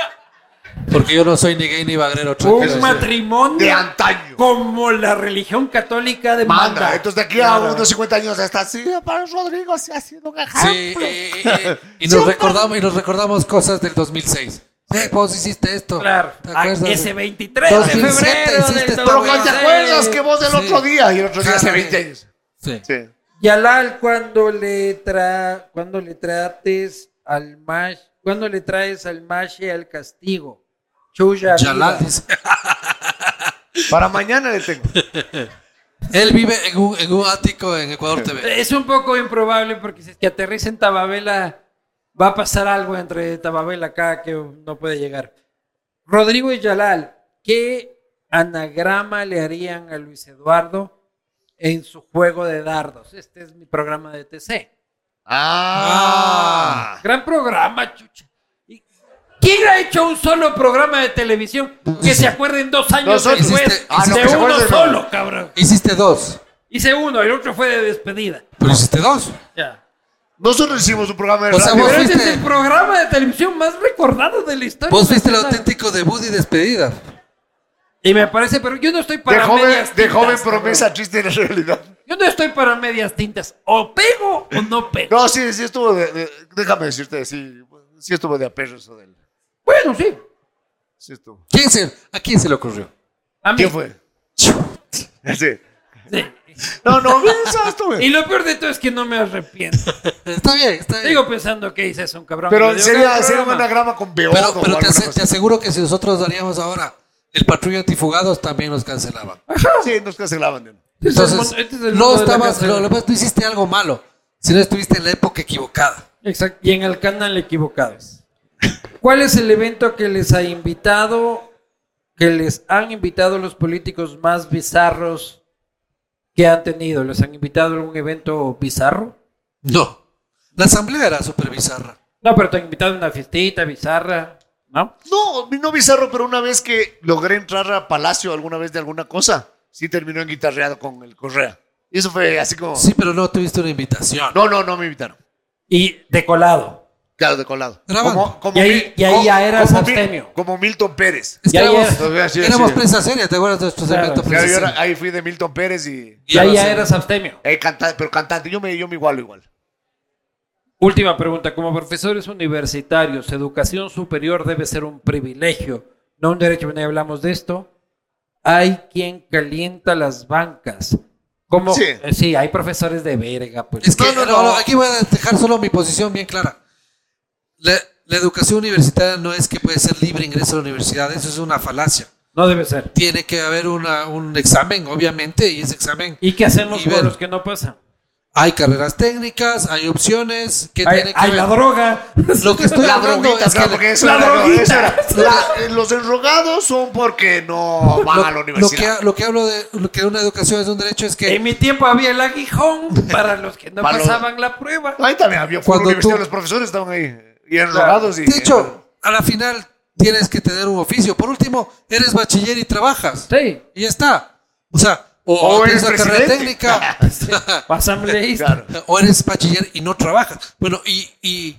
Porque yo no soy ni gay ni bagrero. tranquilo.
Un matrimonio
De antaño.
como la religión católica demanda.
Manda. Entonces de aquí a unos 50 años hasta así, para Rodrigo se ha sido un
Sí,
ejemplo.
eh, eh, eh, y nos recordamos y nos recordamos cosas del 2006. Eh, vos hiciste esto.
Claro,
¿Te
a-
acuerdas?
ese 23
2007
de febrero
hiciste
del
esta
Pero
güey,
¿cuál te
2006.
acuerdas que vos del
Sí.
otro día y el otro día hace
Claro,
20
sí.
años?
Sí.
Sí.
Yalal, cuando le, tra... cuando le trates al mash, cuando le traes al mashe al castigo. Chuya.
Yalal
viva.
dice,
Para mañana le tengo.
Él vive en un, en un ático en Ecuador TV.
Es un poco improbable porque si es que aterriza en Tababela, va a pasar algo entre Tababela acá que no puede llegar. Rodrigo y Yalal, ¿qué anagrama le harían a Luis Eduardo en su juego de dardos? Este es mi programa de TC.
Ah.
Gran programa, chucha. ¿Y ¿Quién ha hecho un solo programa de televisión que se acuerden dos años
Nosotros.
después
Hiciste- ah, no,
de
que se
uno
acuerden, no.
solo, cabrón?
Hiciste dos.
Hice uno, el otro fue de despedida.
Pero hiciste dos.
Ya.
Nosotros hicimos un programa de
O sea,
radio.
vos-
Pero ese es
fuiste-
el programa de televisión más recordado de la historia.
Vos fuiste el
nacional.
auténtico debut y despedida.
Y me parece, pero yo no estoy para
de joven,
medias
de
tintas,
joven
cabrón.
promesa triste en la realidad.
Yo no estoy para medias tintas. O pego o no pego.
No, sí, sí estuvo de, de- déjame decirte, sí, sí estuvo de aperro eso del.
Bueno, sí.
Sí estuvo.
¿Quién se, ¿A quién se le ocurrió?
A mí.
¿Quién fue? Sí.
Sí.
No, no, eso estuvo.
Y lo peor de todo es que no me arrepiento.
Está bien, está bien.
Sigo pensando que hice eso, un cabrón.
Pero
Digo, ¿qué
sería,
programa?
sería un anagrama con Beodo
pero
o
pero te,
alguna
ase- te
cosa.
aseguro que si nosotros daríamos ahora el patrulla antifugados, también nos cancelaban.
Sí, nos cancelaban. ¿no?
Este es el
Entonces,
mon- este es el
no
mundo de la
estabas,
cancela-
lo, lo más, no hiciste algo malo, sino estuviste en la época equivocada.
Exacto. Y en el canal equivocados. ¿Cuál es el evento que les ha invitado, que les han invitado los políticos más bizarros que han tenido? ¿Les han invitado a algún evento bizarro?
No. La asamblea era súper bizarra.
No, pero te han invitado a una fiestita bizarra, ¿no?
No, no bizarro, pero una vez que logré entrar a Palacio alguna vez de alguna cosa, sí terminó en guitarreado con el Correa. Y eso fue así como.
Sí, pero no tuviste una invitación.
No, no, no me invitaron.
Y decolado.
Claro, de colado.
Graban.
Y ahí-
Mil-
y ahí
como-
ya eras
como Mil-
abstemio.
como Milton Pérez.
Es que
Ya, ya.
éramos,
Sí, sí,
éramos
sí.
prensa seria, ¿te acuerdas de nuestros
Claro.
eventos
Claro,
prensa
yo era-
seria?
ahí fui de Milton Pérez y.
Y ahí
Éramos-
ya eras abstemio.
eh, canta- pero cantante, yo me, yo me igualo igual.
Última pregunta. Como profesores universitarios, educación superior debe ser un privilegio, no un derecho. Bueno, ya hablamos de esto. Hay quien calienta las bancas. Como,
Sí.
eh, sí, hay profesores de verga. Pues.
Es que
No, no,
no,
no.
aquí voy a dejar solo mi posición bien clara. La, la educación universitaria no es que puede ser libre ingreso a la universidad, eso es una falacia.
No debe ser.
Tiene que haber una, un examen, obviamente, y ese examen.
¿Y qué hacemos
Y
con
ver.
los que no pasan?
Hay carreras técnicas, hay opciones. ¿qué
Hay,
tiene que
hay
ver?
la droga.
Pues Lo que estoy
La
hablando
droguita,
es que
claro,
la-
porque eso
la
era, no,
droguita.
eso era- la- eh, los enrogados son porque no van
lo,
a la
lo que,
universidad.
ha- lo que hablo de lo que una educación es un derecho es que
En mi tiempo había el aguijón para los que no
Para los-
pasaban la prueba.
Ahí también había fue
Cuando
la universidad,
tú-
los profesores estaban ahí. Y enrogados y.
De hecho, a la final tienes que tener un oficio. Por último, eres bachiller y trabajas.
Sí.
Y ya está. O sea, o,
O
tienes
eres
una carrera
presidente.
técnica,
Asambleísta.
Claro.
o eres bachiller y no trabajas. Bueno, y, y,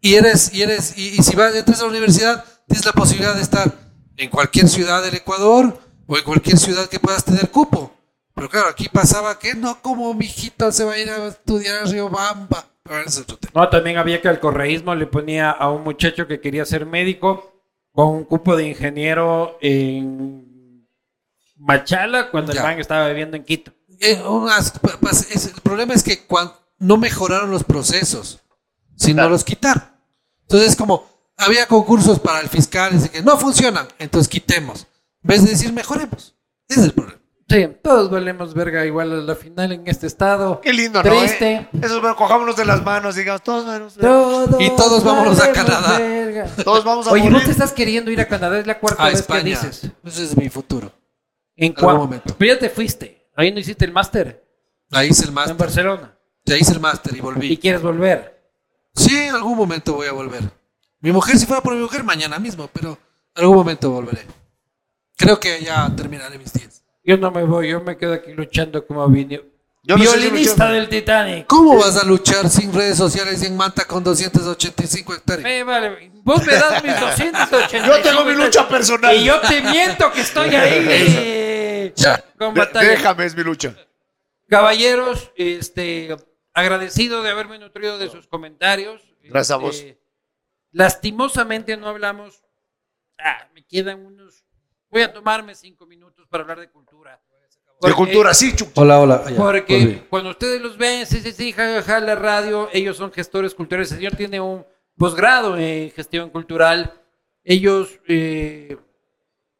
y eres, y eres, y, y si vas, entras a la universidad, tienes la posibilidad de estar en cualquier ciudad del Ecuador o en cualquier ciudad que puedas tener cupo. Pero claro, aquí pasaba que no, como mi hijito se va a ir a estudiar a Riobamba. Pero ese es otro tema.
No, también había que al correísmo le ponía a un muchacho que quería ser médico con un cupo de ingeniero en Machala cuando
Ya.
el man estaba viviendo en Quito.
Eh, unas- pa- pa- es- el problema es que cuan- no mejoraron los procesos, sino
Claro.
los quitaron. Entonces, como había concursos para el fiscal, dice que no funcionan, entonces quitemos. En vez de decir mejoremos. Ese es el problema.
Sí, todos valemos verga igual a la final en este estado.
Qué lindo, ¿no?
Triste.
Eh? Eso, bueno, cojámonos de las manos, digamos, todos, vamos-
Todos
Y todos vámonos a
valemos
Canadá.
verga.
todos vamos a
Oye, ¿no
morir.
te estás queriendo ir a Canadá? Es la cuarta
A
vez
España.
que dices.
Ese es mi futuro.
¿En
Algún
cuál?
momento.
Pero ya te fuiste. Ahí no hiciste el máster
Ahí hice el
en
máster.
Barcelona.
Ahí hice el máster y
Y
volví.
quieres volver.
Sí, en algún momento voy a volver. Mi mujer, si fuera por mi mujer, mañana mismo, pero en algún momento volveré. Creo que ya terminaré mis días.
Yo no me voy, yo me quedo aquí luchando como vini-
Yo no sé si
violinista
luchando.
del Titanic.
¿Cómo vas a luchar sin redes sociales y en Manta con 285 hectáreas?
Me Eh, vale. Vos me das mis 280.
Yo tengo mi lucha personal.
Y yo te miento que estoy ahí. eh,
Ya.
Con
De-
batalla.
déjame, es mi lucha.
Caballeros, este, agradecido de haberme nutrido de sus comentarios.
Gracias a
Este,
vos.
Lastimosamente no hablamos. Ah, me quedan unos. Voy a tomarme cinco minutos para hablar de cultura.
De
Porque-
cultura, sí, chuc.
Hola, hola.
Porque cuando ustedes los ven, sí, sí, sí, jajaja, la radio, ellos son gestores culturales. El señor tiene un posgrado en gestión cultural. Ellos eh,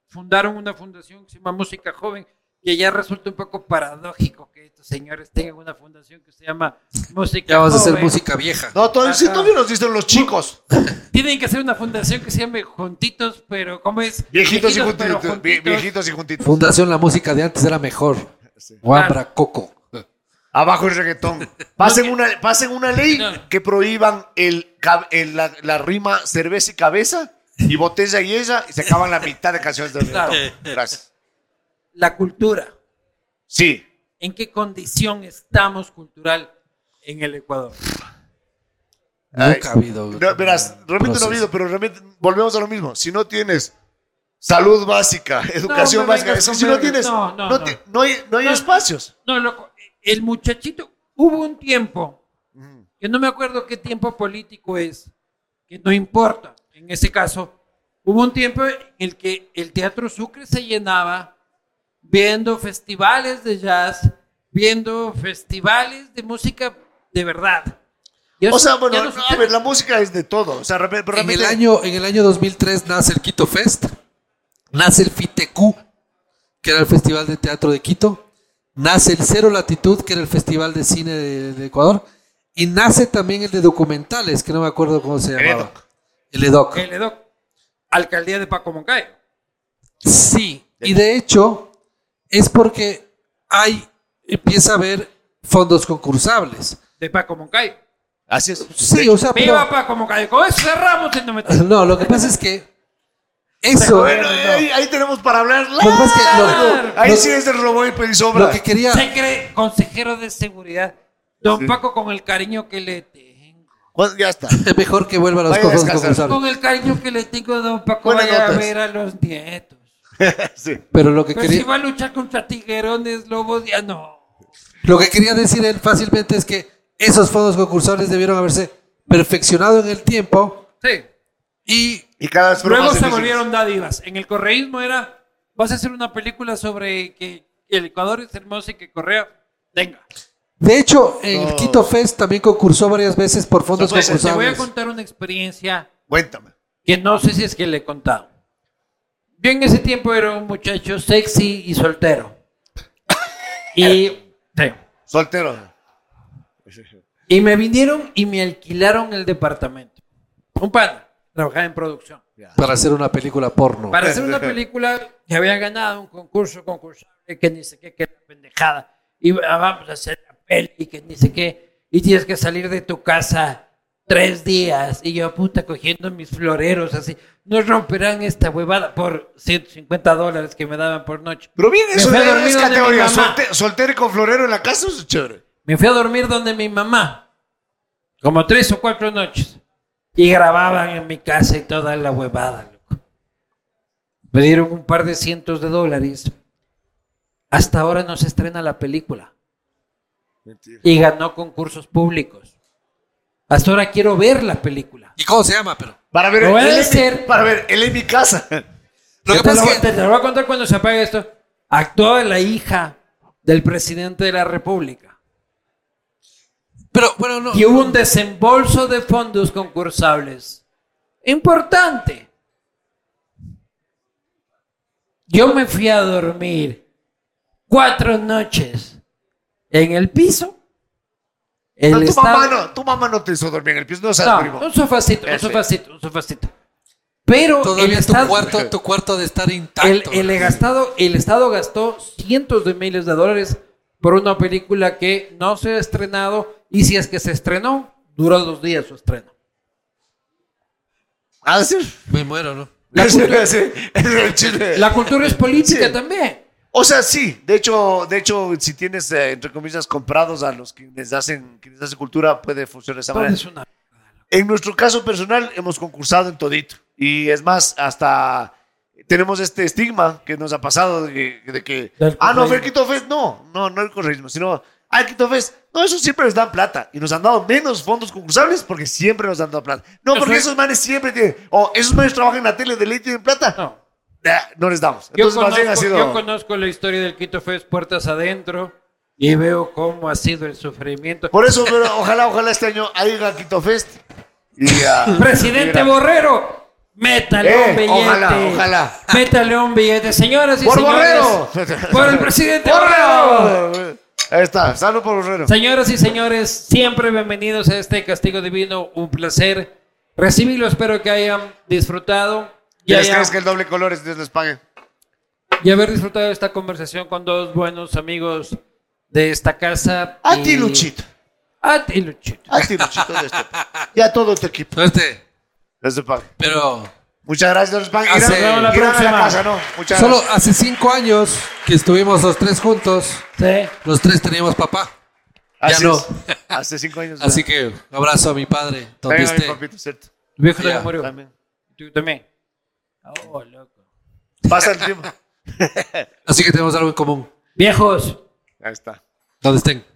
fundaron una fundación que se llama Música Joven, que ya resulta un poco paradójico que estos señores tengan una fundación que se llama Música
Ya vas a hacer
Joven.
música vieja.
No, todavía, sí,
Ajá.
todavía nos dicen los chicos.
Tienen que hacer una fundación que se llame Juntitos, pero ¿cómo es?
Viejitos, y
pero
juntitos. vie-
juntitos.
Viejitos y juntitos.
Fundación La Música de antes era mejor. Juan Coco.
Abajo el reggaetón. Pasen una, pasen una ley
No.
que prohíban el, cab- el- la, la rima cerveza y cabeza y botella y ella y se acaban la mitad de canciones de reggaetón. Gracias.
La cultura.
Sí.
en qué condición estamos cultural en el Ecuador.
Nunca ha habido.
No, verás, realmente no ha habido, pero realmente volvemos a lo mismo. Si no tienes salud básica, educación
me
básica,
vengas
si,
con
si no
verga.
tienes,
No,
no,
no, no.
te- no hay, no hay
No.
espacios.
No, loco, el muchachito, hubo un tiempo, que no me acuerdo qué tiempo político es, que no importa, en ese caso, hubo un tiempo en el que el Teatro Sucre se llenaba viendo festivales de jazz, viendo festivales de música de verdad. Y
O
eso
sea,
ya
bueno,
no
no, a
sucede.
ver, la música es de todo. O sea, realmente, pero
En el,
realmente-
año, en el año 2003 nace el Quito Fest, nace el FITEQ, que era el Festival de Teatro de Quito, nace el Cero Latitud, que era el Festival de Cine de, de Ecuador, y nace también el de documentales, que no me acuerdo cómo se
El
llamaba.
EDOC.
El EDOC.
El EDOC, alcaldía de Paco Moncayo.
Sí, y de hecho es porque hay, empieza a haber fondos concursables.
De Paco Moncayo.
Así es.
Sí, o sea, pero...
¡Viva Paco Moncayo! Con eso cerramos el noventas-
No, lo que pasa es que eso...
Bueno, eh, ahí, ahí tenemos para hablar.
Lo que pasa es que lo-
largo. ahí sí es el robot y pues
lo
perisobra.
que quería...
Se cree consejero de seguridad. Don Paco, con el cariño que le tengo.
Bueno, Ya está.
Es mejor que vuelva a los
Vaya a
cosas
descansar.
concursables.
Con el cariño que le tengo, don Paco,
Buenas
vaya a
notas.
ver a los nietos.
Sí.
Pero lo que,
Pero si
quería,
Pues va a luchar contra tiguerones, lobos, ya no.
lo que quería decir él fácilmente es que esos fondos concursables debieron haberse perfeccionado en el tiempo
Sí.
y
Y cada vez fueron
Luego
más
se
difíciles.
volvieron dádivas. En el correísmo era, vas a hacer una película sobre que el Ecuador es hermoso y que Correa, venga.
de hecho en el
No.
Quito Fest también concursó varias veces por fondos
No puede ser,
Te voy a
concursables.
contar una experiencia
Cuéntame.
que no sé si es que le he contado. Yo en ese tiempo era un muchacho sexy y soltero. Y, sí.
Soltero.
y me vinieron y me alquilaron el departamento. Un pan, trabajaba en producción.
Para hacer una película porno.
Para hacer una película que había ganado un concurso concursable que ni sé qué, que era pendejada. Y ah, vamos a hacer la peli que ni sé qué. Y tienes que salir de tu casa tres días. Y yo, puta, cogiendo mis floreros así. No romperán esta huevada por 150 dólares que me daban por noche.
Pero bien, eso
fui
es,
dormido de mi
categoría.
mamá.
Solte- soltero y con florero en la casa eso es chévere.
Me fui a dormir donde mi mamá, como tres o cuatro noches, y grababan en mi casa y toda la huevada, loco. Me dieron un par de cientos de dólares. Hasta ahora no se estrena la película. Y ganó concursos públicos. Hasta ahora quiero ver la película.
¿Y cómo se llama? Pero
Para ver,
Puede
él en mi-
ser.
para ver, él en mi casa.
lo que
Yo te, lo
pasa
voy,
es
te-
que
te lo voy a contar cuando se apague esto. Actuó la hija del presidente de la República.
pero bueno no.
y hubo un desembolso de fondos concursables. Importante. Yo me fui a dormir cuatro noches en el piso. El
No, tu,
estado-
mamá no, tu mamá no te hizo dormir en el piso. No seas
No,
primo.
un sofacito, un
Ese.
sofacito, un sofacito. Pero el
Todavía tu
estado,
cuarto, tu cuarto de estar
el,
intacto.
el gastado, el Estado gastó cientos de miles de dólares por una película que no se ha estrenado y si es que se estrenó, duró dos días su estreno.
Ah, sí.
Me muero, ¿no?
Sí, sí, es el chile.
La cultura es política también.
O sea, sí, de hecho, de hecho, si tienes, eh, entre comillas, comprados a los quienes hacen, quienes hacen cultura, puede funcionar de esa manera.
Es una-
En nuestro caso personal, hemos concursado en todito. Y es más, hasta tenemos este estigma que nos ha pasado de, que- de que,
Del
ah, no,
correísmo.
fue el Quito Fest. No, no, no el correísmo, sino, ah, el Quito Fest. No, eso siempre les dan plata. Y nos han dado menos fondos concursables porque siempre nos han dado plata. No,
Yo
porque
soy-
esos manes siempre tienen, o esos manes trabajan en la tele de ley y tienen plata. No.
No.
no les damos.
Yo,
Entonces, más bien
conozco,
ha sido...
yo conozco la historia del Quito Fest puertas adentro y veo cómo ha sido el sufrimiento.
Por eso, pero ojalá, ojalá este año haya Quito Fest. Y, ah,
Presidente
mira,
Borrero, métale
Eh,
un billete.
ojalá, ojalá.
Métale un billete, señoras y
¡Por
señores.
Borrero!
Por el presidente Borrero.
¡Borrero! Ahí está, salud por Borrero.
Señoras y señores, siempre bienvenidos a este Castigo Divino. Un placer recibirlo. Espero que hayan disfrutado.
Y
Ya
les crees que el doble color es Dios les pague.
y haber disfrutado esta conversación con dos buenos amigos de esta casa.
A
y-
ti, Luchito.
A ti, Luchito.
A ti, Luchito. de este pa- Y a todo tu equipo.
Suerte.
Les pague.
Pero
Muchas gracias, Doris Pan.
Hace-
Irán-
Nos vemos
la
Irán a la
próxima.
casa, ¿no? Muchas
Solo
gracias.
hace cinco años que estuvimos los tres juntos,
Sí.
los tres teníamos papá.
Así
ya no.
es. Hace cinco años.
Así que un abrazo a mi padre, Don
También a mi
Viste.
papito, ¿cierto?
El viejo
Ya,
también murió.
También.
Tú también. Oh, loco.
Pasa el tiempo.
Así que tenemos algo en común.
Viejos,
Ahí está.
Donde estén.